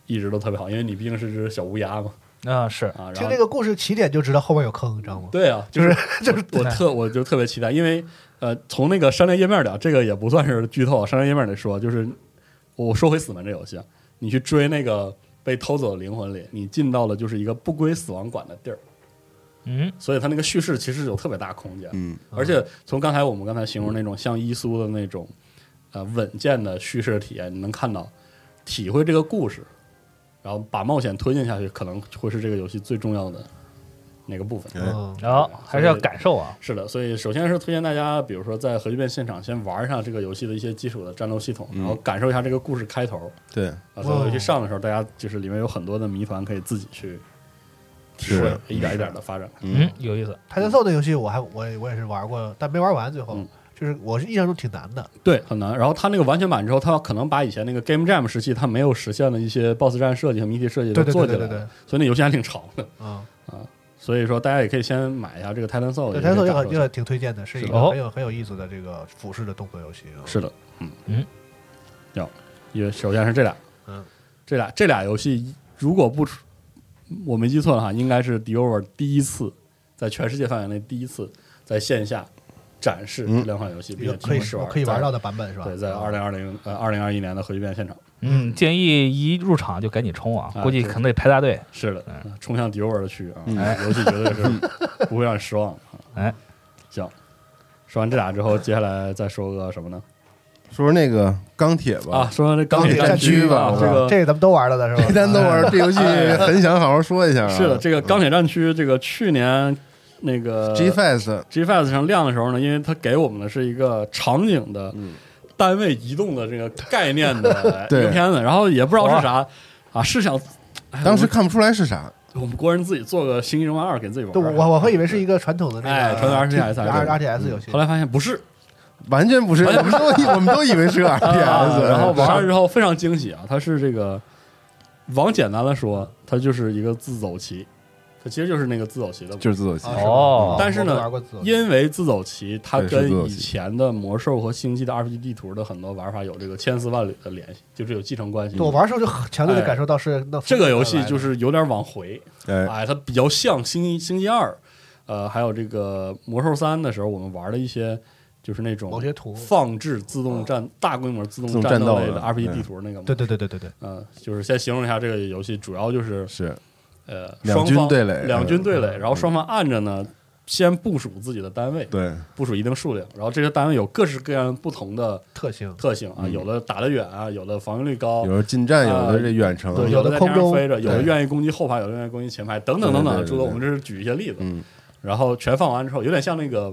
[SPEAKER 8] 一直都特别好，因为你毕竟是只小乌鸦嘛
[SPEAKER 2] 那是
[SPEAKER 8] 啊，然
[SPEAKER 7] 听
[SPEAKER 8] 后
[SPEAKER 7] 这个故事起点就知道后面有坑，你知道吗？
[SPEAKER 8] 对 啊，就是就是我特我就特别期待，因为呃，从那个商店页面聊，这个也不算是剧透，啊商店页面里说就是我说回死门这游戏啊，你去追那个被偷走的灵魂里，你进到了就是一个不归死亡馆的地儿。
[SPEAKER 2] 嗯，
[SPEAKER 8] 所以它那个叙事其实有特别大空间。
[SPEAKER 9] 嗯，
[SPEAKER 8] 而且从刚才我们刚才形容那种像伊苏的那种，呃，稳健的叙事体验，你能看到，体会这个故事，然后把冒险推进下去，可能会是这个游戏最重要的那个部分。
[SPEAKER 9] 哎
[SPEAKER 7] 嗯
[SPEAKER 2] 然后还是要感受啊，
[SPEAKER 8] 是的，所以首先是推荐大家，比如说在核聚变现场先玩一下这个游戏的一些基础的战斗系统，
[SPEAKER 9] 嗯
[SPEAKER 8] 然后感受一下这个故事开头。
[SPEAKER 9] 对，
[SPEAKER 8] 啊，所以
[SPEAKER 7] 哦
[SPEAKER 8] 我去上的时候，大家就是里面有很多的谜团可以自己去体
[SPEAKER 9] 是
[SPEAKER 8] 会，一点一点的发展。
[SPEAKER 2] 嗯，有意思，
[SPEAKER 7] 泰森 s 那游戏我还我也我也是玩过，但没玩完，最后、
[SPEAKER 8] 嗯
[SPEAKER 7] 就是我是印象中挺难的，
[SPEAKER 8] 对，很难。然后它那个完全版之后，它可能把以前那个 Game Jam 时期它没有实现的一些 BOSS 战设计和谜题设计都
[SPEAKER 7] 对对
[SPEAKER 8] 做
[SPEAKER 7] 对
[SPEAKER 8] 进
[SPEAKER 7] 对
[SPEAKER 8] 来
[SPEAKER 7] 对
[SPEAKER 8] 了，
[SPEAKER 7] 对，
[SPEAKER 8] 所以那游戏还挺长的。
[SPEAKER 7] 嗯，
[SPEAKER 8] 所以说大家也可以先买一下这个 Titan Soul，
[SPEAKER 7] 对
[SPEAKER 8] 也
[SPEAKER 7] 泰森 s
[SPEAKER 8] 可以
[SPEAKER 7] 也
[SPEAKER 8] 感
[SPEAKER 7] 很
[SPEAKER 8] 受一
[SPEAKER 7] 也
[SPEAKER 8] 下
[SPEAKER 7] 很挺推荐的，是一
[SPEAKER 8] 是
[SPEAKER 7] 个
[SPEAKER 2] 的
[SPEAKER 7] 很有很有意思的这个俯视的动作游戏，嗯
[SPEAKER 8] 是的，嗯
[SPEAKER 2] 嗯，
[SPEAKER 8] 有，因为首先是这俩，
[SPEAKER 7] 嗯，
[SPEAKER 8] 这俩这俩游戏如果不出我没记错的话，应该是 Diover 第一次在全世界范围内第一是吧第一次在线下展示
[SPEAKER 9] 嗯
[SPEAKER 8] 这两款游戏，
[SPEAKER 7] 一
[SPEAKER 8] 并
[SPEAKER 7] 个
[SPEAKER 8] 且
[SPEAKER 7] 可以
[SPEAKER 8] 试玩，
[SPEAKER 7] 可以玩到
[SPEAKER 8] 的。
[SPEAKER 7] 的版本是吧？
[SPEAKER 8] 对，在
[SPEAKER 7] 嗯
[SPEAKER 8] 二零二零呃二零二一年的核聚变现场，
[SPEAKER 2] 嗯，建议一入场就赶紧冲啊，
[SPEAKER 8] 啊
[SPEAKER 2] 估计可能得排大队，
[SPEAKER 8] 是
[SPEAKER 7] 哎
[SPEAKER 8] 的，
[SPEAKER 2] 嗯
[SPEAKER 8] 呃冲向 Diover 的区域啊，
[SPEAKER 9] 嗯
[SPEAKER 8] 哎游戏绝对是不会让你失望的。啊
[SPEAKER 2] 哎，
[SPEAKER 8] 行，说完这俩之后，接下来再说个什么呢？
[SPEAKER 9] 说说那个钢铁吧，
[SPEAKER 8] 啊，说完这钢铁
[SPEAKER 9] 钢铁战
[SPEAKER 8] 区
[SPEAKER 9] 区吧
[SPEAKER 8] 啊这
[SPEAKER 9] 是
[SPEAKER 8] 个
[SPEAKER 7] 啊这个咱们都玩了的是吧？ 哎
[SPEAKER 9] 这单都玩儿，这游戏很想好好说一下啊。
[SPEAKER 8] 是的，这个钢铁战区，这个去年那个
[SPEAKER 9] G Fest，
[SPEAKER 8] G f a s 上亮的时候呢，因为它给我们的是一个场景的
[SPEAKER 9] 嗯
[SPEAKER 8] 单位移动的这个概念的一
[SPEAKER 9] 对
[SPEAKER 8] 个片子，然后也不知道是啥啊，是想哎
[SPEAKER 9] 当时看不出来是啥，
[SPEAKER 8] 我们我们国人自己做个《星际争霸二》给自己玩
[SPEAKER 7] 对，
[SPEAKER 8] 儿，
[SPEAKER 7] 我我会以为是一个传统的那
[SPEAKER 8] 哎
[SPEAKER 7] 个
[SPEAKER 8] 传统 RTS
[SPEAKER 7] R
[SPEAKER 8] 对
[SPEAKER 7] R T S 游 戏
[SPEAKER 8] 后，来发现不 是，
[SPEAKER 9] 完全不是，我们都以我们都以为哎是个
[SPEAKER 8] 哎 啊
[SPEAKER 9] RTS，
[SPEAKER 8] 然后玩上之后非常惊喜啊，它是这个往简单的说，它就是一个自走棋，它其实就是那个自走棋的模式
[SPEAKER 9] 就是自走棋
[SPEAKER 7] 啊，吧
[SPEAKER 2] 哦
[SPEAKER 8] 但是呢
[SPEAKER 7] 我没玩过自由
[SPEAKER 8] 因为自走棋，它
[SPEAKER 9] 对是自
[SPEAKER 8] 跟
[SPEAKER 9] 走
[SPEAKER 8] 以
[SPEAKER 9] 棋
[SPEAKER 8] 前的魔兽和星际的 RPG 地图的很多玩法有这个千丝万缕的联系，就是有继承关系
[SPEAKER 7] 对。我玩的时候就很强烈的感受到是那
[SPEAKER 8] 哎这个游戏就是有点往回，
[SPEAKER 9] 哎，
[SPEAKER 8] 哎，它比较像星际星际二，呃，还有这个魔兽三的时候，我们玩了一些就是那种
[SPEAKER 7] 某些图，
[SPEAKER 8] 放置自动战、大规模自
[SPEAKER 9] 自
[SPEAKER 8] 动
[SPEAKER 9] 动
[SPEAKER 8] 战
[SPEAKER 9] 战
[SPEAKER 8] 斗
[SPEAKER 9] 斗
[SPEAKER 8] 类
[SPEAKER 9] 的
[SPEAKER 8] 的 RPG
[SPEAKER 9] 对
[SPEAKER 8] 地图那个，
[SPEAKER 7] 对，对对对对对，
[SPEAKER 8] 嗯，就是先形容一下这个游戏，主要就是
[SPEAKER 9] 是
[SPEAKER 8] 呃，
[SPEAKER 9] 两军
[SPEAKER 8] 双方
[SPEAKER 9] 对垒
[SPEAKER 8] 两军对垒，
[SPEAKER 9] 嗯
[SPEAKER 8] 然后双方按着呢，先部署自己的单位，
[SPEAKER 9] 对，
[SPEAKER 8] 部署一定数量，然后这些单位有各式各样不同的
[SPEAKER 7] 特性
[SPEAKER 8] 特性啊，
[SPEAKER 9] 嗯
[SPEAKER 8] 有的打得远啊，有的防御率高
[SPEAKER 9] 有，的近战，有的这远程，
[SPEAKER 8] 啊对，
[SPEAKER 7] 有
[SPEAKER 8] 有
[SPEAKER 7] 的
[SPEAKER 8] 在
[SPEAKER 7] 空
[SPEAKER 8] 天上
[SPEAKER 7] 中
[SPEAKER 8] 飞着，有的
[SPEAKER 9] 对
[SPEAKER 8] 愿意攻击后排，有的愿意攻击前排，等等等等。
[SPEAKER 9] 对对对对
[SPEAKER 8] 诸多，我们这是举一些例子。
[SPEAKER 9] 嗯，
[SPEAKER 8] 然后全放完之后，有点像那个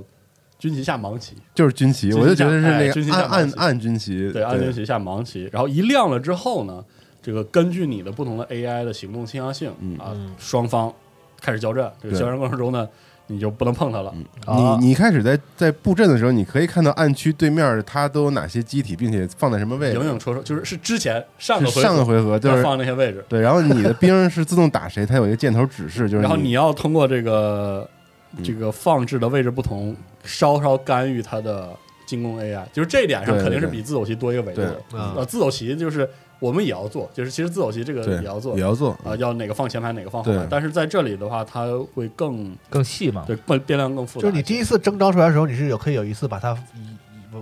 [SPEAKER 8] 军旗下盲棋，
[SPEAKER 9] 就是军旗，
[SPEAKER 8] 军旗
[SPEAKER 9] 我就觉得是
[SPEAKER 8] 哎
[SPEAKER 9] 那
[SPEAKER 8] 军旗
[SPEAKER 9] 个
[SPEAKER 8] 下
[SPEAKER 9] 暗暗
[SPEAKER 8] 盲棋
[SPEAKER 9] 暗军旗，
[SPEAKER 8] 对，按军旗下盲棋，然后一亮了之后呢，这个根据你的不同的 AI 的行动倾向性
[SPEAKER 9] 嗯
[SPEAKER 8] 啊，双方开始交战。这个
[SPEAKER 9] 对嗯
[SPEAKER 8] 交战过程中呢，你就不能碰它了。
[SPEAKER 2] 啊
[SPEAKER 9] 你你一开始在在布阵的时候，你可以看到暗区对面它都有哪些机体，并且放在什么位
[SPEAKER 8] 影
[SPEAKER 9] 置。
[SPEAKER 8] 影绰绰，就是是之前上个
[SPEAKER 9] 是
[SPEAKER 8] 回
[SPEAKER 9] 上个
[SPEAKER 8] 合
[SPEAKER 9] 回合就
[SPEAKER 8] 要
[SPEAKER 9] 是
[SPEAKER 8] 放那些位置，
[SPEAKER 9] 对，然后你的兵是自动打谁，它有一个箭头指示，就是
[SPEAKER 8] 然后你要通过这个
[SPEAKER 9] 嗯
[SPEAKER 8] 这个放置的位置不同，稍稍干预它的进攻 AI，就是这一点上
[SPEAKER 9] 对对
[SPEAKER 8] 肯定是比自走棋多一个维度的。
[SPEAKER 7] 对嗯
[SPEAKER 8] 呃，自走棋就是我们也要做，就是其实自走棋这个
[SPEAKER 9] 对
[SPEAKER 8] 也要做
[SPEAKER 9] 也要做
[SPEAKER 8] 啊，要哪个放前排，哪个放后排
[SPEAKER 9] 对。啊
[SPEAKER 8] 但是在这里的话，它会更
[SPEAKER 2] 更细嘛，
[SPEAKER 8] 对变变量更复
[SPEAKER 7] 就
[SPEAKER 8] 杂
[SPEAKER 7] 是
[SPEAKER 8] 一
[SPEAKER 7] 你
[SPEAKER 8] 些。
[SPEAKER 7] 第一次征召出来的时候，你是有可以有一次把它移移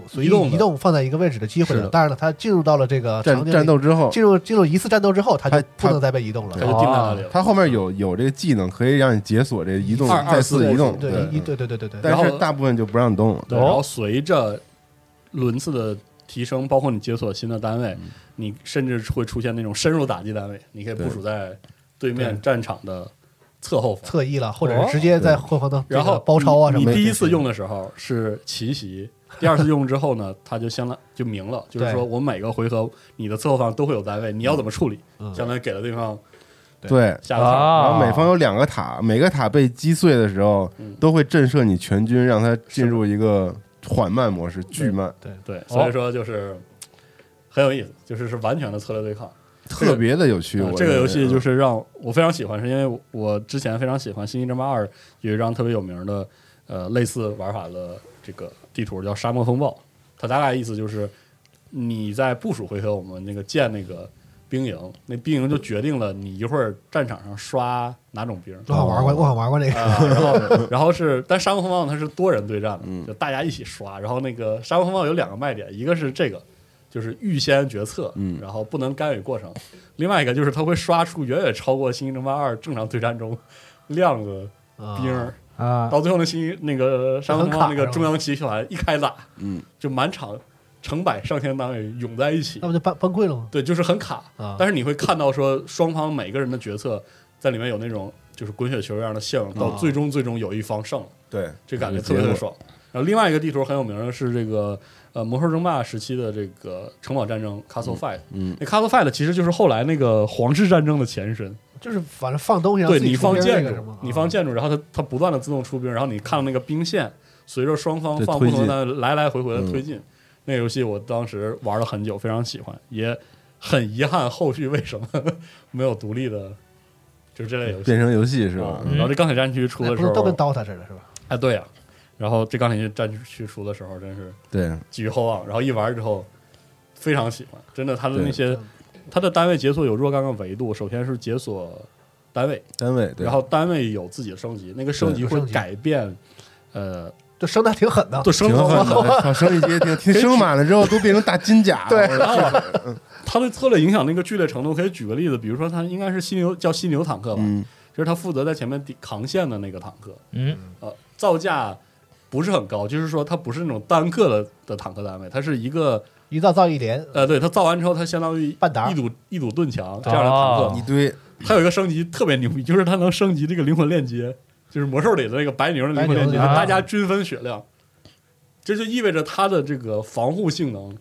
[SPEAKER 7] 随意
[SPEAKER 8] 移动的
[SPEAKER 7] 移动放在一个位置的机会
[SPEAKER 8] 是的
[SPEAKER 7] 的，但是呢，它进入到了这个场
[SPEAKER 9] 战
[SPEAKER 7] 景里
[SPEAKER 9] 战斗之后，
[SPEAKER 7] 进入进入一次战斗之后，它
[SPEAKER 9] 哦它
[SPEAKER 7] 就不能再被移动
[SPEAKER 8] 它就
[SPEAKER 7] 了。
[SPEAKER 8] 定在那里了。
[SPEAKER 7] 啊
[SPEAKER 9] 它后面有有这个技能可以让你解锁这移动
[SPEAKER 8] 二二
[SPEAKER 9] 再
[SPEAKER 8] 四
[SPEAKER 9] 次移动，
[SPEAKER 7] 对
[SPEAKER 9] 对，嗯
[SPEAKER 7] 一对对对对对，
[SPEAKER 9] 但
[SPEAKER 8] 然
[SPEAKER 9] 是
[SPEAKER 8] 后
[SPEAKER 9] 大部分就不让你动了。
[SPEAKER 8] 对，然
[SPEAKER 7] 哦
[SPEAKER 8] 后随着轮次的提升，包括你解锁新的单
[SPEAKER 9] 嗯
[SPEAKER 8] 位，你甚至会出现那种深入打击单位，你可以部署在对面战场的侧后方。
[SPEAKER 7] 侧翼了，或者是直接在后方的
[SPEAKER 8] 哦然后
[SPEAKER 7] 包抄啊什
[SPEAKER 8] 你
[SPEAKER 7] 么
[SPEAKER 8] 你
[SPEAKER 7] 的。
[SPEAKER 8] 第一次用的时候是奇袭，第二次用之后呢，它就相当就明了，就是
[SPEAKER 7] 对
[SPEAKER 8] 说我每个回合你的侧后方都会有单位，你要怎么处理，
[SPEAKER 7] 嗯
[SPEAKER 8] 相当于给了对方
[SPEAKER 9] 对，
[SPEAKER 8] 下个套。
[SPEAKER 9] 然后每方有两个塔，每个塔被击碎的时候
[SPEAKER 8] 嗯
[SPEAKER 9] 都会震慑你全军，让它进入一个缓慢模式，巨慢，
[SPEAKER 8] 对，所以说就是很有意思，就是是完全的策略对抗。个
[SPEAKER 9] 特别的有趣。
[SPEAKER 8] 啊
[SPEAKER 9] 我
[SPEAKER 8] 这个
[SPEAKER 9] 认
[SPEAKER 8] 游
[SPEAKER 9] 为
[SPEAKER 8] 戏就
[SPEAKER 9] 嗯
[SPEAKER 8] 是让我非常喜欢，是因为我我之前非常喜欢《星际争霸二》，有一张特别有名的呃类似玩法的这个地图叫《沙漠风暴》，它大概意思就是你在部署回合，我们那个建那个兵营，那兵营就决定了你一会儿战场上刷哪种兵。
[SPEAKER 7] 我好像玩
[SPEAKER 9] 哦
[SPEAKER 7] 过，我好像玩过那个。
[SPEAKER 8] 啊，然后然后是，但沙漠风暴它是多人对战的，
[SPEAKER 9] 嗯
[SPEAKER 8] 就大家一起刷。然后那个沙漠风暴有两个卖点，一个是这个，就是预先决策，
[SPEAKER 9] 嗯
[SPEAKER 8] 然后不能干预过程；另外一个就是它会刷出远远超过《星际争霸二》正常对战中量的
[SPEAKER 7] 啊
[SPEAKER 8] 兵儿，
[SPEAKER 2] 啊，
[SPEAKER 8] 到最后那新那个沙
[SPEAKER 7] 很
[SPEAKER 8] 皇
[SPEAKER 7] 卡
[SPEAKER 8] 那
[SPEAKER 7] 是
[SPEAKER 8] 个
[SPEAKER 7] 吧
[SPEAKER 8] 中央集权一开打，
[SPEAKER 9] 嗯，
[SPEAKER 8] 就满场成百上千单位涌在一起
[SPEAKER 7] 那，不就崩崩溃了吗？
[SPEAKER 8] 对，就是很卡。
[SPEAKER 7] 啊，
[SPEAKER 8] 但是你会看到说双方每个人的决策在里面有那种就是滚雪球一样的效应，到
[SPEAKER 7] 啊
[SPEAKER 8] 最终最终有一方胜了，
[SPEAKER 9] 对，
[SPEAKER 8] 这感觉特别特别爽。然后另外一个地图很有名的是这个呃《魔兽争霸》时期的这个城堡战争 Castle Fight，
[SPEAKER 9] 嗯，
[SPEAKER 8] 那 Castle Fight 其实就是后来那个皇室战争的前身。
[SPEAKER 7] 就是反正放东西，
[SPEAKER 8] 对你放建
[SPEAKER 7] 筑
[SPEAKER 8] 筑，，你
[SPEAKER 7] 啊
[SPEAKER 8] 放建筑，然后它它不断的自动出兵，然后你看到那个兵线随着双方
[SPEAKER 9] 对
[SPEAKER 8] 放
[SPEAKER 9] 推
[SPEAKER 8] 不同
[SPEAKER 9] 进
[SPEAKER 8] 的来来回回的
[SPEAKER 9] 嗯
[SPEAKER 8] 推进，那个游戏我当时玩了很久，非常喜欢，也很遗憾后续为什么 没有独立的，就是这类游戏
[SPEAKER 9] 变成游戏是吧
[SPEAKER 8] 啊？。然后这钢铁战区出
[SPEAKER 7] 那
[SPEAKER 8] 的
[SPEAKER 7] 哎不
[SPEAKER 8] 时
[SPEAKER 7] 是都跟
[SPEAKER 8] 候，
[SPEAKER 7] DOTA 似的，是吧？
[SPEAKER 8] 哎对呀，然后这钢铁战区出的时候真是
[SPEAKER 9] 对，
[SPEAKER 8] 寄予厚望，然后一玩之后非常喜欢，真的它的那
[SPEAKER 9] 对
[SPEAKER 8] 些它的单位解锁有若干个维度，首先是解锁单位。
[SPEAKER 9] 单位对，
[SPEAKER 8] 然后单位有自己的升级，那个升级
[SPEAKER 7] 对
[SPEAKER 8] 会
[SPEAKER 7] 升级
[SPEAKER 8] 改变，呃，
[SPEAKER 7] 这生的啊还挺狠的，
[SPEAKER 8] 对升
[SPEAKER 9] 挺
[SPEAKER 8] 级
[SPEAKER 9] 狠 的，操，生一阶挺挺生满了之后都变成大金甲，
[SPEAKER 7] 对
[SPEAKER 9] 我的天，
[SPEAKER 8] 它的策略影响那个剧烈程度，可以举个例子，比如说它应该是犀牛叫犀牛坦克吧，
[SPEAKER 9] 嗯，
[SPEAKER 8] 就是它负责在前面抵扛线的那个坦克，
[SPEAKER 2] 嗯，
[SPEAKER 8] 呃，造价不是很高，就是说它不是那种单个的的坦克单位，它是一个
[SPEAKER 7] 一造造一连，
[SPEAKER 8] 呃，对，它造完之后它相当于
[SPEAKER 7] 半打
[SPEAKER 8] 一堵一堵盾墙这样的坦克，
[SPEAKER 2] 哦
[SPEAKER 9] 一堆
[SPEAKER 8] 它有一个升级特别牛逼，就是它能升级这个灵魂链接，就是魔兽里的那个白牛的灵魂链接，
[SPEAKER 7] 白牛
[SPEAKER 8] 就
[SPEAKER 7] 啊
[SPEAKER 8] 大家均分血量，这就意味着它的这个防护性能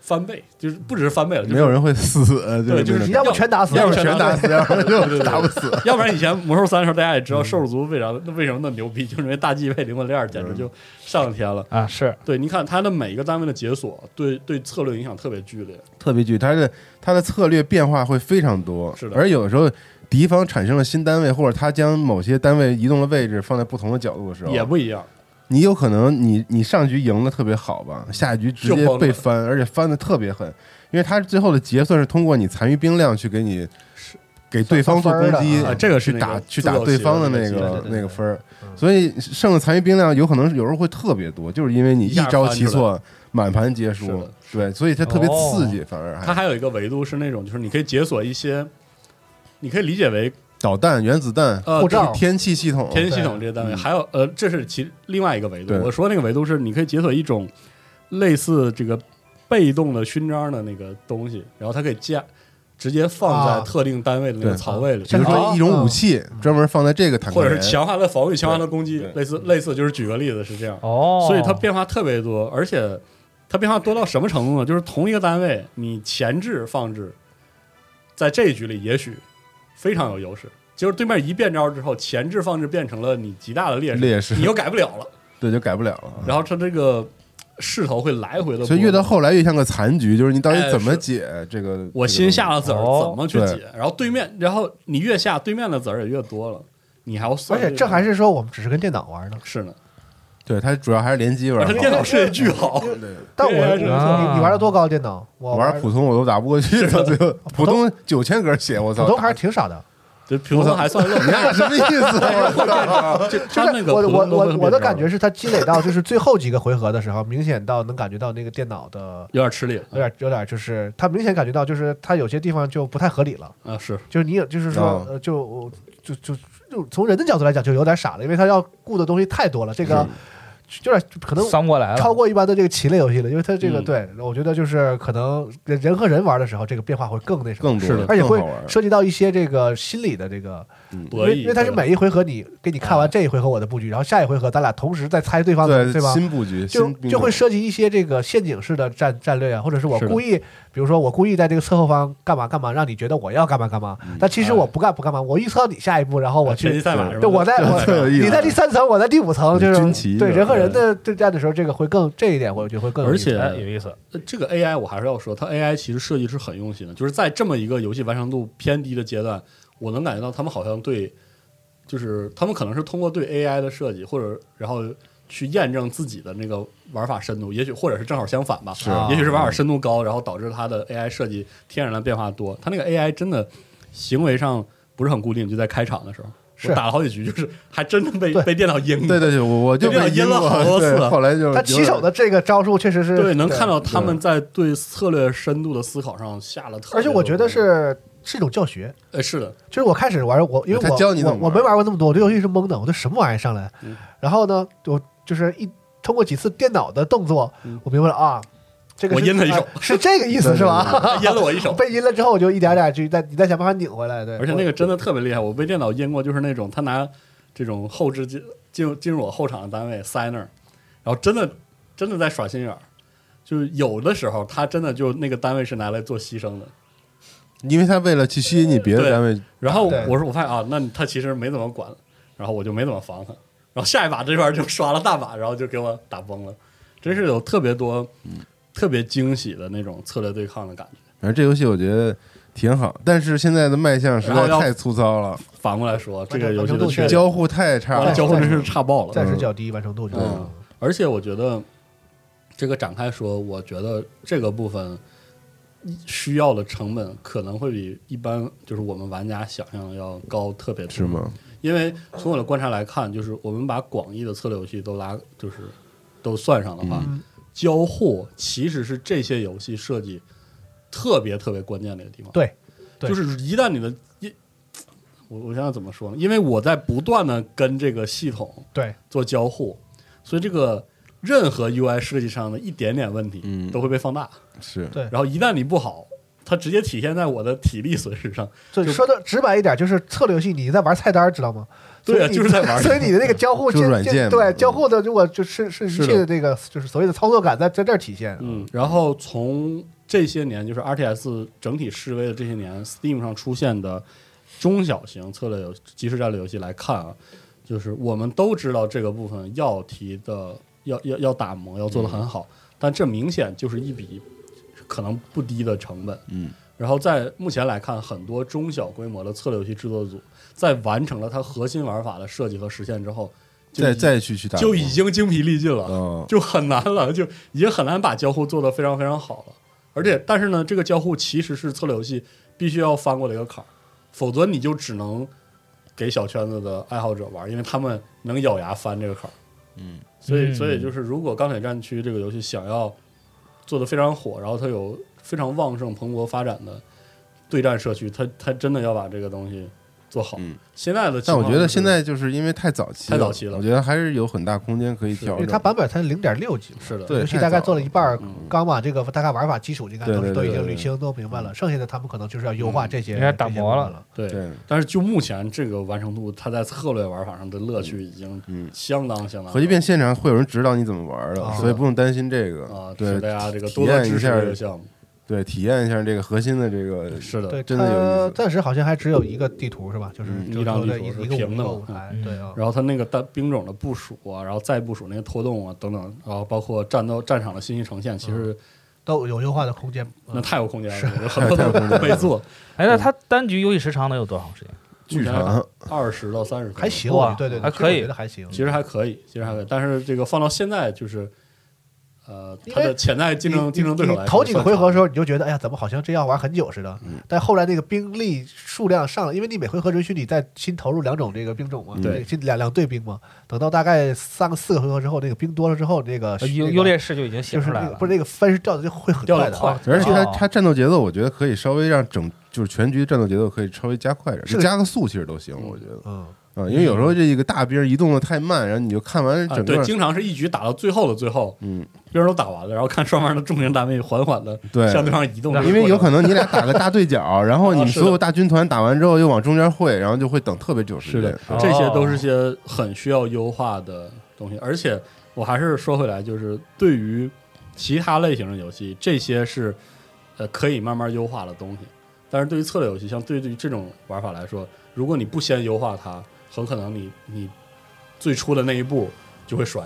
[SPEAKER 8] 翻倍，就是不只是翻倍了，就是
[SPEAKER 9] 没有人会死，呃
[SPEAKER 8] 对就是
[SPEAKER 7] 你要不全打死，
[SPEAKER 9] 要
[SPEAKER 8] 不
[SPEAKER 9] 不全打死，要不就打不死，嗯
[SPEAKER 8] 要不然以前魔兽三的时候，大家也知道兽族为啥那为什么那么牛逼，就是因为大 G 配灵魂链儿
[SPEAKER 9] 嗯
[SPEAKER 8] 简直就上天了。
[SPEAKER 2] 啊是
[SPEAKER 8] 对，你看它的每一个单位的解锁，对对策略影响特别剧烈。
[SPEAKER 9] 特别剧，它的它的策略变化会非常多，
[SPEAKER 8] 是的
[SPEAKER 9] 而有时候敌方产生了新单位，或者他将某些单位移动的位置放在不同的角度的时候，
[SPEAKER 8] 也不一样，
[SPEAKER 9] 你有可能你你上局赢的特别好吧，
[SPEAKER 8] 嗯
[SPEAKER 9] 下一局直接
[SPEAKER 8] 就崩了
[SPEAKER 9] 被翻，而且翻的特别狠，因为他最后的结算是通过你残余兵量去给你给对方做攻击，
[SPEAKER 7] 算分儿的啊
[SPEAKER 8] 这个是
[SPEAKER 9] 去
[SPEAKER 8] 那个
[SPEAKER 9] 打去
[SPEAKER 8] 自动
[SPEAKER 9] 打对方的那
[SPEAKER 8] 起的
[SPEAKER 9] 个
[SPEAKER 7] 对对对
[SPEAKER 9] 那个分儿
[SPEAKER 7] 嗯，
[SPEAKER 9] 所以剩的残余兵量有可能是有时候会特别多，就是因为你
[SPEAKER 8] 一下
[SPEAKER 9] 招棋错，满盘皆
[SPEAKER 8] 是
[SPEAKER 9] 输
[SPEAKER 8] 的，哦
[SPEAKER 9] 对，所以它特别刺激，反而
[SPEAKER 8] 它
[SPEAKER 9] 还
[SPEAKER 8] 还有一个维度是那种，就是你可以解锁一些，你可以理解为
[SPEAKER 9] 导弹、原子弹、
[SPEAKER 8] 呃
[SPEAKER 7] 护照
[SPEAKER 9] 天气系统，
[SPEAKER 8] 哦天气系统这些单位，
[SPEAKER 9] 嗯
[SPEAKER 8] 还有呃，这是其另外一个维度
[SPEAKER 9] 对。
[SPEAKER 8] 我说那个维度是你可以解锁一种类似这个被动的勋章的那个东西，然后它可以加直接放在
[SPEAKER 7] 啊
[SPEAKER 8] 特定单位的那
[SPEAKER 9] 对
[SPEAKER 8] 个槽位里，
[SPEAKER 9] 比如说
[SPEAKER 7] 像
[SPEAKER 9] 一种武器专门放在这个坦克
[SPEAKER 8] 啊或者是
[SPEAKER 9] 连
[SPEAKER 8] 强化它的防御、强化它的攻击
[SPEAKER 9] 对，
[SPEAKER 8] 类似类似就是举个例子是这样，
[SPEAKER 2] 哦，
[SPEAKER 8] 所以它变化特别多，而且它变化多到什么程度呢？就是同一个单位，你前置放置在这一局里也许非常有优势。就是对面一变招之后，前置放置变成了你极大的劣势，
[SPEAKER 9] 劣势
[SPEAKER 8] 你，又改不了了。
[SPEAKER 9] 对，就改不了了。
[SPEAKER 8] 然后它这个势头会来回的。
[SPEAKER 9] 所以越到，后来越像个残局，就是你到底
[SPEAKER 8] 哎
[SPEAKER 9] 怎么
[SPEAKER 8] 是
[SPEAKER 9] 解这个？
[SPEAKER 8] 我
[SPEAKER 9] 这个
[SPEAKER 8] 心下了子儿
[SPEAKER 2] 哦
[SPEAKER 8] 怎么去
[SPEAKER 9] 对
[SPEAKER 8] 解？然后对面，然后你越下，对面的子儿也越多了，你还要
[SPEAKER 7] 而
[SPEAKER 8] 算个。
[SPEAKER 7] 且这还是说我们只是跟电脑玩呢，
[SPEAKER 8] 是呢，
[SPEAKER 9] 对它主要还是联机玩
[SPEAKER 8] 而
[SPEAKER 9] 儿
[SPEAKER 8] 且
[SPEAKER 9] 好，
[SPEAKER 8] 电脑设计巨好，
[SPEAKER 7] 但我
[SPEAKER 8] 对
[SPEAKER 7] 我
[SPEAKER 8] 是
[SPEAKER 2] 啊
[SPEAKER 7] 你你玩的多高的电脑？我
[SPEAKER 9] 我 玩普通我都打不过去，到最后普
[SPEAKER 7] 普
[SPEAKER 9] 通九千格血，我操，
[SPEAKER 7] 普通还是挺少的，
[SPEAKER 8] 这平衡还算漏。
[SPEAKER 9] 你看什么意思 啊？
[SPEAKER 8] 这
[SPEAKER 7] 就
[SPEAKER 8] 他那
[SPEAKER 7] 是
[SPEAKER 8] 个
[SPEAKER 7] 我
[SPEAKER 8] 普
[SPEAKER 7] 我
[SPEAKER 8] 通都会
[SPEAKER 7] 我我的
[SPEAKER 8] 变招
[SPEAKER 7] 感觉是，它积累到就是最后几个回合的时候，明显到能感觉到那个电脑的
[SPEAKER 8] 有点吃力
[SPEAKER 7] 有点有点就是，它明显感觉到就是它有些地方就不太合理了，
[SPEAKER 8] 啊，是
[SPEAKER 7] 就是你有就是说
[SPEAKER 9] 哦
[SPEAKER 7] 呃就就就就从人的角度来讲就有点傻了，因为他要顾的东西太多了，这个就有点可能
[SPEAKER 2] 伤不过来了，
[SPEAKER 7] 超过一般的这个棋类游戏了，因为它这个
[SPEAKER 8] 嗯
[SPEAKER 7] 对我觉得就是可能人人和人玩的时候，这个变化会更那什么。
[SPEAKER 9] 更多
[SPEAKER 8] 是的
[SPEAKER 7] 而且
[SPEAKER 9] 更
[SPEAKER 7] 哎会
[SPEAKER 9] 好玩儿。
[SPEAKER 7] 涉及到一些这个心理的这个，因
[SPEAKER 8] 博
[SPEAKER 7] 为
[SPEAKER 8] 弈，嗯
[SPEAKER 7] 因为它是每一回合你给你看完这一回合我的布局，然后下一回合咱俩同时在猜对方的，对
[SPEAKER 9] 对
[SPEAKER 7] 吧？
[SPEAKER 9] 新布局，
[SPEAKER 7] 就
[SPEAKER 9] 新兵
[SPEAKER 7] 就会
[SPEAKER 9] 种
[SPEAKER 7] 涉及一些这个陷阱式的战战略啊，或者是我
[SPEAKER 8] 是的
[SPEAKER 7] 故意，比如说我故意在这个侧后方干嘛干嘛，让你觉得我要干嘛干嘛，
[SPEAKER 8] 嗯哎
[SPEAKER 7] 但其实我不干不干嘛，我预测你下一步，然后我
[SPEAKER 8] 啊拳击
[SPEAKER 7] 去，
[SPEAKER 8] 赛马
[SPEAKER 9] 对
[SPEAKER 8] 是吧？
[SPEAKER 7] 对，我在
[SPEAKER 9] 特有
[SPEAKER 7] 我
[SPEAKER 9] 意思
[SPEAKER 7] 你在第三层，我在第五层，就
[SPEAKER 9] 军
[SPEAKER 7] 是
[SPEAKER 9] 棋
[SPEAKER 7] 对
[SPEAKER 9] 是吧
[SPEAKER 7] 人和人的对战的时候，这个会更这一点，我觉得会更有
[SPEAKER 8] 而
[SPEAKER 7] 意思
[SPEAKER 2] 哎
[SPEAKER 8] 且
[SPEAKER 2] 有意思，
[SPEAKER 8] 呃这个 AI 我还是要说，它 AI 其实设计是很用心的，就是在这么一个游戏完成度偏低的阶段，我能感觉到他们好像对，就是他们可能是通过对 AI 的设计，或者然后去验证自己的那个玩法深度，也许或者是正好相反吧，
[SPEAKER 9] 是啊嗯
[SPEAKER 8] 也许是玩法深度高，然后导致它的 AI 设计天然的变化多，它那个 AI 真的行为上不是很固定，就在开场的时候。
[SPEAKER 7] 是
[SPEAKER 8] 我打了好几局，就是还真的被
[SPEAKER 7] 对
[SPEAKER 8] 被电脑阴
[SPEAKER 9] 啊对对对，我我就
[SPEAKER 8] 就这样
[SPEAKER 9] 被阴
[SPEAKER 8] 阴了
[SPEAKER 9] 过
[SPEAKER 8] 好多
[SPEAKER 9] 对
[SPEAKER 8] 次了
[SPEAKER 9] 后来就
[SPEAKER 7] 他起手的这个招数确实是
[SPEAKER 8] 对，能看。到他
[SPEAKER 9] 对
[SPEAKER 8] 们在对策略深度的思考上下了特别多
[SPEAKER 7] 而且我觉得
[SPEAKER 8] 功夫
[SPEAKER 7] 是是一种教学。
[SPEAKER 8] 呃，是的，
[SPEAKER 7] 就是我开始玩我，因为
[SPEAKER 9] 他
[SPEAKER 7] 我
[SPEAKER 9] 教你怎么
[SPEAKER 7] 我我
[SPEAKER 9] 玩
[SPEAKER 7] 没玩过那么多，我对游戏是懵的，我这什么玩意儿上来？
[SPEAKER 8] 嗯
[SPEAKER 7] 然后呢，我就是一通过几次电脑的动作，
[SPEAKER 8] 嗯
[SPEAKER 7] 我明白了啊，这个
[SPEAKER 8] 我
[SPEAKER 7] 是
[SPEAKER 8] 阴了一手
[SPEAKER 7] 啊是这个意思是吧？。
[SPEAKER 8] 他 阴了我一手
[SPEAKER 7] 被阴了之后，我就一点点去再你再想办法拧回来。对，
[SPEAKER 8] 而且那个真的特别厉害，我被电脑阴过，就是那种他拿这种后置进进入进入我后场的单位塞那儿，然后真的真的在耍心眼儿，就是有的时候他真的就那个单位是拿来做牺牲的。
[SPEAKER 9] 因为他为了去吸引你别的
[SPEAKER 8] 对
[SPEAKER 9] 单位，
[SPEAKER 8] 然后
[SPEAKER 7] 对
[SPEAKER 8] 我说我发现啊，那他其实没怎么管，然后我就没怎么防他，然后下一把这边就刷了大把，然后就给我打崩了，真是有特别多
[SPEAKER 7] 嗯
[SPEAKER 8] 特别惊喜的那种策略对抗的感觉。
[SPEAKER 9] 反正这游戏我觉得挺好，但是现在的卖相实在
[SPEAKER 8] 然后要
[SPEAKER 9] 太粗糙了，
[SPEAKER 8] 反过来说，这个游
[SPEAKER 7] 完成
[SPEAKER 8] 戏的
[SPEAKER 7] 度
[SPEAKER 8] 缺点，
[SPEAKER 9] 交互太差
[SPEAKER 8] 完
[SPEAKER 9] 了
[SPEAKER 8] 了，交互真是差爆了，
[SPEAKER 7] 暂时较低，完成度就
[SPEAKER 8] 嗯，而且我觉得这个展开说，我觉得这个部分需要的成本可能会比一般就是我们玩家想象的要高特别多，
[SPEAKER 9] 是？吗？
[SPEAKER 8] 因为从我的观察来看，就是我们把广义的策略游戏都拉，就是都算上的话，
[SPEAKER 7] 嗯
[SPEAKER 8] 交互其实是这些游戏设计特别特别关键的一个地方。
[SPEAKER 7] 对对
[SPEAKER 8] 就是一旦你的一，我我想想怎么说呢？因为我在不断的跟这个系统
[SPEAKER 7] 对
[SPEAKER 8] 做交互，所以这个任何 UI 设计上的一点点问
[SPEAKER 9] 嗯
[SPEAKER 8] 题都会被放大。
[SPEAKER 9] 是
[SPEAKER 7] 对
[SPEAKER 8] 然后一旦你不好，它直接体现在我的体力损失上。
[SPEAKER 7] 所以
[SPEAKER 8] 就
[SPEAKER 7] 说的直白一点，就是策略游戏你在玩菜单，知道吗？
[SPEAKER 8] 对啊
[SPEAKER 7] 所以你
[SPEAKER 8] 就是在玩
[SPEAKER 7] 所以你的那个交互
[SPEAKER 9] 就是
[SPEAKER 7] 键
[SPEAKER 9] 软件
[SPEAKER 7] 键
[SPEAKER 9] 嘛
[SPEAKER 7] 对
[SPEAKER 9] 嗯
[SPEAKER 7] 交互的，如果就是是
[SPEAKER 8] 是的
[SPEAKER 7] 一切的这个就是所谓的操作感在在这儿体现。
[SPEAKER 8] 嗯，然后从这些年就是 RTS 整体示威的这些年，Steam 上出现的中小型策略游即时战略游戏来看啊，就是我们都知道这个部分要提的要要要打磨，要做得很好，
[SPEAKER 9] 嗯
[SPEAKER 8] 但这明显就是一笔可能不低的成本。
[SPEAKER 9] 嗯，
[SPEAKER 8] 然后在目前来看，很多中小规模的策略游戏制作组在完成了它核心玩法的设计和实现之后，就
[SPEAKER 9] 再
[SPEAKER 8] 已
[SPEAKER 9] 再去去打
[SPEAKER 8] 就
[SPEAKER 9] 工
[SPEAKER 8] 已经精疲力尽了。
[SPEAKER 9] 嗯
[SPEAKER 8] 就很难了，就已经很难把交互做得非常非常好了。而且，但是呢，这个交互其实是策略游戏必须要翻过的一个坎儿，否则你就只能给小圈子的爱好者玩，因为他们能咬牙翻这个坎儿。
[SPEAKER 9] 嗯，
[SPEAKER 8] 所以，
[SPEAKER 11] 嗯
[SPEAKER 8] 所以就是，如果《钢铁战区》这个游戏想要做得非常火，然后它有非常旺盛蓬勃发展的对战社区，它它真的要把这个东西做好。
[SPEAKER 9] 嗯
[SPEAKER 8] 现在的情
[SPEAKER 9] 但我
[SPEAKER 8] 况就是，
[SPEAKER 9] 觉得现在就是因为太早期，
[SPEAKER 8] 太早期了
[SPEAKER 9] 我觉得还是有很大空间可以
[SPEAKER 8] 是
[SPEAKER 9] 调
[SPEAKER 7] 因为
[SPEAKER 9] 整。
[SPEAKER 7] 它版本才零点六级，
[SPEAKER 8] 是的，
[SPEAKER 9] 对
[SPEAKER 7] 游戏
[SPEAKER 9] 太
[SPEAKER 7] 大概
[SPEAKER 9] 早
[SPEAKER 7] 做了一半儿
[SPEAKER 8] 嗯，
[SPEAKER 7] 刚把这个大概玩法基础应该都
[SPEAKER 9] 对对
[SPEAKER 7] 是都已
[SPEAKER 9] 对
[SPEAKER 7] 经
[SPEAKER 9] 对
[SPEAKER 7] 捋清都明白了，剩下的他们可能就是要优化这些
[SPEAKER 2] 应该打磨了
[SPEAKER 7] 这些部分了。
[SPEAKER 8] 对
[SPEAKER 9] 对，
[SPEAKER 8] 但是就目前这个完成度，它在策略玩法上的乐趣已经
[SPEAKER 9] 嗯，
[SPEAKER 8] 相当相当。
[SPEAKER 9] 核聚变现场会有人指导你怎么玩的，
[SPEAKER 7] 啊
[SPEAKER 9] 所以不用担心这个
[SPEAKER 8] 啊，请
[SPEAKER 9] 对
[SPEAKER 8] 大家这个
[SPEAKER 9] 体
[SPEAKER 8] 多多
[SPEAKER 9] 验一
[SPEAKER 8] 支持
[SPEAKER 9] 下
[SPEAKER 8] 这个项目。
[SPEAKER 9] 对，体验一下这个核心的这个
[SPEAKER 8] 是的，
[SPEAKER 7] 对，
[SPEAKER 9] 真的有意
[SPEAKER 7] 它
[SPEAKER 9] 思
[SPEAKER 7] 暂时好像还只有一个地图是吧？就是
[SPEAKER 9] 嗯
[SPEAKER 7] 就
[SPEAKER 8] 一张
[SPEAKER 7] 是
[SPEAKER 8] 地图
[SPEAKER 7] 一
[SPEAKER 8] 是
[SPEAKER 7] 一个
[SPEAKER 8] 平
[SPEAKER 7] 舞
[SPEAKER 8] 的
[SPEAKER 7] 个
[SPEAKER 8] 嘛
[SPEAKER 7] 舞台
[SPEAKER 11] 嗯，
[SPEAKER 7] 对啊。
[SPEAKER 8] 然后它那个单兵种的部署啊，然后再部署那些拖动啊等等，然后包括战斗战场的信息呈现，其实
[SPEAKER 7] 都有优化的空间。嗯
[SPEAKER 8] 那太有空间啊了，有很多都没做，
[SPEAKER 2] 哎，那它单局游戏时长能有多长时间？
[SPEAKER 9] 剧场，
[SPEAKER 8] 二十到三十
[SPEAKER 7] 还。行，
[SPEAKER 2] 哇
[SPEAKER 7] 我对对，对
[SPEAKER 2] 还
[SPEAKER 7] 其实
[SPEAKER 2] 可以
[SPEAKER 7] 我觉得还行。
[SPEAKER 8] 其实还可以，其实还可以，但是这个放到现在就是，呃，它
[SPEAKER 7] 因
[SPEAKER 8] 的
[SPEAKER 7] 为
[SPEAKER 8] 潜在竞争
[SPEAKER 7] 你
[SPEAKER 8] 竞争对手
[SPEAKER 7] 你
[SPEAKER 8] 来说
[SPEAKER 7] 头几个回合的时
[SPEAKER 8] 候，
[SPEAKER 7] 候，你就觉得哎呀，怎么好像这要玩很久似的
[SPEAKER 9] 嗯？
[SPEAKER 7] 但后来那个兵力数量上了，因为你每回合允许你再新投入两种这个兵种嘛，
[SPEAKER 9] 嗯
[SPEAKER 8] 对
[SPEAKER 7] 新两两队兵嘛。等到大概三个四个回合之后，那个兵多了之后，那个
[SPEAKER 2] 呃优
[SPEAKER 7] 那个
[SPEAKER 2] 优劣势就已经写
[SPEAKER 7] 就是
[SPEAKER 2] 出
[SPEAKER 7] 那
[SPEAKER 2] 来
[SPEAKER 7] 个
[SPEAKER 2] 了，
[SPEAKER 7] 不是那个分是掉的就会很
[SPEAKER 8] 掉
[SPEAKER 7] 快
[SPEAKER 8] 得
[SPEAKER 7] 的
[SPEAKER 8] 快
[SPEAKER 7] 啊。
[SPEAKER 9] 而且它
[SPEAKER 2] 哦
[SPEAKER 9] 它战斗节奏，我觉得可以稍微让整就是全局战斗节奏可以稍微加快点，
[SPEAKER 7] 是
[SPEAKER 9] 就加个速其实都行，我觉得
[SPEAKER 7] 嗯，
[SPEAKER 9] 啊，因为有时候这个大兵移动的太慢，然后你就看完
[SPEAKER 8] 啊，
[SPEAKER 9] 整
[SPEAKER 8] 对，
[SPEAKER 9] 个，
[SPEAKER 8] 经常是一局打到最后的最后，
[SPEAKER 9] 嗯，
[SPEAKER 8] 别人都打完了，然后看双方的重型单位缓缓的
[SPEAKER 9] 对，
[SPEAKER 8] 向对方移动，
[SPEAKER 9] 因为有可能你俩打个大对角，然后你
[SPEAKER 8] 啊
[SPEAKER 9] 们
[SPEAKER 8] 是的
[SPEAKER 9] 所有大军团打完之后又往中间汇，然后就会等特别久时
[SPEAKER 8] 是
[SPEAKER 9] 间
[SPEAKER 8] 的。，这些都是些很需要优化的东西。而且我还是说回来，就是对于其他类型的游戏，这些是呃可以慢慢优化的东西。但是对于策略游戏，像对于这种玩法来说，如果你不先优化它，很可能你你最初的那一步就会摔。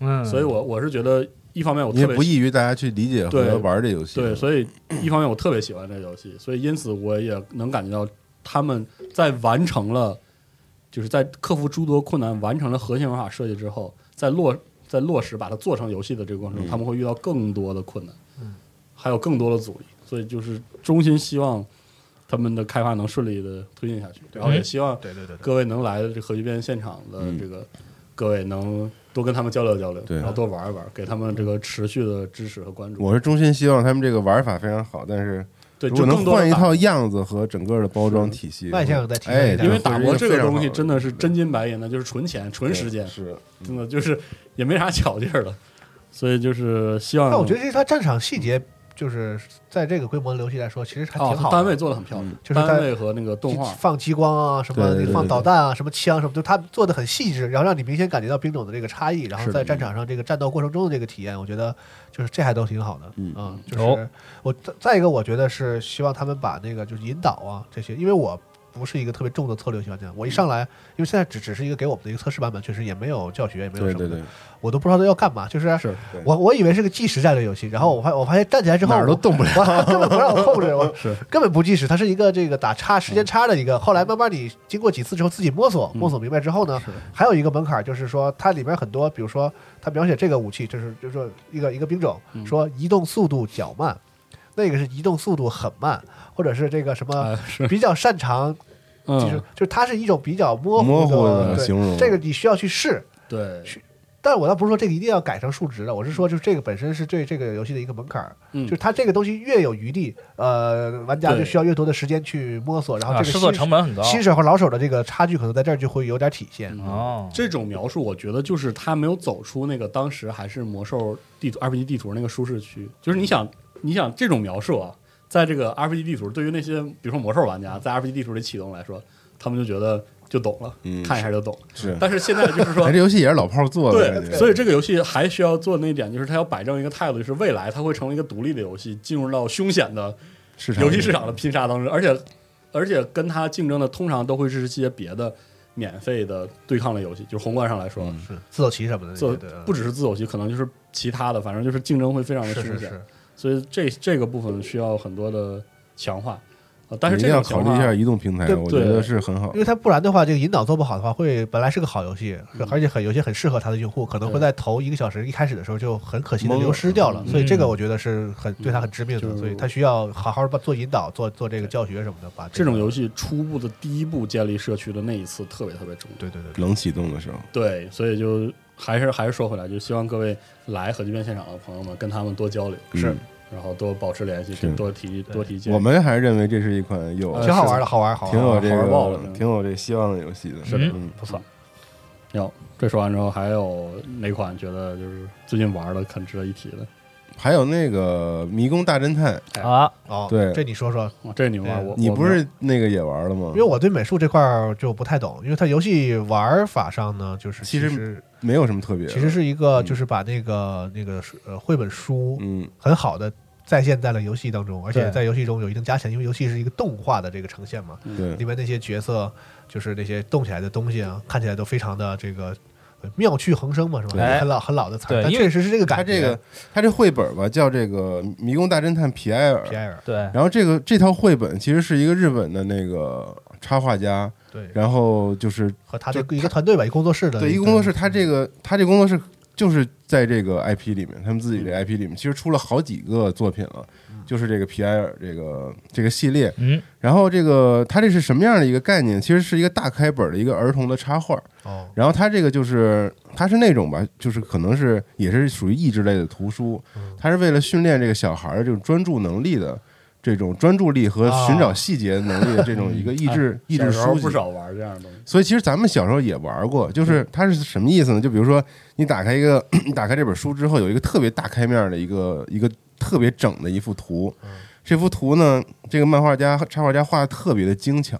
[SPEAKER 2] 嗯，
[SPEAKER 8] 所以我我是觉得，一方面我
[SPEAKER 9] 你也
[SPEAKER 8] 特别
[SPEAKER 9] 不易于大家去理解和
[SPEAKER 8] 对
[SPEAKER 9] 玩这游戏。
[SPEAKER 8] 对，所以一方面我特别喜欢这个游戏，所以因此我也能感觉到他们在完成了，就是在克服诸多困难、完成了核心玩法设计之后，在落在落实把它做成游戏的这个过程中，
[SPEAKER 9] 嗯
[SPEAKER 8] 他们会遇到更多的困难，
[SPEAKER 7] 嗯
[SPEAKER 8] 还有更多的阻力，所以就是衷心希望他们的开发能顺利的推进下去，然后也希望
[SPEAKER 7] 对对对对。
[SPEAKER 8] 各位能来这核聚变现场的这个、各位能多跟他们交流交流，
[SPEAKER 9] 对
[SPEAKER 8] 然后多玩一玩，给他们这个持续的支持和关注。
[SPEAKER 9] 我是衷心希望他们这个玩法非常好，但是
[SPEAKER 8] 对，
[SPEAKER 9] 如
[SPEAKER 8] 就
[SPEAKER 9] 果
[SPEAKER 8] 更
[SPEAKER 9] 能
[SPEAKER 8] 多的
[SPEAKER 9] 换一
[SPEAKER 8] 打
[SPEAKER 9] 套样子和整个的包装体系，
[SPEAKER 7] 外向再提炼
[SPEAKER 9] 哎
[SPEAKER 7] 一下
[SPEAKER 9] 对
[SPEAKER 8] 因为
[SPEAKER 9] 会
[SPEAKER 8] 打
[SPEAKER 9] 是一
[SPEAKER 8] 磨
[SPEAKER 9] 个
[SPEAKER 8] 这
[SPEAKER 9] 非
[SPEAKER 8] 个
[SPEAKER 9] 常
[SPEAKER 8] 东
[SPEAKER 9] 好
[SPEAKER 8] 西
[SPEAKER 9] 的
[SPEAKER 8] 真的是
[SPEAKER 9] 对
[SPEAKER 8] 真金白银的，就是纯钱、纯
[SPEAKER 9] 对
[SPEAKER 8] 时间，
[SPEAKER 9] 是
[SPEAKER 8] 真的就是也没啥巧劲儿了。所以就是希望，哦
[SPEAKER 7] 但我觉得这是他战场细节，就是在这个规模的游戏来说，其实还
[SPEAKER 8] 哦
[SPEAKER 7] 挺好的。
[SPEAKER 8] 单位做的很漂亮，
[SPEAKER 9] 嗯
[SPEAKER 7] 就是
[SPEAKER 8] 单
[SPEAKER 7] 单
[SPEAKER 8] 位和那个动画，
[SPEAKER 7] 放激光啊，什么
[SPEAKER 9] 对对对
[SPEAKER 7] 放导弹啊，什么枪什么，就他做的很细致，然后让你明显感觉到兵种的这个差异，然后
[SPEAKER 8] 是的
[SPEAKER 7] 在
[SPEAKER 9] 嗯
[SPEAKER 7] 战场上这个战斗过程中的这个体验，我觉得就是这还都挺好的。
[SPEAKER 9] 嗯
[SPEAKER 7] 啊，就
[SPEAKER 2] 哦
[SPEAKER 7] 是我再再一个，我觉得是希望他们把那个就是引导啊这些，因为我。不是一个特别重的策略型玩家，
[SPEAKER 9] 嗯
[SPEAKER 7] 我一上来，因为现在只只是一个给我们的一个测试版本，确实也没有教学，也没有
[SPEAKER 9] 对
[SPEAKER 7] 什么的，
[SPEAKER 9] 对对，
[SPEAKER 7] 我都不知道他要干嘛。就是
[SPEAKER 8] 是
[SPEAKER 9] 对
[SPEAKER 7] 我我以为是个计时战略游戏，然后我发我发现站起来之后
[SPEAKER 9] 哪儿都动不了，
[SPEAKER 7] 我根本不让我控制， 我
[SPEAKER 8] 是
[SPEAKER 7] 根本不计时，它是一个这个打叉时
[SPEAKER 9] 嗯
[SPEAKER 7] 间差的一个。后来慢慢你经过几次之后，自己摸索
[SPEAKER 8] 嗯
[SPEAKER 7] 摸索明白之后呢，
[SPEAKER 8] 是
[SPEAKER 7] 还有一个门槛就是说，它里面很多，比如说它描写这个武器，就是就是说一个一个兵种，
[SPEAKER 8] 嗯
[SPEAKER 7] 说移动速度较慢，那个是移动速度很慢，或者是这个什么
[SPEAKER 8] 啊是，
[SPEAKER 7] 比较擅长，就是
[SPEAKER 8] 嗯，
[SPEAKER 7] 就是它是一种比较模
[SPEAKER 9] 模糊
[SPEAKER 7] 的
[SPEAKER 9] 的
[SPEAKER 7] 对
[SPEAKER 9] 形容
[SPEAKER 7] 这个你需要去试，
[SPEAKER 8] 对，
[SPEAKER 7] 但我倒不是说这个一定要改成数值的，我是说就是这个本身是对这个游戏的一个门槛儿，
[SPEAKER 8] 嗯
[SPEAKER 7] 就是它这个东西越有余地，呃，玩家
[SPEAKER 8] 对
[SPEAKER 7] 就需要越多的时间去摸索，然后
[SPEAKER 2] 啊，
[SPEAKER 7] 这个
[SPEAKER 2] 制
[SPEAKER 7] 新
[SPEAKER 2] 作成本很高
[SPEAKER 7] 新手和老手的这个差距可能在这儿就会有点体现。
[SPEAKER 8] 嗯
[SPEAKER 2] 哦，
[SPEAKER 8] 这种描述，我觉得就是他没有走出那个当时还是魔兽地图 RPG 地图那个舒适区。就是你想，你想这种描述啊，在这个 RPG 地图，对于那些比如说魔兽玩家在 RPG 地图里启动来说，他们就觉得就懂了，
[SPEAKER 9] 嗯
[SPEAKER 8] 看一下就懂。
[SPEAKER 9] 是。
[SPEAKER 8] 但是现在就是说
[SPEAKER 9] 哎，这，游戏也是老炮儿做的，感
[SPEAKER 8] 对，
[SPEAKER 9] 觉
[SPEAKER 8] 所以这个游戏还需要做那一点，就是它要摆正一个态度，就是未来它会成为一个独立的游戏，进入到凶险的
[SPEAKER 9] 市场
[SPEAKER 8] 游戏市场的拼杀当中，而且而且跟它竞争的通常都会是一些别的免费的对抗类游戏，就是宏观上来说，
[SPEAKER 9] 嗯
[SPEAKER 7] 是自走棋什么的，
[SPEAKER 8] 做
[SPEAKER 7] 对对对
[SPEAKER 8] 不只是自走棋，可能就是其他的，反正就是竞争会非常的
[SPEAKER 7] 是
[SPEAKER 8] 凶
[SPEAKER 7] 是
[SPEAKER 8] 险，
[SPEAKER 7] 是，
[SPEAKER 8] 所以这这个部分需要很多的强化。呃但是
[SPEAKER 9] 一
[SPEAKER 8] 这
[SPEAKER 9] 定要
[SPEAKER 8] 种
[SPEAKER 9] 考
[SPEAKER 8] 强
[SPEAKER 9] 虑一下
[SPEAKER 8] 化，
[SPEAKER 9] 移动平台，
[SPEAKER 8] 对
[SPEAKER 9] 我觉
[SPEAKER 8] 对嗯
[SPEAKER 9] 得是很好
[SPEAKER 7] 因。为它不然的话，这个引导做不好的话，会本来是个好游戏，而且很有些很适合它的用户，可能会
[SPEAKER 8] 嗯对
[SPEAKER 7] 在头一个小时一开始的时候就很可惜的
[SPEAKER 8] 懵了
[SPEAKER 7] 流失掉了。
[SPEAKER 8] 嗯
[SPEAKER 7] 所以这个我觉得是很对它很致命的，
[SPEAKER 8] 就是
[SPEAKER 7] 所以它需要好好把做引导，做做这个教学什么的，把
[SPEAKER 8] 这种
[SPEAKER 7] 个
[SPEAKER 8] 游戏初步的第一步建立社区的那一次特别特别重要。
[SPEAKER 7] 对对对。
[SPEAKER 9] 冷启动的时候，
[SPEAKER 8] 对，所以就还是还是说回来，就希望各位来核聚变现场的朋友们跟他们多交流，
[SPEAKER 9] 是
[SPEAKER 8] 然后多保持联系，
[SPEAKER 9] 是
[SPEAKER 8] 多提多提建议。
[SPEAKER 9] 嗯我们还是认为这是一款有
[SPEAKER 8] 呃
[SPEAKER 7] 挺好玩的，好玩，好玩，哦
[SPEAKER 9] 挺有这
[SPEAKER 8] 好玩爆了
[SPEAKER 9] 个
[SPEAKER 8] 真的
[SPEAKER 9] 挺有这希望的游戏的。
[SPEAKER 8] 是
[SPEAKER 2] 的
[SPEAKER 9] 嗯，
[SPEAKER 8] 不错。有，这说完之后，还有哪款觉得就是最近玩的很值得一提的？
[SPEAKER 9] 还有那个《迷宫大侦探》，
[SPEAKER 2] 啊，
[SPEAKER 7] 哦，
[SPEAKER 9] 对
[SPEAKER 7] 这你说说，
[SPEAKER 8] 哦，这你们玩
[SPEAKER 7] 对
[SPEAKER 8] 我
[SPEAKER 9] 哎你
[SPEAKER 8] 我
[SPEAKER 9] 不
[SPEAKER 8] 没有
[SPEAKER 9] 是那个也玩了吗？
[SPEAKER 7] 因为我对美术这块儿就不太懂，因为它游戏玩法上呢，就是
[SPEAKER 9] 其
[SPEAKER 7] 其
[SPEAKER 9] 实
[SPEAKER 7] 实
[SPEAKER 9] 没有什么特别的。
[SPEAKER 7] 其实是一个
[SPEAKER 9] 嗯
[SPEAKER 7] 就是把那个那个呃绘本书
[SPEAKER 9] 嗯，
[SPEAKER 7] 很好的再现在了游戏当中，而且
[SPEAKER 2] 对
[SPEAKER 7] 在游戏中有一定加强，因为游戏是一个动画的这个呈现嘛，
[SPEAKER 9] 对
[SPEAKER 7] 里面那些角色就是那些动起来的东西啊，看起来都非常的这个呃妙趣横生嘛，是吧？
[SPEAKER 2] 哎
[SPEAKER 7] 很老很老的词儿，
[SPEAKER 2] 对
[SPEAKER 7] 但
[SPEAKER 2] 因为
[SPEAKER 7] 确实是这个感
[SPEAKER 9] 他
[SPEAKER 7] 觉。
[SPEAKER 9] 这个他这绘本吧叫这个《迷宫大侦探皮埃尔
[SPEAKER 7] 皮》，埃尔，
[SPEAKER 2] 对，
[SPEAKER 9] 然后这个这套绘本其实是一个日本的那个插画家，
[SPEAKER 7] 对，
[SPEAKER 9] 然后就是
[SPEAKER 7] 和他的
[SPEAKER 9] 就
[SPEAKER 7] 一个团队吧，一个工作室的，
[SPEAKER 9] 对一个工作室，他这个他这工作室就是在这个 IP 里面，他们自己
[SPEAKER 7] 嗯
[SPEAKER 9] 的 IP 里面，其实出了好几个作品了，就是这个皮埃尔这个这个系列。
[SPEAKER 2] 嗯，
[SPEAKER 9] 然后这个它这是什么样的一个概念？其实是一个大开本的一个儿童的插画。
[SPEAKER 7] 哦，
[SPEAKER 9] 然后它这个就是它是那种吧，就是可能是也是属于益智类的图书，
[SPEAKER 7] 嗯
[SPEAKER 9] 它是为了训练这个小孩儿的这种专注能力的。这种专注力和寻
[SPEAKER 7] 啊
[SPEAKER 9] 找细节能力的这种一个 益
[SPEAKER 7] 哎
[SPEAKER 9] 智益
[SPEAKER 8] 哎小
[SPEAKER 9] 智
[SPEAKER 8] 时候
[SPEAKER 9] 书籍，
[SPEAKER 8] 不少玩这样的东西。
[SPEAKER 9] 所以其实咱们小时候也玩过，就是它是什么意思呢？就比如说你打开一个， 你打开这本书之后，有一个特别大开面的一个一个特别整的一幅图，
[SPEAKER 7] 嗯
[SPEAKER 9] 这幅图呢，这个漫画家插画家画的特别的精巧，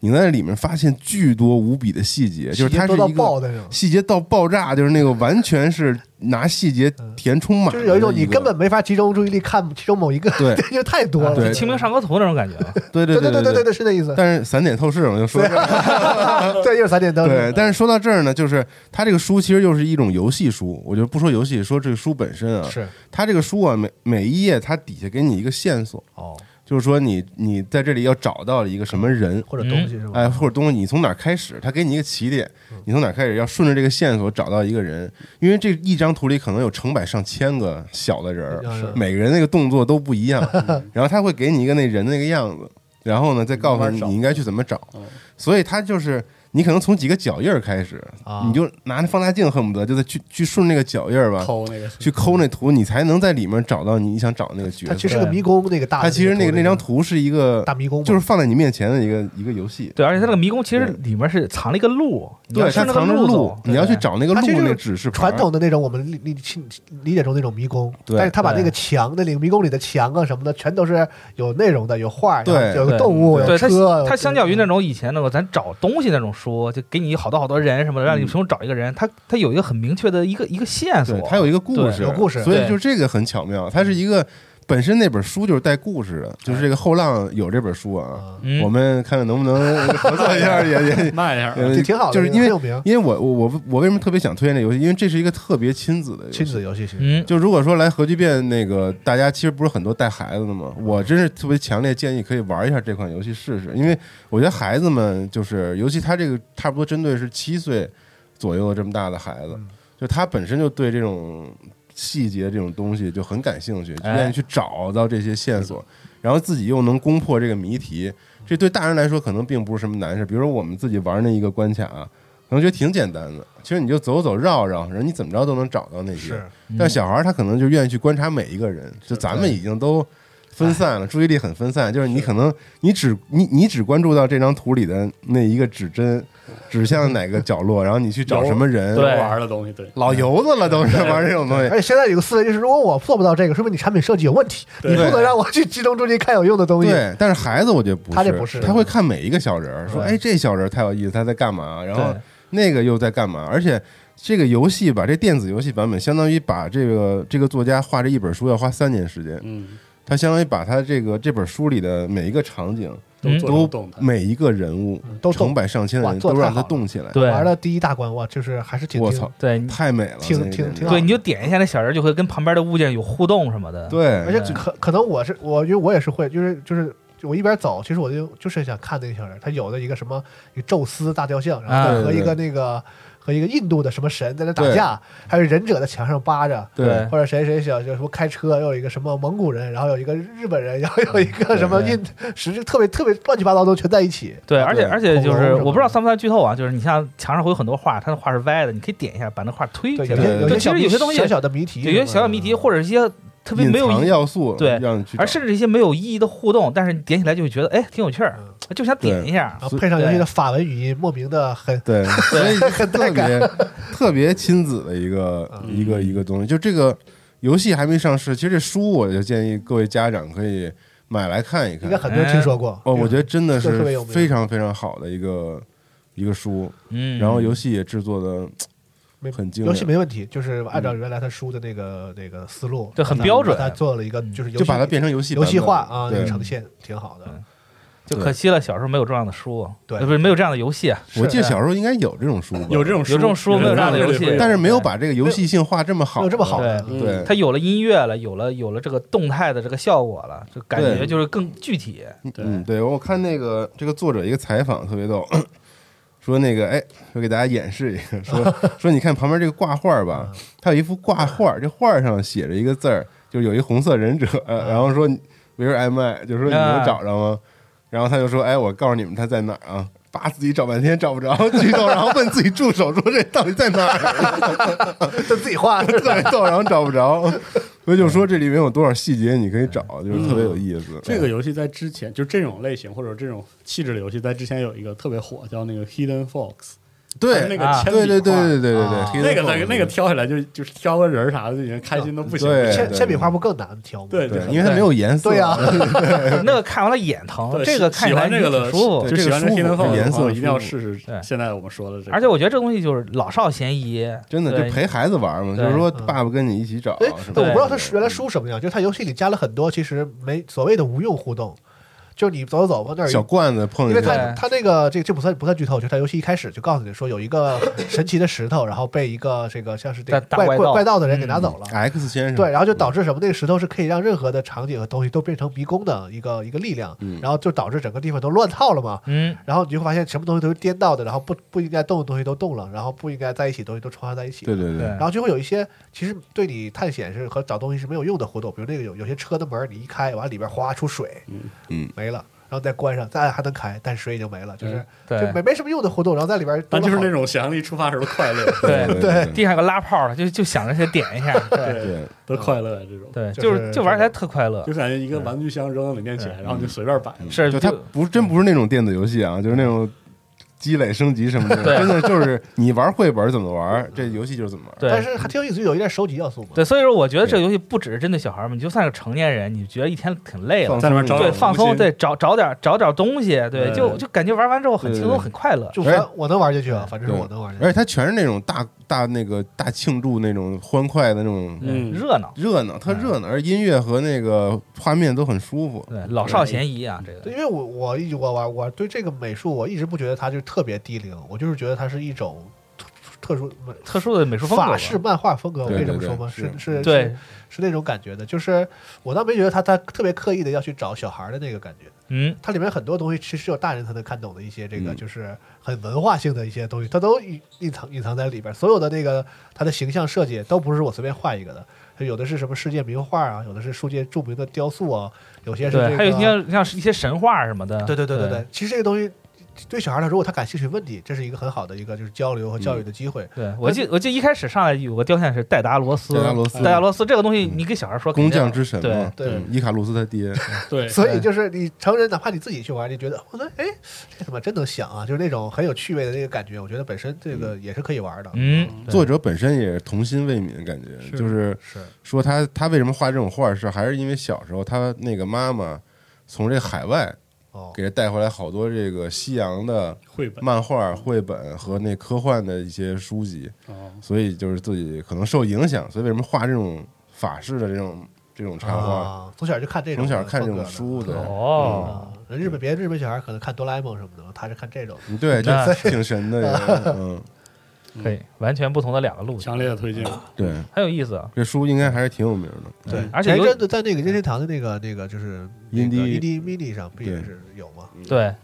[SPEAKER 9] 你在里面发现巨多无比的细节，就是它
[SPEAKER 7] 细节多
[SPEAKER 9] 是
[SPEAKER 7] 到
[SPEAKER 9] 一
[SPEAKER 7] 爆
[SPEAKER 9] 个
[SPEAKER 7] 的那种。
[SPEAKER 9] 细节到爆炸，就是那个完全是拿细节填充满
[SPEAKER 7] 就
[SPEAKER 9] 的个，
[SPEAKER 7] 是有一种你根本没法集中注意力看其中某一个，
[SPEAKER 9] 对
[SPEAKER 7] 因为太多了。
[SPEAKER 9] 对
[SPEAKER 2] 清明上河图那种感觉
[SPEAKER 7] 呃
[SPEAKER 2] 啊，
[SPEAKER 9] 对对
[SPEAKER 7] 对对
[SPEAKER 9] 对
[SPEAKER 7] 对对对，是那意思。
[SPEAKER 9] 但是散点透视嘛，就 说这
[SPEAKER 7] 对，又是三点灯。
[SPEAKER 9] 对，但是说到这儿呢，就是它这个书其实就是一种游戏书，我就不说游戏，说这个书本身啊，
[SPEAKER 7] 是
[SPEAKER 9] 它这个书啊，每每一页它底下给你一个线索，
[SPEAKER 7] 哦，
[SPEAKER 9] 就是说你你在这里要找到一个什么人，
[SPEAKER 7] 或者
[SPEAKER 2] 嗯
[SPEAKER 7] 东西是吧？
[SPEAKER 9] 哎，或者东西，你从哪儿开始？它给你一个起点，你从哪儿开始？要顺着这个线索找到一个人，因为这一张图里可能有成百上千个小的人儿，
[SPEAKER 7] 是
[SPEAKER 9] 每个人那个动作都不一 样，然后他会给你一个那人的那个样子，然后呢再告诉
[SPEAKER 8] 慢慢
[SPEAKER 9] 你
[SPEAKER 8] 找
[SPEAKER 9] 你应该去怎么找
[SPEAKER 8] 嗯，
[SPEAKER 9] 所以他就是你可能从几个脚印儿开始，
[SPEAKER 7] 啊，
[SPEAKER 9] 你就拿那放大镜，恨不得就在去去顺那个脚印儿吧，
[SPEAKER 8] 抠那个
[SPEAKER 9] 去抠 那图，你才能在里面找到你想找那个角
[SPEAKER 7] 它其
[SPEAKER 9] 色。
[SPEAKER 7] 实是个迷宫，那个大的
[SPEAKER 9] 它
[SPEAKER 7] 个
[SPEAKER 9] 其实那个
[SPEAKER 7] 图
[SPEAKER 9] 那张图是一个，
[SPEAKER 7] 大迷宫嘛，
[SPEAKER 9] 就是放在你面前的一个一个游戏。
[SPEAKER 2] 对，而且它那个迷宫其实
[SPEAKER 9] 对
[SPEAKER 2] 里面是藏了一个路，你要
[SPEAKER 9] 对，它
[SPEAKER 2] 顺着
[SPEAKER 9] 藏着
[SPEAKER 2] 路
[SPEAKER 9] 路
[SPEAKER 2] 走，
[SPEAKER 9] 你要去。找那个
[SPEAKER 7] 它
[SPEAKER 9] 路
[SPEAKER 7] 其实
[SPEAKER 9] 那
[SPEAKER 7] 就是
[SPEAKER 9] 个指示牌
[SPEAKER 7] 传。统的那种我们理理理解中那种迷宫，
[SPEAKER 9] 对
[SPEAKER 7] 但是他把
[SPEAKER 2] 对
[SPEAKER 7] 那个墙，那里迷宫里的墙啊什么的，全都是有内容的，有画，
[SPEAKER 9] 对
[SPEAKER 7] 然后有个
[SPEAKER 2] 对
[SPEAKER 7] 动物，有
[SPEAKER 2] 对它
[SPEAKER 7] 车，，
[SPEAKER 2] 它相较于
[SPEAKER 7] 那
[SPEAKER 2] 那种以前那种咱找东西那种书，就给你好多好多人什么的，让你
[SPEAKER 9] 嗯
[SPEAKER 2] 不用找一个人，它它有一个很明确的一个一个线索
[SPEAKER 9] 对，，它有一个故
[SPEAKER 2] 对
[SPEAKER 9] 事，
[SPEAKER 7] 有故事
[SPEAKER 9] 所以
[SPEAKER 2] 对
[SPEAKER 9] 就这个很巧妙。它是一个本身那本书就是带故事的，就是这个后浪有这本书啊，
[SPEAKER 2] 嗯
[SPEAKER 9] 我们看看能不能 合作一下，也 也
[SPEAKER 8] 卖一下，
[SPEAKER 9] 也
[SPEAKER 7] 这挺好的，
[SPEAKER 9] 就是因为
[SPEAKER 7] 很有名
[SPEAKER 9] 因为我我我我为什么特别想推荐这游戏？因为这是一个特别亲子的游戏
[SPEAKER 7] 亲子游戏是。
[SPEAKER 2] 嗯，
[SPEAKER 9] 就如果说来核聚变，那个大家其实不是很多带孩子的嘛，我真是特别强烈建议可以玩一下这款游戏试试，因为我觉得孩子们就是，尤其他这个差不多针对是七岁左右的这么大的孩子，就他本身就对这种细节这种东西就很感兴趣，就
[SPEAKER 2] 哎
[SPEAKER 9] 愿意去找到这些线索，然后自己又能攻破这个谜题，这对大人来说可能并不是什么难事。比如说我们自己玩那一个关卡、啊可能觉得挺简单的，其实你就走走绕绕，然后你怎么着都能找到那些。
[SPEAKER 7] 是，
[SPEAKER 9] 但小孩儿他可能就愿意去观察每一个人，就咱们已经都分散了，注意力很分散，就是你可能你只你你只关注到这张图里的那一个指针指向哪个角落，然后你去找什么人，
[SPEAKER 8] 对玩的东西，对，
[SPEAKER 9] 老油子了都是玩这种东西
[SPEAKER 7] 而。且现在有个思维就是，如果我做不到这个，说明你产品设计有问题，
[SPEAKER 8] 对
[SPEAKER 7] 你不能让我去集中注意力看有用的东西。
[SPEAKER 9] 对，但是孩子我觉得不是，
[SPEAKER 7] 他这不是
[SPEAKER 9] 他会看每一个小人儿，说
[SPEAKER 7] 对
[SPEAKER 9] 哎这小人儿太有意思，他在干嘛，然后
[SPEAKER 2] 对
[SPEAKER 9] 那个又在干嘛，而且。这个游戏吧，这电子游戏版本相当于把这个这个作家画这一本书要花三年时间，
[SPEAKER 8] 嗯，
[SPEAKER 9] 他相当于把他这个这本书里的每一个场景
[SPEAKER 8] 都
[SPEAKER 2] 嗯
[SPEAKER 8] 做
[SPEAKER 9] 都
[SPEAKER 8] 成动态，
[SPEAKER 9] 每一个人物
[SPEAKER 7] 嗯都
[SPEAKER 9] 成
[SPEAKER 7] 动
[SPEAKER 9] 百上千的人
[SPEAKER 7] 哇做
[SPEAKER 9] 都
[SPEAKER 7] 得
[SPEAKER 9] 让
[SPEAKER 7] 太
[SPEAKER 9] 他
[SPEAKER 7] 好了
[SPEAKER 9] 动起来，
[SPEAKER 2] 对
[SPEAKER 7] 玩了第一大关，哇，就是还是挺
[SPEAKER 9] 我
[SPEAKER 7] 挺
[SPEAKER 9] 操，
[SPEAKER 2] 对
[SPEAKER 9] 太美了，
[SPEAKER 7] 挺
[SPEAKER 9] 那个
[SPEAKER 7] 挺
[SPEAKER 9] 简直
[SPEAKER 7] 挺
[SPEAKER 2] 对，你就点一下那小人，就会跟旁边的物件有互动什么的。
[SPEAKER 9] 对，
[SPEAKER 7] 而且可可能我是我，因为我也是会，就是就是我一边走，其实我就就是想看那个小人，他有的一个什么一个宙斯大雕像，然后
[SPEAKER 9] 啊
[SPEAKER 7] 和一
[SPEAKER 9] 对
[SPEAKER 7] 个那个和一个印度的什么神在那打
[SPEAKER 9] 对
[SPEAKER 7] 架，还有忍者在墙上扒着。
[SPEAKER 9] 对
[SPEAKER 7] 或者谁谁小就什么开车，又有一个什么蒙古人，然后有一个日本人，然后有一个什么
[SPEAKER 2] 对
[SPEAKER 7] 印，实质特别特别乱七八糟都全在一起。
[SPEAKER 2] 对，而且
[SPEAKER 9] 对
[SPEAKER 2] 而且就
[SPEAKER 7] 恐龙
[SPEAKER 2] 是
[SPEAKER 7] 什么的
[SPEAKER 2] 我不知道算不算剧透啊，就是你像墙上会有很多画，它的画是歪的，你可以点一下把那画推
[SPEAKER 7] 对，
[SPEAKER 2] 起
[SPEAKER 7] 有
[SPEAKER 2] 来。
[SPEAKER 7] 些有些
[SPEAKER 2] 其
[SPEAKER 7] 小
[SPEAKER 2] 实有些东西
[SPEAKER 7] 小小的谜题，
[SPEAKER 2] 有些小小谜题或者一些特别
[SPEAKER 9] 隐
[SPEAKER 2] 没有
[SPEAKER 9] 藏
[SPEAKER 2] 意，
[SPEAKER 9] 要素，
[SPEAKER 2] 对
[SPEAKER 9] 让你去找，
[SPEAKER 2] 而甚至一些没有意义的互动，但是你点起来就会觉得哎挺有趣儿，就想点一下。
[SPEAKER 7] 然后配上游戏的法文语音，莫名的 很
[SPEAKER 9] 对，所以
[SPEAKER 7] 很带
[SPEAKER 9] 特别特别亲子的一个
[SPEAKER 7] 嗯
[SPEAKER 9] 一个一个东西，就这个游戏还没上市，其实这书我就建议各位家长可以买来看一
[SPEAKER 7] 应该
[SPEAKER 9] 看，
[SPEAKER 7] 很
[SPEAKER 2] 哎
[SPEAKER 7] 多人听说过。
[SPEAKER 9] 哦，我觉得真的
[SPEAKER 7] 这特
[SPEAKER 9] 是
[SPEAKER 7] 别有名
[SPEAKER 9] 非常非常好的一个一个书，
[SPEAKER 2] 嗯，
[SPEAKER 9] 然后游戏也制作的
[SPEAKER 7] 没
[SPEAKER 9] 很精
[SPEAKER 7] 游戏
[SPEAKER 9] 良。
[SPEAKER 7] 没问题，就是
[SPEAKER 9] 嗯
[SPEAKER 7] 按照原来他书的那个那个思路，
[SPEAKER 2] 对很标准
[SPEAKER 7] 他做了一个就是游戏
[SPEAKER 9] 就把它变成游戏
[SPEAKER 7] 游戏
[SPEAKER 9] 版本
[SPEAKER 7] 化啊，那
[SPEAKER 9] 对嗯
[SPEAKER 7] 个呈现挺好的。
[SPEAKER 2] 就可惜了，小时候没有这样的书，
[SPEAKER 7] 对
[SPEAKER 2] 呃不是没有这样的游戏，
[SPEAKER 9] 我记得
[SPEAKER 2] 是
[SPEAKER 9] 小时候应该有这种书吧，
[SPEAKER 8] 有这种
[SPEAKER 2] 有这种书没有这样的游戏
[SPEAKER 8] 对
[SPEAKER 9] 但是没有把这个游戏性画这么好，
[SPEAKER 7] 没有这么好
[SPEAKER 2] 对
[SPEAKER 7] 嗯
[SPEAKER 9] 对，
[SPEAKER 2] 它有了音乐了，有了有了这个动态的这个效果了，就感觉
[SPEAKER 9] 对
[SPEAKER 2] 就是更具 体。
[SPEAKER 8] 对
[SPEAKER 9] 嗯，对我看那个这个作者一个采访特别逗，说那个哎，说给大家演示一个，说说你看旁边这个挂画吧，它有一幅挂画，这画上写着一个字儿，就有一红色忍者，呃然后说 Where am I？就是说你能
[SPEAKER 2] 啊
[SPEAKER 9] 找着吗？然后他就说，哎，我告诉你们他在哪儿啊。叭，自己找半天找不着，举手，然后问自己助手说：“这到底在哪儿？”啊
[SPEAKER 7] 他自己画的，
[SPEAKER 9] 特别逗，然后找不着，所以就说这里面有多少细节你可以找，就是特别有意思。
[SPEAKER 8] 这个游戏在之前就这种类型或者这种气质的游戏，在之前有一个特别火，叫那个 Hidden Fox，
[SPEAKER 9] 对
[SPEAKER 8] 那个
[SPEAKER 2] 啊
[SPEAKER 8] 铅笔
[SPEAKER 9] 对对对
[SPEAKER 8] 画
[SPEAKER 9] 对对对
[SPEAKER 7] 啊
[SPEAKER 9] 对，
[SPEAKER 8] 那个那个那个挑起来就就是挑个人儿啥的就已经开心的不行，
[SPEAKER 9] 嗯对
[SPEAKER 7] 铅铅笔画不更难挑吗？
[SPEAKER 8] 对
[SPEAKER 9] 对，
[SPEAKER 8] 对
[SPEAKER 9] 因为它没有颜色，
[SPEAKER 7] 对啊呀，
[SPEAKER 2] 那个看完了眼疼，
[SPEAKER 8] 对
[SPEAKER 2] 这个看起
[SPEAKER 8] 喜
[SPEAKER 2] 来
[SPEAKER 8] 欢这个的
[SPEAKER 2] 挺舒服，
[SPEAKER 9] 对
[SPEAKER 8] 就喜欢
[SPEAKER 9] 这个
[SPEAKER 8] Hidden
[SPEAKER 9] 舒服这
[SPEAKER 8] Fox
[SPEAKER 9] 颜色
[SPEAKER 8] 一定要
[SPEAKER 9] 舒服
[SPEAKER 8] 试试
[SPEAKER 2] 对。
[SPEAKER 8] 现在我们说的这个，
[SPEAKER 2] 而且我觉得这东西就是老少咸宜，
[SPEAKER 9] 真的
[SPEAKER 2] 对
[SPEAKER 9] 就陪孩子玩嘛，
[SPEAKER 2] 对
[SPEAKER 9] 就是说
[SPEAKER 7] 嗯
[SPEAKER 9] 爸爸跟你一起找
[SPEAKER 7] 哎，
[SPEAKER 9] 什么
[SPEAKER 7] 但
[SPEAKER 9] 的。嗯
[SPEAKER 7] 我不知道他原来书什么样，就是他游戏里加了很多其实没所谓的无用互动，就是你走走走往那儿一
[SPEAKER 9] 小罐子碰
[SPEAKER 7] 因为
[SPEAKER 9] 一
[SPEAKER 7] 他
[SPEAKER 9] 下，
[SPEAKER 7] 他那个这这不算不算剧透，就是他游戏一开始就告诉你说有一个神奇的石头，然后被一个这个像是这个
[SPEAKER 2] 大大怪
[SPEAKER 7] 怪怪
[SPEAKER 2] 盗
[SPEAKER 7] 怪盗的人给
[SPEAKER 9] 嗯
[SPEAKER 7] 拿走了。
[SPEAKER 9] X
[SPEAKER 8] 嗯
[SPEAKER 9] 先生
[SPEAKER 7] 对，然后就导致什么？那个石头是可以让任何的场景和东西都变成迷宫的一个一个力量，
[SPEAKER 8] 嗯
[SPEAKER 7] 然后就导致整个地方都乱套了嘛。
[SPEAKER 2] 嗯，
[SPEAKER 7] 然后你就会发现什么东西都是颠倒的，然后不不应该动的东西都动了，然后不应该在一起的东西都穿插在一起。
[SPEAKER 9] 对对对
[SPEAKER 7] 然后就会有一些其实对你探险是和找东西是没有用的活动，比如那个有有些车的门儿你一开，完了里边哗出水，
[SPEAKER 8] 嗯
[SPEAKER 9] 嗯，
[SPEAKER 7] 没了。然后再关上，再按还能开，但水已经没了，就是
[SPEAKER 2] 对
[SPEAKER 7] 就没没什么用的活动，然后在里边
[SPEAKER 8] 但就是那
[SPEAKER 7] 种
[SPEAKER 8] 种想象力触发时候的快乐，
[SPEAKER 2] 对，
[SPEAKER 7] 对
[SPEAKER 2] 地上有个拉泡的，就就想着先点一下， 对
[SPEAKER 9] 对，嗯
[SPEAKER 8] 的快乐这种，
[SPEAKER 2] 对，
[SPEAKER 7] 就
[SPEAKER 2] 就是是就玩起来特快乐
[SPEAKER 8] 就，感觉一个玩具箱扔到你面前，然后你就随便摆，
[SPEAKER 2] 是
[SPEAKER 9] 就它不是真不是那种电子游戏啊，就是那种积累升级什么的，
[SPEAKER 2] 对
[SPEAKER 9] 真的就是你玩绘本怎么玩，这游戏就是怎么玩。
[SPEAKER 7] 但
[SPEAKER 2] 对
[SPEAKER 7] 是还挺有意思，有一点收集要素嘛。
[SPEAKER 2] 对，所以说我觉得这个游戏不只是针对小孩儿嘛，你就算是成年人，你觉得一天挺累了
[SPEAKER 9] 嗯放，
[SPEAKER 8] 在里面找
[SPEAKER 2] 对，
[SPEAKER 8] 找
[SPEAKER 2] 放
[SPEAKER 8] 东
[SPEAKER 2] 松，
[SPEAKER 8] 西
[SPEAKER 2] 对，找找点找点东西，对，
[SPEAKER 8] 嗯
[SPEAKER 2] 就就感觉玩完之后很轻
[SPEAKER 9] 对
[SPEAKER 2] 松，
[SPEAKER 9] 对
[SPEAKER 2] 很快乐。
[SPEAKER 7] 就
[SPEAKER 9] 哎
[SPEAKER 7] 反我能玩进去啊，反正是我能玩进
[SPEAKER 9] 而且
[SPEAKER 7] 去。
[SPEAKER 9] 它全是那种大大那个大庆祝那种欢快的那种
[SPEAKER 8] 嗯，
[SPEAKER 2] 热闹，
[SPEAKER 9] 热闹，
[SPEAKER 2] 嗯
[SPEAKER 9] 它热闹，而音乐和那个画面都很舒服。
[SPEAKER 2] 对，老少咸宜啊，这
[SPEAKER 7] 对，
[SPEAKER 2] 个，
[SPEAKER 7] 因为我我一我玩我对这个美术我一直不觉得它就特别低龄，我就是觉得它是一种特特殊
[SPEAKER 2] 特殊的美术风格吧，
[SPEAKER 7] 法式漫画风格，我
[SPEAKER 9] 对
[SPEAKER 7] 可以这么
[SPEAKER 9] 对
[SPEAKER 7] 说
[SPEAKER 9] 对
[SPEAKER 7] 吗？是
[SPEAKER 9] 是
[SPEAKER 7] 是
[SPEAKER 2] 对，
[SPEAKER 7] 是那种感觉的，就是我倒没觉得他他特别刻意的要去找小孩儿的那个感觉，
[SPEAKER 2] 嗯，
[SPEAKER 7] 它里面很多东西其实只有大人才能看懂的一些这个
[SPEAKER 9] 嗯
[SPEAKER 7] 就是很文化性的一些东西，它都隐隐藏隐藏在里边儿。所有的那个它的形象设计都不是我随便画一个的，有的是什么世界名画啊，有的是世界著名的雕塑啊，有些是这
[SPEAKER 2] 对，
[SPEAKER 7] 个
[SPEAKER 2] 还有像像一些神话什么
[SPEAKER 9] 啊
[SPEAKER 2] 的，
[SPEAKER 7] 对对对对
[SPEAKER 2] 对
[SPEAKER 7] 对，其实这个东西对小孩儿来说，如果他感兴趣问题，这是一个很好的一个就是交流和教育
[SPEAKER 9] 嗯
[SPEAKER 7] 的机会。
[SPEAKER 2] 对我记我记一开始上来有个雕像是戴达罗斯，
[SPEAKER 9] 戴达罗斯嗯
[SPEAKER 2] 戴达罗斯这个东西，你给小孩说肯
[SPEAKER 9] 工
[SPEAKER 2] 定
[SPEAKER 9] 匠之神嘛，
[SPEAKER 7] 对对
[SPEAKER 9] 嗯伊卡鲁斯他爹，
[SPEAKER 8] 对，
[SPEAKER 7] 所以就是你成人，哪怕你自己去玩，你觉得我说哎，这他妈真能想啊，就是那种很有趣味的那个感觉。我觉得本身这个也是可以玩的。
[SPEAKER 2] 嗯，对
[SPEAKER 9] 作者本身也是童心未泯，感觉就是
[SPEAKER 7] 是
[SPEAKER 9] 说他他为什么画这种画是还是因为小时候他那个妈妈从这海外
[SPEAKER 7] 哦，
[SPEAKER 9] 给他带回来好多这个西洋的
[SPEAKER 8] 绘本，
[SPEAKER 9] 漫画、绘本和那科幻的一些书籍，
[SPEAKER 8] 哦，
[SPEAKER 9] 所以就是自己可能受影响，所以为什么画这种法式的这种这种插画，
[SPEAKER 7] 啊，从小就看这种
[SPEAKER 9] 从
[SPEAKER 7] 风格
[SPEAKER 9] 小
[SPEAKER 7] 的，
[SPEAKER 9] 看这种书的，
[SPEAKER 2] 哦，
[SPEAKER 7] 啊。日本别的日本小孩可能看哆啦 A 梦什么的，他是看这种。
[SPEAKER 9] 嗯对，就
[SPEAKER 2] 那
[SPEAKER 9] 挺神的，也嗯，
[SPEAKER 2] 可以，完全不同的两个路
[SPEAKER 8] 强
[SPEAKER 2] 线，
[SPEAKER 8] 烈的推荐，
[SPEAKER 9] 对，
[SPEAKER 2] 很有意思啊。
[SPEAKER 9] 这书应该还是挺嗯有名的，
[SPEAKER 7] 对，
[SPEAKER 2] 而且
[SPEAKER 7] 前
[SPEAKER 2] 有
[SPEAKER 7] 一阵子在那个任天堂的那个那个就是那个
[SPEAKER 9] Indie-
[SPEAKER 7] indie mini 上不也
[SPEAKER 9] 对
[SPEAKER 7] 是有吗？
[SPEAKER 2] 对，
[SPEAKER 7] 嗯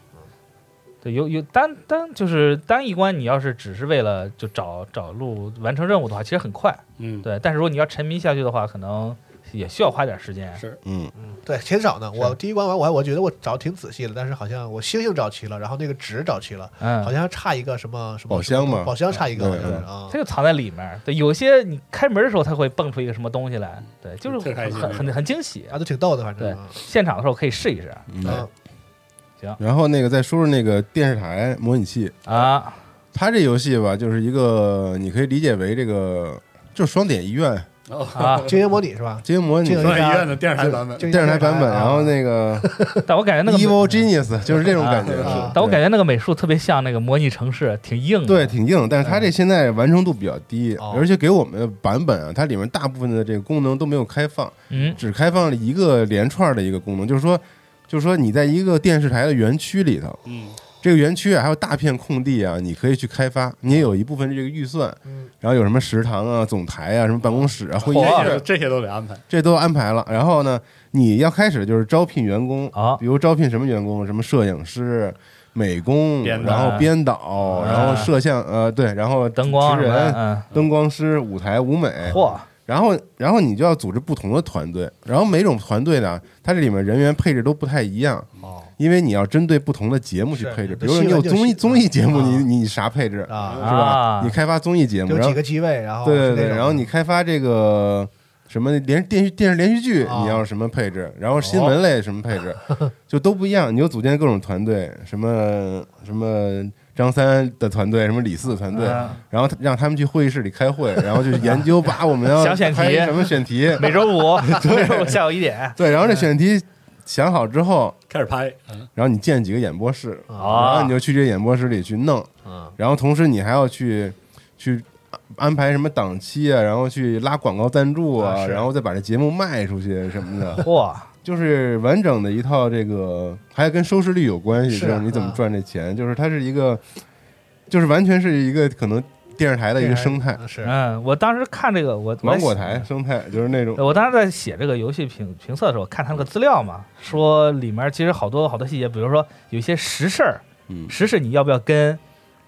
[SPEAKER 2] 对，有有单单就是单一关，你要是只是为了就找找路完成任务的话，其实很快。
[SPEAKER 8] 嗯，
[SPEAKER 2] 对，但是如果你要沉迷下去的话，可能也需要花点时间。
[SPEAKER 8] 是
[SPEAKER 9] 嗯，
[SPEAKER 7] 对，挺少呢。我第一关玩我还我觉得我找得挺仔细的，但是好像我星星找齐了，然后那个纸找齐了，好
[SPEAKER 2] 嗯，
[SPEAKER 7] 像还差一个什么什么
[SPEAKER 9] 宝箱嘛嗯
[SPEAKER 7] 宝箱差一个好像是
[SPEAKER 9] 对
[SPEAKER 7] 啊
[SPEAKER 2] 它。就藏在里面儿。对，有些你开门的时候，它会蹦出一个什么东西来。对，就是
[SPEAKER 8] 特开
[SPEAKER 2] 很
[SPEAKER 8] 心
[SPEAKER 2] 很很很惊喜
[SPEAKER 7] 啊，。都挺逗的，反正
[SPEAKER 2] 对
[SPEAKER 7] 啊
[SPEAKER 2] 现场的时候可以试一试
[SPEAKER 9] 嗯
[SPEAKER 7] 嗯，
[SPEAKER 9] 然后那个再说说那个电视台模拟器，
[SPEAKER 2] 啊。
[SPEAKER 9] 它这游戏吧，就是一个你可以理解为这个就是双点医院
[SPEAKER 2] 啊
[SPEAKER 8] 啊，
[SPEAKER 7] 精英模拟是吧？
[SPEAKER 9] 经营模拟
[SPEAKER 7] 经营
[SPEAKER 8] 专业医院的电视台版本，
[SPEAKER 7] 精英
[SPEAKER 9] 电视台版本，
[SPEAKER 7] 啊
[SPEAKER 9] 然后那个
[SPEAKER 2] 但我感觉那个
[SPEAKER 9] Evil Genius 就是这种 感觉
[SPEAKER 7] 啊，
[SPEAKER 2] 但我感
[SPEAKER 9] 觉
[SPEAKER 2] 觉那个美术特别像那个模拟城市，挺硬的。嗯
[SPEAKER 9] 对挺硬，但是它这现在完成度比较低，
[SPEAKER 7] 哦
[SPEAKER 9] 而且给我们的版本啊，它里面大部分的这个功能都没有开放，
[SPEAKER 2] 嗯，
[SPEAKER 9] 只开放了一个连串的一个功能，就是说，就是说你在一个电视台的园区里头，
[SPEAKER 8] 嗯，
[SPEAKER 9] 这个园区啊还有大片空地啊，你可以去开发，你也有一部分这个预算，
[SPEAKER 2] 嗯
[SPEAKER 9] 然后有什么食堂啊、总台啊、什么办公室啊、会议
[SPEAKER 2] 哦
[SPEAKER 8] 这
[SPEAKER 9] 室
[SPEAKER 8] 些，这些都得安排，
[SPEAKER 9] 这都安排了。然后呢，你要开始就是招聘员工
[SPEAKER 2] 啊
[SPEAKER 9] 比如招聘什么员工，什么摄影师、美工，
[SPEAKER 8] 编导
[SPEAKER 9] 然后编导，然后摄像，呃，对，然后
[SPEAKER 2] 啊灯光
[SPEAKER 9] 主
[SPEAKER 2] 什
[SPEAKER 9] 持
[SPEAKER 2] 么的
[SPEAKER 9] 人、
[SPEAKER 2] 嗯，
[SPEAKER 9] 灯光师、舞台、舞美，
[SPEAKER 2] 嚯，
[SPEAKER 9] 然后，然后你就要组织不同的团队，然后每种团队呢，它这里面人员配置都不太一样，
[SPEAKER 7] 哦，
[SPEAKER 9] 因为你要针对不同的节目去
[SPEAKER 7] 是
[SPEAKER 9] 配置，
[SPEAKER 7] 有的
[SPEAKER 9] 比如说你有
[SPEAKER 7] 新闻就是
[SPEAKER 9] 综艺综艺节目，
[SPEAKER 7] 啊
[SPEAKER 9] 你你啥配置
[SPEAKER 7] 啊，
[SPEAKER 9] 是吧
[SPEAKER 2] 啊？
[SPEAKER 9] 你开发综艺节目，
[SPEAKER 7] 有
[SPEAKER 9] 然后
[SPEAKER 7] 几个机位，然
[SPEAKER 2] 哦
[SPEAKER 7] 后
[SPEAKER 9] 对
[SPEAKER 7] 是那
[SPEAKER 9] 对对，
[SPEAKER 7] 种
[SPEAKER 9] 然后你开发这个什么连电视电视连续剧，
[SPEAKER 2] 哦
[SPEAKER 7] 啊
[SPEAKER 9] 你要什么配置，然后新闻类什么配 置，就都不一样。你就组建各种团队，什么什么张三的团队，什么李四的团队，
[SPEAKER 2] 嗯
[SPEAKER 9] 然后让他们去会议室里开会， 然后就研究把我们要
[SPEAKER 2] 想选题
[SPEAKER 9] 拍什么选题，
[SPEAKER 2] 每周 五每 周五下午一点
[SPEAKER 9] 对，然后这选题想好之后，
[SPEAKER 8] 开始拍，嗯
[SPEAKER 9] 然后你建几个演播室，然后
[SPEAKER 2] 啊
[SPEAKER 9] 你就去这演播室里去弄，然后同时你还要去去安排什么档期啊，然后去拉广告赞助啊，
[SPEAKER 7] 啊是
[SPEAKER 9] 然后再把这节目卖出去什 么的，
[SPEAKER 2] 嚯，
[SPEAKER 9] 就是完整的一套这个，还跟收视率有关系，
[SPEAKER 7] 是
[SPEAKER 9] 就
[SPEAKER 7] 啊
[SPEAKER 9] 是你怎么赚这钱，就是它是一个，就是完全是一个可能电视台的一个生态，
[SPEAKER 7] 啊是
[SPEAKER 2] 嗯，我当时看这个，我
[SPEAKER 9] 芒果台生态就是那种
[SPEAKER 2] 呃我。我当时在写这个游戏评评测的时候，看他那个资料嘛，说里面其实好多好多细节，比如说有一些实事儿，
[SPEAKER 9] 嗯
[SPEAKER 2] 实事你要不要跟，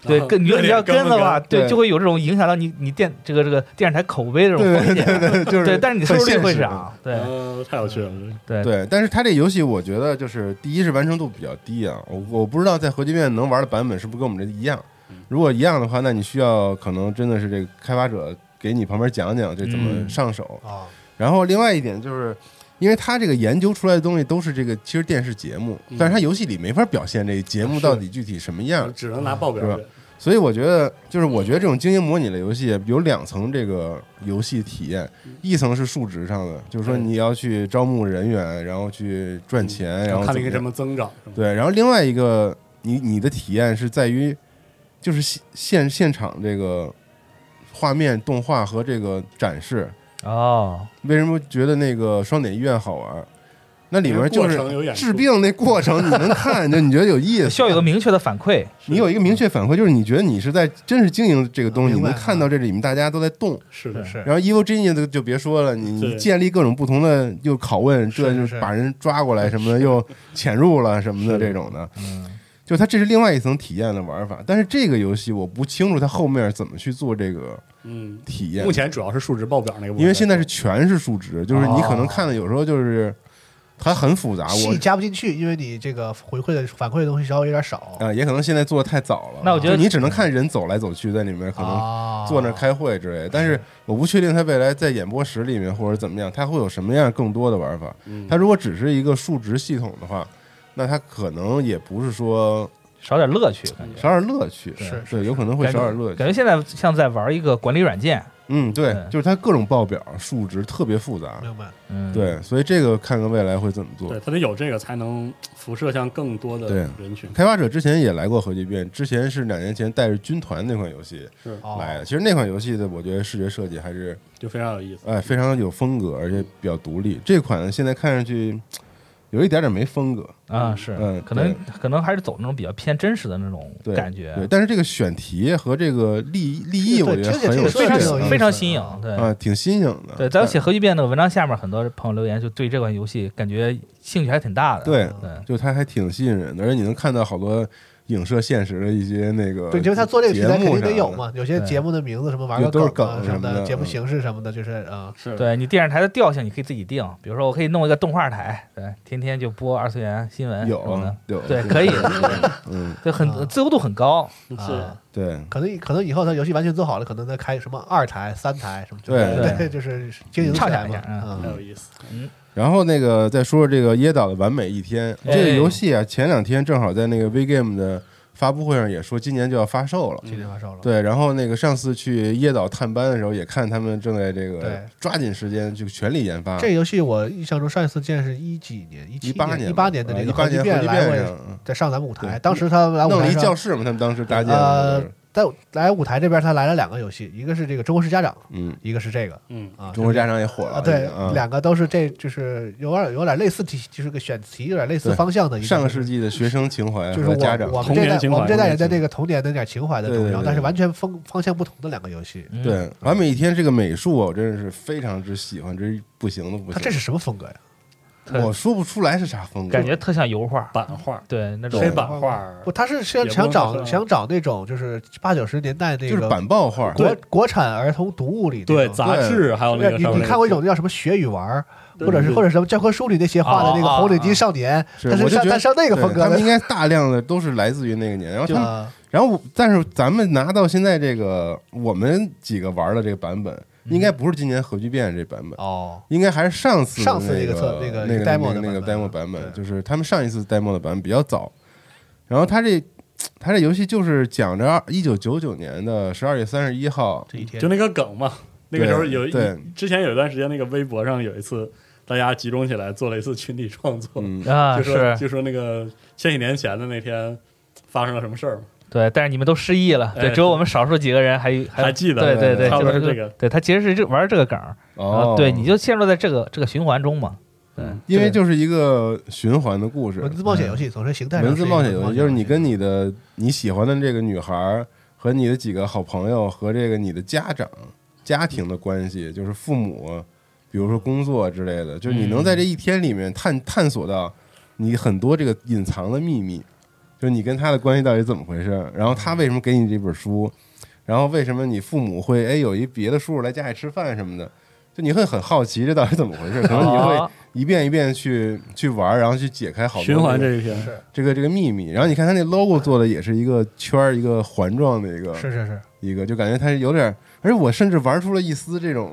[SPEAKER 2] 对，
[SPEAKER 8] 啊
[SPEAKER 2] 跟你说
[SPEAKER 8] 热
[SPEAKER 2] 你
[SPEAKER 8] 点
[SPEAKER 2] 要跟
[SPEAKER 8] 不
[SPEAKER 2] 的话，
[SPEAKER 9] 对
[SPEAKER 2] 对，就会有这种影响到你你电这个这个电视台口碑这种
[SPEAKER 9] 对
[SPEAKER 2] 风
[SPEAKER 9] 对对
[SPEAKER 2] 险。啊
[SPEAKER 9] 对，就是
[SPEAKER 2] 对，但是你收
[SPEAKER 9] 很
[SPEAKER 2] 视率
[SPEAKER 9] 现
[SPEAKER 2] 会
[SPEAKER 9] 实
[SPEAKER 2] 涨，对
[SPEAKER 8] 嗯，太有趣了，
[SPEAKER 2] 对
[SPEAKER 9] 对，但是它这游戏我觉得就是第一是完成度比较低啊，我我不知道在核聚变能玩的版本是不是跟我们这一样
[SPEAKER 8] 嗯。
[SPEAKER 9] 如果一样的话，那你需要可能真的是这个开发者给你旁边讲讲这怎么
[SPEAKER 2] 嗯
[SPEAKER 9] 上手。
[SPEAKER 7] 啊，
[SPEAKER 9] 然后另外一点就是，因为它这个研究出来的东西都是这个其实电视节目，
[SPEAKER 8] 嗯
[SPEAKER 9] 但是它游戏里没法表现这个节目
[SPEAKER 8] 是
[SPEAKER 9] 到底具体什么样，
[SPEAKER 8] 只能拿报表
[SPEAKER 9] 是吧所以我觉得就是我觉得这种经营模拟类游戏有两层这个游戏体验，一层是数值上的，就是说
[SPEAKER 8] 对
[SPEAKER 9] 你要去招募人员，然后去赚钱，哎然后
[SPEAKER 8] 看
[SPEAKER 9] 怎
[SPEAKER 8] 了一
[SPEAKER 9] 么样
[SPEAKER 8] 个什么增长，是吧
[SPEAKER 9] 对，然后另外一个你你的体验是在于，就是现现现场这个画面动画和这个展示，
[SPEAKER 2] 哦，
[SPEAKER 9] 为什么觉得那个双点医院好玩？那里面就
[SPEAKER 8] 过
[SPEAKER 9] 是
[SPEAKER 8] 程有演
[SPEAKER 9] 治病那过程，你能看就你觉得有意思，
[SPEAKER 2] 需要有个明确的反馈，
[SPEAKER 9] 你有一个明确反馈，就是你觉得你是在真是经营这个东西，你
[SPEAKER 7] 明白
[SPEAKER 9] 能看到这里面大家都在动。
[SPEAKER 8] 是的，
[SPEAKER 7] 是
[SPEAKER 9] 然后 Evil Genius 就就别说了，你
[SPEAKER 8] 对
[SPEAKER 9] 你建立各种不同的又拷问，
[SPEAKER 7] 是
[SPEAKER 9] 这就是
[SPEAKER 7] 是
[SPEAKER 9] 把人抓过来什么的，又潜入了什么的
[SPEAKER 8] 是
[SPEAKER 9] 这种的，就它这是另外一层体验的玩法。但是这个游戏我不清楚它后面怎么去做这个
[SPEAKER 8] 嗯，
[SPEAKER 9] 体验
[SPEAKER 8] 目，前主要是数值报表那个部分，
[SPEAKER 9] 因为现在是全是数值，就是你可能看的有时候就是它很复杂，啊我
[SPEAKER 7] 戏加不进去，因为你这个回馈的反馈的东西稍微有点少
[SPEAKER 9] 啊、也可能现在做的太早了。
[SPEAKER 2] 那我觉得
[SPEAKER 9] 就你只能看人走来走去，在里面可能
[SPEAKER 7] 啊，
[SPEAKER 9] 嗯坐
[SPEAKER 2] 哦
[SPEAKER 9] 那儿开会之类的。但是我不确定它未来在演播室里面或者怎么样，它会有什么样更多的玩法。
[SPEAKER 8] 嗯
[SPEAKER 9] 它如果只是一个数值系统的话，那它可能也不是说
[SPEAKER 2] 少点乐趣，感觉
[SPEAKER 9] 少点乐趣，
[SPEAKER 2] 是
[SPEAKER 9] 对
[SPEAKER 7] 是
[SPEAKER 9] 对，有可能会少点乐
[SPEAKER 2] 感觉
[SPEAKER 9] 趣。
[SPEAKER 2] 现在像在玩一个管理软件，
[SPEAKER 9] 嗯，对
[SPEAKER 2] 对，
[SPEAKER 9] 就是它各种报表数值特别复杂，
[SPEAKER 7] 明白？
[SPEAKER 2] 嗯，，
[SPEAKER 9] 对，所以这个看看未来会怎么做
[SPEAKER 8] 对。他得有这个才能辐射向更多的
[SPEAKER 9] 对
[SPEAKER 8] 人群，
[SPEAKER 9] 开发者之前也来过核聚变，之前是两年前带着《军团》那款游戏
[SPEAKER 8] 是
[SPEAKER 7] 哦
[SPEAKER 9] 来的。其实那款游戏的，我觉得视觉设计还是
[SPEAKER 8] 就非常有意思。
[SPEAKER 9] 哎，非常有风格，而且比较独立。这款现在看上去有一点点没风格，
[SPEAKER 2] 啊是
[SPEAKER 9] 嗯，
[SPEAKER 2] 可能可能还是走那种比较偏真实的那种
[SPEAKER 9] 对
[SPEAKER 2] 感
[SPEAKER 9] 对，
[SPEAKER 2] 觉，
[SPEAKER 9] 但是这个选题和这个立立意，我觉得
[SPEAKER 7] 听起来这
[SPEAKER 9] 很有
[SPEAKER 7] 个
[SPEAKER 9] 趣
[SPEAKER 2] 非
[SPEAKER 7] 设
[SPEAKER 2] 常
[SPEAKER 7] 计挺有意
[SPEAKER 9] 的
[SPEAKER 7] 思
[SPEAKER 2] 非常新颖，对嗯
[SPEAKER 9] 啊，挺新颖的。哎
[SPEAKER 2] 对，在我写核聚变那个文章下面，很多朋友留言就对这款游戏感觉兴趣还挺大的，
[SPEAKER 9] 对
[SPEAKER 2] 对
[SPEAKER 9] 就它还挺吸引人的，而且你能看到好多影射现实的一些那个节目啥的，
[SPEAKER 7] 对，因为他做这个题材肯定得有嘛，有些节目的名字什么玩意
[SPEAKER 9] 对都是
[SPEAKER 7] 儿啊
[SPEAKER 9] 梗
[SPEAKER 7] 什
[SPEAKER 9] 什么的
[SPEAKER 7] 的，节目
[SPEAKER 9] 嗯
[SPEAKER 7] 形式什么的，就是啊，
[SPEAKER 8] 是，
[SPEAKER 2] 对你电视台的调性你可以自己定，比如说我可以弄一个动画台，对，天天就播二次元新闻
[SPEAKER 9] 有
[SPEAKER 2] 什么的
[SPEAKER 9] 啊，有
[SPEAKER 2] 哎对，可以，
[SPEAKER 9] 嗯，
[SPEAKER 2] 对，
[SPEAKER 7] 啊
[SPEAKER 2] 很自由度很高，
[SPEAKER 8] 嗯是
[SPEAKER 7] 啊，
[SPEAKER 9] 对。
[SPEAKER 7] 可能可能以后他游戏完全做好了，可能再开什么二台、三台什么之类的，
[SPEAKER 2] 对
[SPEAKER 7] 对，就是经营起
[SPEAKER 2] 畅
[SPEAKER 7] 来
[SPEAKER 2] 想一
[SPEAKER 7] 嘛
[SPEAKER 2] 下嗯
[SPEAKER 7] 啊
[SPEAKER 8] 太。有意思。
[SPEAKER 9] 然后那个再说说这个椰岛的完美一天
[SPEAKER 7] 哎
[SPEAKER 9] 这个游戏啊，前两天正好在那个 VGame 的发布会上也说今年就要发售了。
[SPEAKER 7] 今天发售了，
[SPEAKER 9] 对，然后那个上次去椰岛探班的时候，也看他们正在这个
[SPEAKER 7] 对
[SPEAKER 9] 抓紧时间就全力研发。
[SPEAKER 7] 这个游戏我印象中上一次见是一几年，一七
[SPEAKER 9] 一八
[SPEAKER 7] 年、
[SPEAKER 9] 年
[SPEAKER 7] 一
[SPEAKER 9] 吧
[SPEAKER 7] 八年的
[SPEAKER 9] 呃
[SPEAKER 7] 那个
[SPEAKER 9] 18
[SPEAKER 7] 核聚
[SPEAKER 9] 年核
[SPEAKER 7] 变
[SPEAKER 9] 聚
[SPEAKER 7] 来，我
[SPEAKER 9] 变
[SPEAKER 7] 也
[SPEAKER 9] 上
[SPEAKER 7] 在上咱们舞
[SPEAKER 9] 对
[SPEAKER 7] 台，当时他们来舞
[SPEAKER 9] 弄了
[SPEAKER 7] 台
[SPEAKER 9] 一教
[SPEAKER 7] 上，
[SPEAKER 9] 室嘛，他们当时搭建的
[SPEAKER 7] 呃
[SPEAKER 9] 就是，
[SPEAKER 7] 在来舞台这边他来了两个游戏，一个是这个《中国式家长》，
[SPEAKER 9] 嗯，
[SPEAKER 7] 一个是这个
[SPEAKER 8] 嗯，
[SPEAKER 7] 啊，
[SPEAKER 9] 中国
[SPEAKER 7] 就是
[SPEAKER 9] 家长也嗯火了，
[SPEAKER 7] 啊，对
[SPEAKER 9] 这个，
[SPEAKER 7] 两个都是这就是有点有点类似题，就是个选题有点类似
[SPEAKER 9] 对
[SPEAKER 7] 方向的一
[SPEAKER 9] 嗯
[SPEAKER 7] 个。
[SPEAKER 9] 上个世纪的学生情怀
[SPEAKER 7] 就是
[SPEAKER 9] 呃和
[SPEAKER 7] 我
[SPEAKER 9] 家长，
[SPEAKER 7] 我们
[SPEAKER 8] 童
[SPEAKER 7] 这
[SPEAKER 8] 年
[SPEAKER 7] 代
[SPEAKER 8] 情
[SPEAKER 7] 我
[SPEAKER 8] 怀
[SPEAKER 7] 们这代
[SPEAKER 8] 童
[SPEAKER 7] 人
[SPEAKER 8] 年
[SPEAKER 7] 的
[SPEAKER 8] 情
[SPEAKER 7] 这个童年的那点情怀的
[SPEAKER 9] 对对
[SPEAKER 7] 重要，
[SPEAKER 9] 对
[SPEAKER 7] 但是
[SPEAKER 9] 对
[SPEAKER 7] 完全方方向不同的两个游戏。
[SPEAKER 2] 嗯
[SPEAKER 9] 对，完美一天这个美术我真是非常之喜欢，这不行的不
[SPEAKER 7] 它
[SPEAKER 9] 行。
[SPEAKER 7] 这是什么风格呀？
[SPEAKER 2] 特
[SPEAKER 9] 我说不出来是啥风格，
[SPEAKER 2] 感觉特像油画，
[SPEAKER 8] 版画、
[SPEAKER 2] 对，那种
[SPEAKER 8] 黑版画，
[SPEAKER 7] 不，他是想
[SPEAKER 8] 也不
[SPEAKER 7] 想
[SPEAKER 8] 能
[SPEAKER 7] 找
[SPEAKER 8] 说
[SPEAKER 7] 想找那种就是八九十年代那
[SPEAKER 9] 就是
[SPEAKER 7] 个
[SPEAKER 9] 板报画，
[SPEAKER 7] 国国产儿童读物里那
[SPEAKER 8] 对
[SPEAKER 7] 种
[SPEAKER 8] 杂志，还有那个
[SPEAKER 7] 你
[SPEAKER 8] 上面
[SPEAKER 7] 你
[SPEAKER 8] 那个
[SPEAKER 7] 看过一种叫什么学语玩儿，
[SPEAKER 8] 对
[SPEAKER 7] 或者是
[SPEAKER 8] 对
[SPEAKER 7] 或者什么教科书里那些画的那个
[SPEAKER 2] 啊啊啊
[SPEAKER 7] 红领巾少年，
[SPEAKER 9] 是
[SPEAKER 7] 他
[SPEAKER 9] 我
[SPEAKER 7] 是
[SPEAKER 9] 就
[SPEAKER 7] 上
[SPEAKER 9] 觉得
[SPEAKER 7] 他上那个
[SPEAKER 9] 对
[SPEAKER 7] 风格
[SPEAKER 9] 他们
[SPEAKER 7] 的
[SPEAKER 9] 应该大量的都是来自于那个年代，然后他们
[SPEAKER 7] 啊
[SPEAKER 9] 然后我，但是咱们拿到现在这个我们几个玩的这个版本，
[SPEAKER 7] 嗯
[SPEAKER 9] 应该不是今年核聚变这版本，
[SPEAKER 7] 哦，
[SPEAKER 9] 应该还是上次的
[SPEAKER 7] 上次
[SPEAKER 9] 那
[SPEAKER 7] 那个测
[SPEAKER 9] 那
[SPEAKER 7] 那
[SPEAKER 9] 个
[SPEAKER 7] 个
[SPEAKER 9] 那
[SPEAKER 7] demo
[SPEAKER 9] 个
[SPEAKER 7] 的
[SPEAKER 9] 那个
[SPEAKER 7] 版
[SPEAKER 9] demo
[SPEAKER 7] 本
[SPEAKER 9] 版本，
[SPEAKER 7] 对
[SPEAKER 9] 就是他们上一次 demo 的版本比较早。然后他这他这游戏就是讲着一九九九年的十二月三十一号，
[SPEAKER 7] 这一天
[SPEAKER 8] 就那个梗嘛。那个时候有一
[SPEAKER 9] 对
[SPEAKER 8] 之前有一段时间，那个微博上有一次大家集中起来做了一次群体创作，
[SPEAKER 9] 嗯，
[SPEAKER 2] 啊
[SPEAKER 8] 就说
[SPEAKER 2] 是
[SPEAKER 8] 就说那个千禧年前的那天发生了什么事儿嘛，
[SPEAKER 2] 对，但是你们都失忆了，对，
[SPEAKER 8] 哎
[SPEAKER 2] 只有我们少数几个人还还
[SPEAKER 8] 还记得
[SPEAKER 2] 对对对，
[SPEAKER 8] 差不
[SPEAKER 2] 就
[SPEAKER 8] 多
[SPEAKER 2] 是
[SPEAKER 8] 是这个，
[SPEAKER 2] 对他其实是这玩这个梗儿，然
[SPEAKER 9] 哦
[SPEAKER 2] 后，对，你就陷入在这个这个循环中嘛，对
[SPEAKER 8] 嗯，
[SPEAKER 9] 因为就是一个循环的故事，
[SPEAKER 7] 文字冒险游戏总是形态上
[SPEAKER 9] 文字
[SPEAKER 7] 是一
[SPEAKER 9] 冒
[SPEAKER 7] 个
[SPEAKER 9] 险游戏，就是你跟你的你喜欢的这个女孩儿和你的几个好朋友和这个你的家长、家庭的关系，就是父母，比如说工作之类
[SPEAKER 7] 嗯
[SPEAKER 9] 的，就是你能在这一天里面探探索到你很多这个隐藏的秘密。就是你跟他的关系到底怎么回事儿，然后他为什么给你这本书，然后为什么你父母会哎有一别的叔叔来家里吃饭什么的，就你会很好奇这到底怎么回事儿，可能你会
[SPEAKER 2] 啊
[SPEAKER 9] 一遍一遍去去玩儿，然后去解开好多
[SPEAKER 8] 循环
[SPEAKER 9] 这个
[SPEAKER 8] 这一篇，
[SPEAKER 9] 这个这个秘密。然后你看他那 logo 做的也是一个圈儿一个环状的一个
[SPEAKER 7] 是是是，
[SPEAKER 9] 一个，就感觉他是有点儿，而且我甚至玩出了一丝 这种。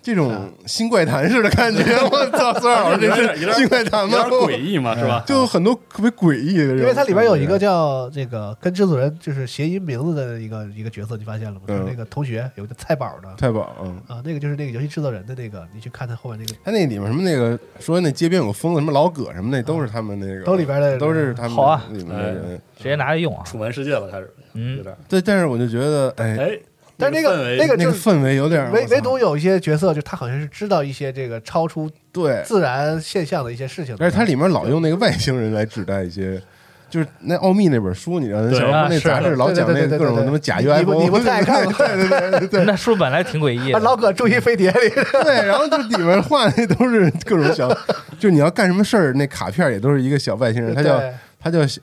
[SPEAKER 9] 这种新怪谈似的感 觉，我操！孙老师，这
[SPEAKER 8] 有
[SPEAKER 9] 是
[SPEAKER 8] 点
[SPEAKER 9] 新怪谈
[SPEAKER 8] 有
[SPEAKER 9] 吗
[SPEAKER 8] 点？诡异 嘛，是吧？哦
[SPEAKER 9] 就很多特别诡异的这种，
[SPEAKER 7] 因为它里边有一个叫这个跟制作人就是谐音名字的一个一个角色，你发现了吗？就是
[SPEAKER 9] 嗯
[SPEAKER 7] 那个同学有个蔡宝的
[SPEAKER 9] 太保，嗯，
[SPEAKER 7] 啊，那个就是那个游戏制作人的那个，你去看他后面那个
[SPEAKER 9] 他那里面什么那个说那街边有个疯子，什么老葛什么那都是他们那个
[SPEAKER 7] 都里边的
[SPEAKER 9] 都是他们
[SPEAKER 2] 好啊
[SPEAKER 9] 里面的人。
[SPEAKER 2] 直接拿来用啊。
[SPEAKER 8] 楚门世界了，开始有
[SPEAKER 2] 嗯，
[SPEAKER 8] 点，
[SPEAKER 9] 对，但是我就觉得，哎，
[SPEAKER 8] 哎，
[SPEAKER 7] 但是那个
[SPEAKER 8] 氛围
[SPEAKER 7] 那个
[SPEAKER 9] 那个
[SPEAKER 7] 就是
[SPEAKER 9] 氛围有点儿
[SPEAKER 7] 唯
[SPEAKER 9] 我操
[SPEAKER 7] 唯独有一些角色，就他好像是知道一些这个超出
[SPEAKER 9] 对，
[SPEAKER 7] 自然现象的一些事情的。
[SPEAKER 9] 而且它哎里面老用那个外星人来指代一些。就是那奥秘那本书，你知道，小时候
[SPEAKER 2] 啊
[SPEAKER 9] 那
[SPEAKER 2] 是
[SPEAKER 9] 杂志老
[SPEAKER 7] 对对
[SPEAKER 9] 讲
[SPEAKER 7] 对
[SPEAKER 9] 那
[SPEAKER 7] 对
[SPEAKER 9] 各种
[SPEAKER 7] 对对
[SPEAKER 9] 什么假
[SPEAKER 7] 你
[SPEAKER 9] UFO，
[SPEAKER 7] 不 你不太看吗
[SPEAKER 9] 对对对对对
[SPEAKER 2] 那书本来挺诡异
[SPEAKER 7] 啊，老
[SPEAKER 2] 的，
[SPEAKER 7] 葛注意飞碟里，
[SPEAKER 9] 对，然后就里面画那都是各种小，就是你要干什么事儿，那卡片儿也都是一个小外星人，他叫
[SPEAKER 7] 对
[SPEAKER 9] 他叫小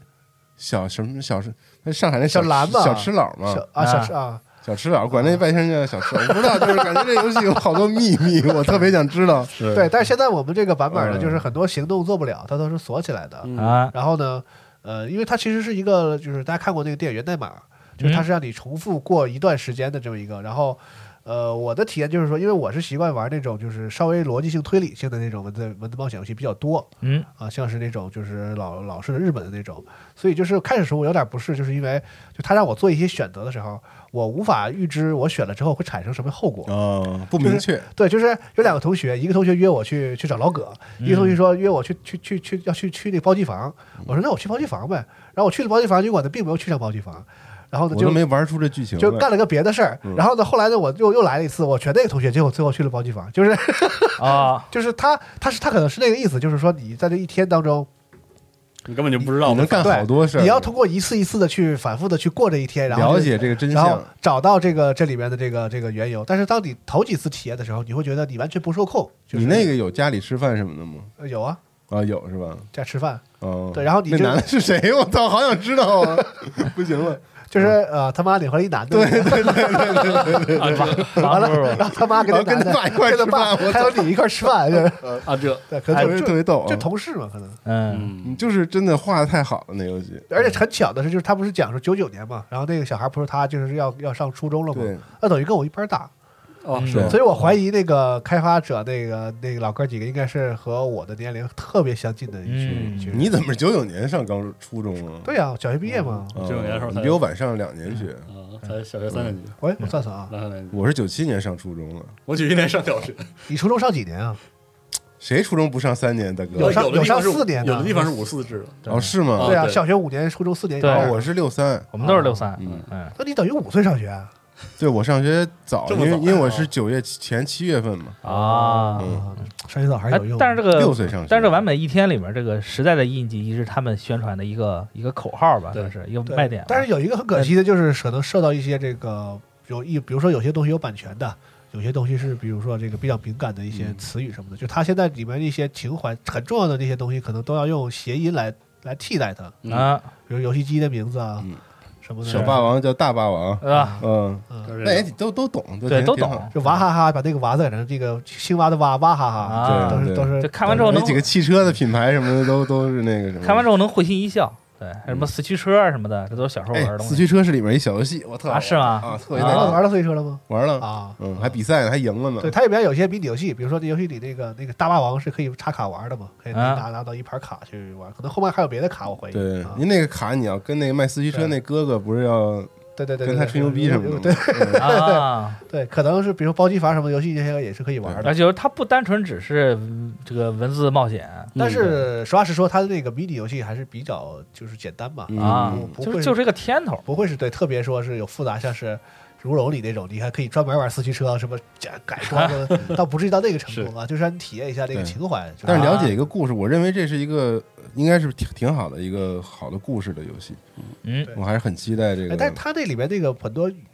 [SPEAKER 9] 小什么小吃，他上海那
[SPEAKER 7] 小蓝嘛
[SPEAKER 9] 小吃佬嘛，
[SPEAKER 7] 小啊小吃啊，
[SPEAKER 9] 小吃佬管那外星人叫小吃佬，我不知道，就是感觉这游戏有好多秘密，我特别想知 道。
[SPEAKER 8] 是
[SPEAKER 7] 对。但是现在我们这个版本呢，
[SPEAKER 9] 嗯
[SPEAKER 7] 就是很多行动做不了，它都是锁起来的。
[SPEAKER 2] 啊，
[SPEAKER 7] 然后呢，呃，因为它其实是一个，就是大家看过那个电影《源代码》，就是它是让你重复过一段时间的这么一个。然后，呃，我的体验就是说，因为我是习惯玩那种就是稍微逻辑性、推理性的那种文字文字冒险游戏比较多
[SPEAKER 2] 嗯，
[SPEAKER 7] 啊，像是那种就是老老式的日本的那种。所以就是开始时候我有点不适，就是因为就他让我做一些选择的时候，我无法预知我选了之后会产生什么后果。
[SPEAKER 9] 哦，不明确，
[SPEAKER 7] 对，就是有两个同学，一个同学约我去去找老葛，
[SPEAKER 9] 嗯
[SPEAKER 7] 一个同学说约我去去去去要去去那个包机房，我说那我去包机房呗。然后我去了包机房，结果呢并没有去上包机房，然后呢
[SPEAKER 9] 我
[SPEAKER 7] 就
[SPEAKER 9] 都没嗯玩出这剧情来。
[SPEAKER 7] 就干了个别的事儿。然后呢后来呢我又又来了一次，我全那个同学，结果最后去了包机房，就是
[SPEAKER 2] 啊，
[SPEAKER 7] 就是他他是他可能是那个意思，就是说你在这一天当中，
[SPEAKER 8] 你根本就不知道
[SPEAKER 9] 你能干好多事儿，
[SPEAKER 7] 你要通过一次一次的去反复的去过这一天，然后
[SPEAKER 9] 了
[SPEAKER 7] 就
[SPEAKER 9] 解这个真
[SPEAKER 7] 然后
[SPEAKER 9] 相。
[SPEAKER 7] 找到这个这里面的这个这个缘由，但是当你头几次体验的时候，你会觉得你完全不受控。就是、
[SPEAKER 9] 你那个有家里吃饭什么的吗？
[SPEAKER 7] 个有啊，
[SPEAKER 9] 啊，有是吧？
[SPEAKER 7] 在吃饭，
[SPEAKER 9] 哦，
[SPEAKER 7] 对然后你
[SPEAKER 9] 那
[SPEAKER 7] 就
[SPEAKER 9] 男的是谁？我操，好想知道 啊！不行了，
[SPEAKER 7] 就是呃，他妈领回来一男的，对对对
[SPEAKER 8] 啊
[SPEAKER 7] 对对，完了，然后他妈跟那
[SPEAKER 9] 然后啊
[SPEAKER 7] 男
[SPEAKER 9] 跟他
[SPEAKER 7] 的，
[SPEAKER 9] 爸一块
[SPEAKER 7] 跟他
[SPEAKER 9] 儿吃饭，
[SPEAKER 7] 爸
[SPEAKER 9] 我
[SPEAKER 7] 还
[SPEAKER 9] 操
[SPEAKER 7] 有，你一块儿吃饭，就是
[SPEAKER 8] 啊，这
[SPEAKER 7] 哎对，可
[SPEAKER 9] 特
[SPEAKER 7] 能
[SPEAKER 9] 别特
[SPEAKER 7] 就
[SPEAKER 9] 别逗啊。
[SPEAKER 7] 就同事嘛，可能。
[SPEAKER 2] 嗯，
[SPEAKER 9] 你
[SPEAKER 8] 嗯，
[SPEAKER 9] 就是真的画的太好了，那游戏。
[SPEAKER 7] 而且很巧的是，就是他不是讲说九九年嘛，然后那个小孩不是他就是要要上初中了
[SPEAKER 9] 对
[SPEAKER 7] 嘛，，那等于跟我一班大，
[SPEAKER 8] 哦，
[SPEAKER 2] 嗯
[SPEAKER 8] 是吗
[SPEAKER 7] 所以我怀疑那个开发者那个那个老哥几个应该是和我的年龄特别相近的一群
[SPEAKER 2] 嗯
[SPEAKER 7] 一群人。
[SPEAKER 9] 你怎么是九九年上高初中啊？
[SPEAKER 7] 对呀、我小学毕业嘛，
[SPEAKER 9] 哦，
[SPEAKER 8] 九九年的时候才
[SPEAKER 9] 你比我晚上两年学。
[SPEAKER 8] 啊，才小学三年级，
[SPEAKER 7] 喂，我算算啊，
[SPEAKER 8] 那还能
[SPEAKER 9] 我是九七年上初中了，
[SPEAKER 8] 我九一年上小学，
[SPEAKER 7] 你初中上几年
[SPEAKER 8] 哦
[SPEAKER 7] 啊？
[SPEAKER 9] 谁初中不上三年，大
[SPEAKER 7] 有
[SPEAKER 9] 哥？
[SPEAKER 7] 上
[SPEAKER 8] 的地方是
[SPEAKER 7] 有上四年的
[SPEAKER 8] 有的地方是五四制的，
[SPEAKER 9] 哦，是吗？
[SPEAKER 8] 啊
[SPEAKER 7] 对啊，
[SPEAKER 8] 对
[SPEAKER 7] 小学五年，初中四年。
[SPEAKER 2] 对
[SPEAKER 9] 哦，
[SPEAKER 7] 哦
[SPEAKER 9] 我是六三，
[SPEAKER 2] 我们都是六三，
[SPEAKER 9] 嗯
[SPEAKER 2] 嗯，
[SPEAKER 7] 那你等于五岁上学啊？
[SPEAKER 9] 对我上学早，
[SPEAKER 8] 这
[SPEAKER 9] 因
[SPEAKER 8] 么
[SPEAKER 9] 为
[SPEAKER 8] 早哦
[SPEAKER 9] 因为我是九月前七月份嘛，
[SPEAKER 2] 啊，
[SPEAKER 9] 嗯，
[SPEAKER 7] 上学早哎还是
[SPEAKER 2] 哎
[SPEAKER 7] 有用的。
[SPEAKER 2] 但是这个
[SPEAKER 9] 六岁上学，
[SPEAKER 2] 但是这完美一天里面，这个时代的印记一直是他们宣传的一个一个口号吧，
[SPEAKER 8] 对
[SPEAKER 2] 算是一个
[SPEAKER 7] 对
[SPEAKER 2] 卖点啊哎吧。
[SPEAKER 7] 但是有一个很可惜的，就是可能受到一些这个有一，比如说有些东西有版权的，有些东西是比如说这个比较敏感的一
[SPEAKER 9] 嗯
[SPEAKER 7] 些词语什么的，就它现在里面一些情怀很重要的那些东西，可能都要用谐音来来替代它，
[SPEAKER 8] 嗯
[SPEAKER 2] 啊，
[SPEAKER 7] 比如游戏机的名字啊、
[SPEAKER 9] 嗯
[SPEAKER 7] 什么的。
[SPEAKER 9] 小霸王叫大霸王，
[SPEAKER 2] 是吧？
[SPEAKER 9] 嗯，
[SPEAKER 7] 嗯，
[SPEAKER 8] 就是
[SPEAKER 9] 那
[SPEAKER 8] 这
[SPEAKER 9] 也
[SPEAKER 8] 种
[SPEAKER 9] 都都懂，
[SPEAKER 2] 对，
[SPEAKER 9] 挺
[SPEAKER 2] 都。
[SPEAKER 9] 挺好
[SPEAKER 2] 懂
[SPEAKER 7] 就娃哈哈，把那个娃字改成这个青蛙的蛙，蛙哈哈，
[SPEAKER 9] 对
[SPEAKER 7] 都
[SPEAKER 2] 啊。
[SPEAKER 7] 是都
[SPEAKER 2] 就是看完之后
[SPEAKER 9] 那
[SPEAKER 2] 能
[SPEAKER 9] 几个汽车的品牌什么的都都是那个什么，
[SPEAKER 2] 看完之后能会心一笑，对，还有什么四驱车啊什么的，这都是小时候玩
[SPEAKER 9] 哎
[SPEAKER 2] 的，东
[SPEAKER 9] 四
[SPEAKER 2] 西
[SPEAKER 9] 驱车是里面一小游戏，我特好
[SPEAKER 2] 啊，是吗？
[SPEAKER 9] 啊，特别
[SPEAKER 7] 你
[SPEAKER 9] 带
[SPEAKER 7] 们
[SPEAKER 9] 劲
[SPEAKER 7] 玩到四驱车了吗？
[SPEAKER 9] 玩了，
[SPEAKER 7] 啊，
[SPEAKER 9] 嗯，还比赛呢，还赢了呢，
[SPEAKER 7] 对，它里边有些迷你游戏，比如说这游戏里那个那个大霸王是可以插卡玩的嘛，可以拿、
[SPEAKER 2] 啊
[SPEAKER 7] 拿到一盘卡去玩，可能后面还有别的卡，我怀疑。
[SPEAKER 9] 对
[SPEAKER 7] 啊，
[SPEAKER 9] 您那个卡你要跟那个卖四驱车那哥哥不是要
[SPEAKER 7] 对对对，
[SPEAKER 9] 跟他
[SPEAKER 7] 对
[SPEAKER 9] 吹牛逼什么的吗？
[SPEAKER 7] 对
[SPEAKER 9] 嗯
[SPEAKER 2] 啊，
[SPEAKER 7] 对，可能是比如说包机房什么游戏这些也是可以玩的。
[SPEAKER 2] 而且就是它不单纯只是嗯这个文字冒险
[SPEAKER 7] 但是实话实说，它的那个迷你游戏还是比较就是简单吧，
[SPEAKER 2] 啊
[SPEAKER 9] 嗯，
[SPEAKER 7] 不不
[SPEAKER 2] 就是
[SPEAKER 7] 会
[SPEAKER 2] 就是一个天头
[SPEAKER 7] 不会是对特别说是有复杂，像是如龙里那种，你还可以专门玩四驱车什么改改装 的，倒不至于到那个程度啊，就是让你体验一下这个
[SPEAKER 9] 对
[SPEAKER 7] 情怀。就是
[SPEAKER 9] 但是了解一个故事，我认为这是一个呃应该是挺挺好的一个好的故事的游戏，
[SPEAKER 2] 嗯，
[SPEAKER 9] 我还是很期待这
[SPEAKER 7] 哎，但是
[SPEAKER 9] 个。
[SPEAKER 7] 它那里面那个很多语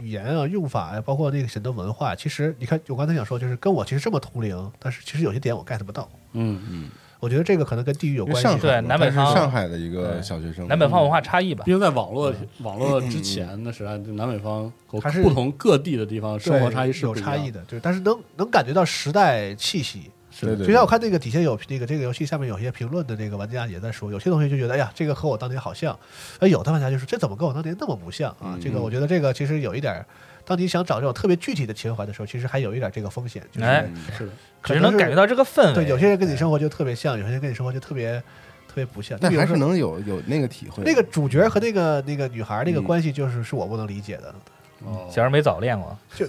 [SPEAKER 7] 语言啊、用法呀，包括那个很多文化，其实你看，我刚才想说，就是跟我其实这么同龄，但是其实有些点我 get 不到。
[SPEAKER 8] 嗯嗯，
[SPEAKER 7] 我觉得这个可能跟地域有
[SPEAKER 9] 因为
[SPEAKER 7] 关
[SPEAKER 9] 上
[SPEAKER 7] 系。
[SPEAKER 9] 海
[SPEAKER 2] 对
[SPEAKER 9] 嘛
[SPEAKER 2] 南北
[SPEAKER 9] 他是
[SPEAKER 2] 方
[SPEAKER 9] 上海的一个小学生，
[SPEAKER 2] 南北方文化差异吧
[SPEAKER 8] 毕。竟在网络网络之前的时代，就南北方和
[SPEAKER 7] 还是
[SPEAKER 8] 不同各地的地方
[SPEAKER 7] 对
[SPEAKER 8] 生活差异是
[SPEAKER 7] 有
[SPEAKER 8] 不一
[SPEAKER 7] 差
[SPEAKER 8] 样
[SPEAKER 7] 异的，对，但是能能感觉到时代气息。
[SPEAKER 9] 对，对对，
[SPEAKER 7] 就像我看这个底下有这个这个游戏下面有些评论的这个玩家也在说，有些同学就觉得哎呀，这个和我当年好像，而有的玩家就说这怎么跟我当年那么不像啊？
[SPEAKER 9] 嗯
[SPEAKER 7] 这个我觉得这个其实有一点儿，当你想找这种特别具体的情怀的时候，其实还有一点这个风险，就是
[SPEAKER 2] 哎，
[SPEAKER 9] 嗯
[SPEAKER 8] 是的，
[SPEAKER 7] 可
[SPEAKER 2] 只能
[SPEAKER 7] 是
[SPEAKER 2] 感觉到这个氛围。
[SPEAKER 7] 对，有些人跟你生活就特别像，有些人跟你生活就特别特别不像。你
[SPEAKER 9] 但
[SPEAKER 7] 比如
[SPEAKER 9] 还是
[SPEAKER 7] 说
[SPEAKER 9] 能有有那个体会。
[SPEAKER 7] 那个主角和那个那个女孩儿那个
[SPEAKER 9] 嗯
[SPEAKER 7] 关系，就是是我不能理解的，
[SPEAKER 8] 哦，
[SPEAKER 2] 小时候没早恋过，
[SPEAKER 9] 这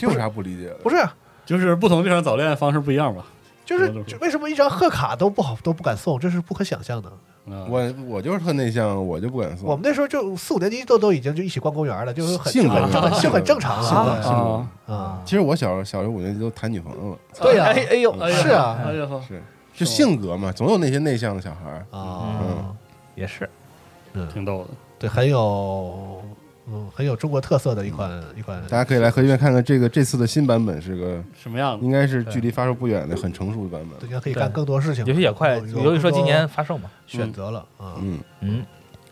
[SPEAKER 9] 有啥不理解的？
[SPEAKER 7] 不是啊，
[SPEAKER 8] 就是不同地方早恋方式不一样吧？
[SPEAKER 7] 就是
[SPEAKER 8] 什么都是
[SPEAKER 7] 就为什么一张贺卡都不好都不敢送，这是不可想象的。
[SPEAKER 8] 啊，
[SPEAKER 9] 我我就是特内向，我就不敢送。
[SPEAKER 7] 我们那时候就四五年级都都已经就一起逛公园了，就是很
[SPEAKER 9] 性格
[SPEAKER 7] 啊
[SPEAKER 9] 问题
[SPEAKER 7] 就很正常
[SPEAKER 9] 性格
[SPEAKER 7] 了
[SPEAKER 9] 性格
[SPEAKER 8] 啊
[SPEAKER 7] 对啊。
[SPEAKER 9] 其实我小小学五年级都谈女朋友了，
[SPEAKER 7] 对呀、
[SPEAKER 2] 哎哎呦，
[SPEAKER 8] 哎呀
[SPEAKER 7] 啊是啊
[SPEAKER 8] 哎呀，
[SPEAKER 9] 是就性格嘛，总有那些内向的小孩儿。嗯
[SPEAKER 7] 啊，
[SPEAKER 2] 也是
[SPEAKER 7] 嗯
[SPEAKER 8] 挺逗的。
[SPEAKER 7] 对，很有嗯很有中国特色的一款、一款。
[SPEAKER 9] 大家可以来合剧院看看这个这次的新版本是个，
[SPEAKER 8] 什么样的
[SPEAKER 9] 应？该是距离发售不远的很成熟的版本。
[SPEAKER 7] 对，应嗯该可以干更多事情。
[SPEAKER 2] 游戏也快，
[SPEAKER 7] 有
[SPEAKER 2] 游戏说
[SPEAKER 7] 更多
[SPEAKER 2] 今年发售嘛，
[SPEAKER 7] 选择了啊，
[SPEAKER 9] 嗯，
[SPEAKER 2] 嗯，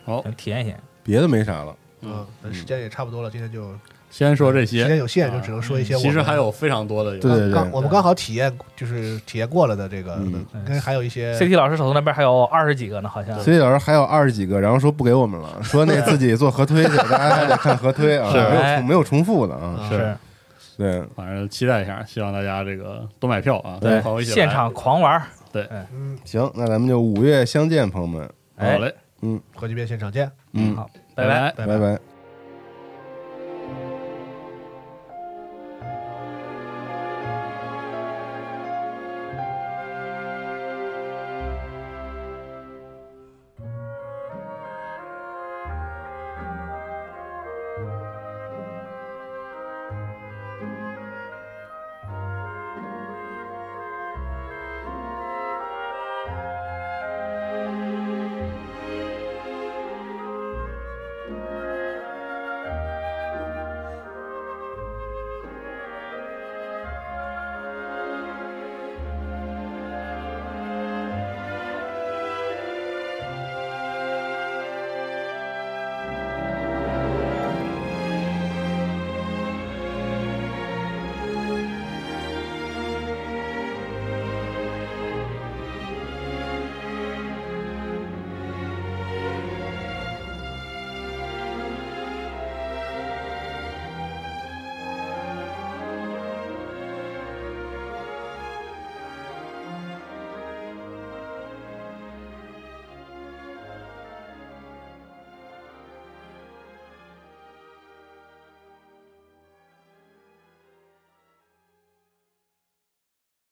[SPEAKER 8] 好
[SPEAKER 2] 咱体验一下。
[SPEAKER 9] 别的没啥了，
[SPEAKER 7] 嗯，那时间也差不多了，今天就
[SPEAKER 8] 先说这
[SPEAKER 7] 时
[SPEAKER 8] 些嗯
[SPEAKER 7] 间，有限，就只能说一些我们。
[SPEAKER 8] 其实还有非常多的游戏。
[SPEAKER 9] 对对
[SPEAKER 7] 刚
[SPEAKER 9] 对，
[SPEAKER 7] 我们刚好体验就是体验过了的这个，
[SPEAKER 9] 嗯
[SPEAKER 7] 应该还有一些
[SPEAKER 2] CT 老师手头那边还有二十几个呢，好像。
[SPEAKER 9] 所以老师还有二十几个，然后说不给我们了，说那自己做合推去，大家还得看合推啊，
[SPEAKER 8] 是
[SPEAKER 9] 没有
[SPEAKER 2] 哎
[SPEAKER 9] 重没有重复的啊。
[SPEAKER 7] 啊
[SPEAKER 2] 是
[SPEAKER 9] 对，
[SPEAKER 8] 反正期待一下，希望大家这个都买票啊，
[SPEAKER 2] 对
[SPEAKER 8] 和我一起来
[SPEAKER 2] 现。场狂玩儿，
[SPEAKER 7] 嗯，
[SPEAKER 9] 行，那咱们就五月相见，朋友们，
[SPEAKER 2] 哎
[SPEAKER 8] 好嘞，
[SPEAKER 7] 核聚变现场见。
[SPEAKER 9] 嗯，
[SPEAKER 2] 好，
[SPEAKER 8] 拜
[SPEAKER 2] 拜。
[SPEAKER 9] 拜拜。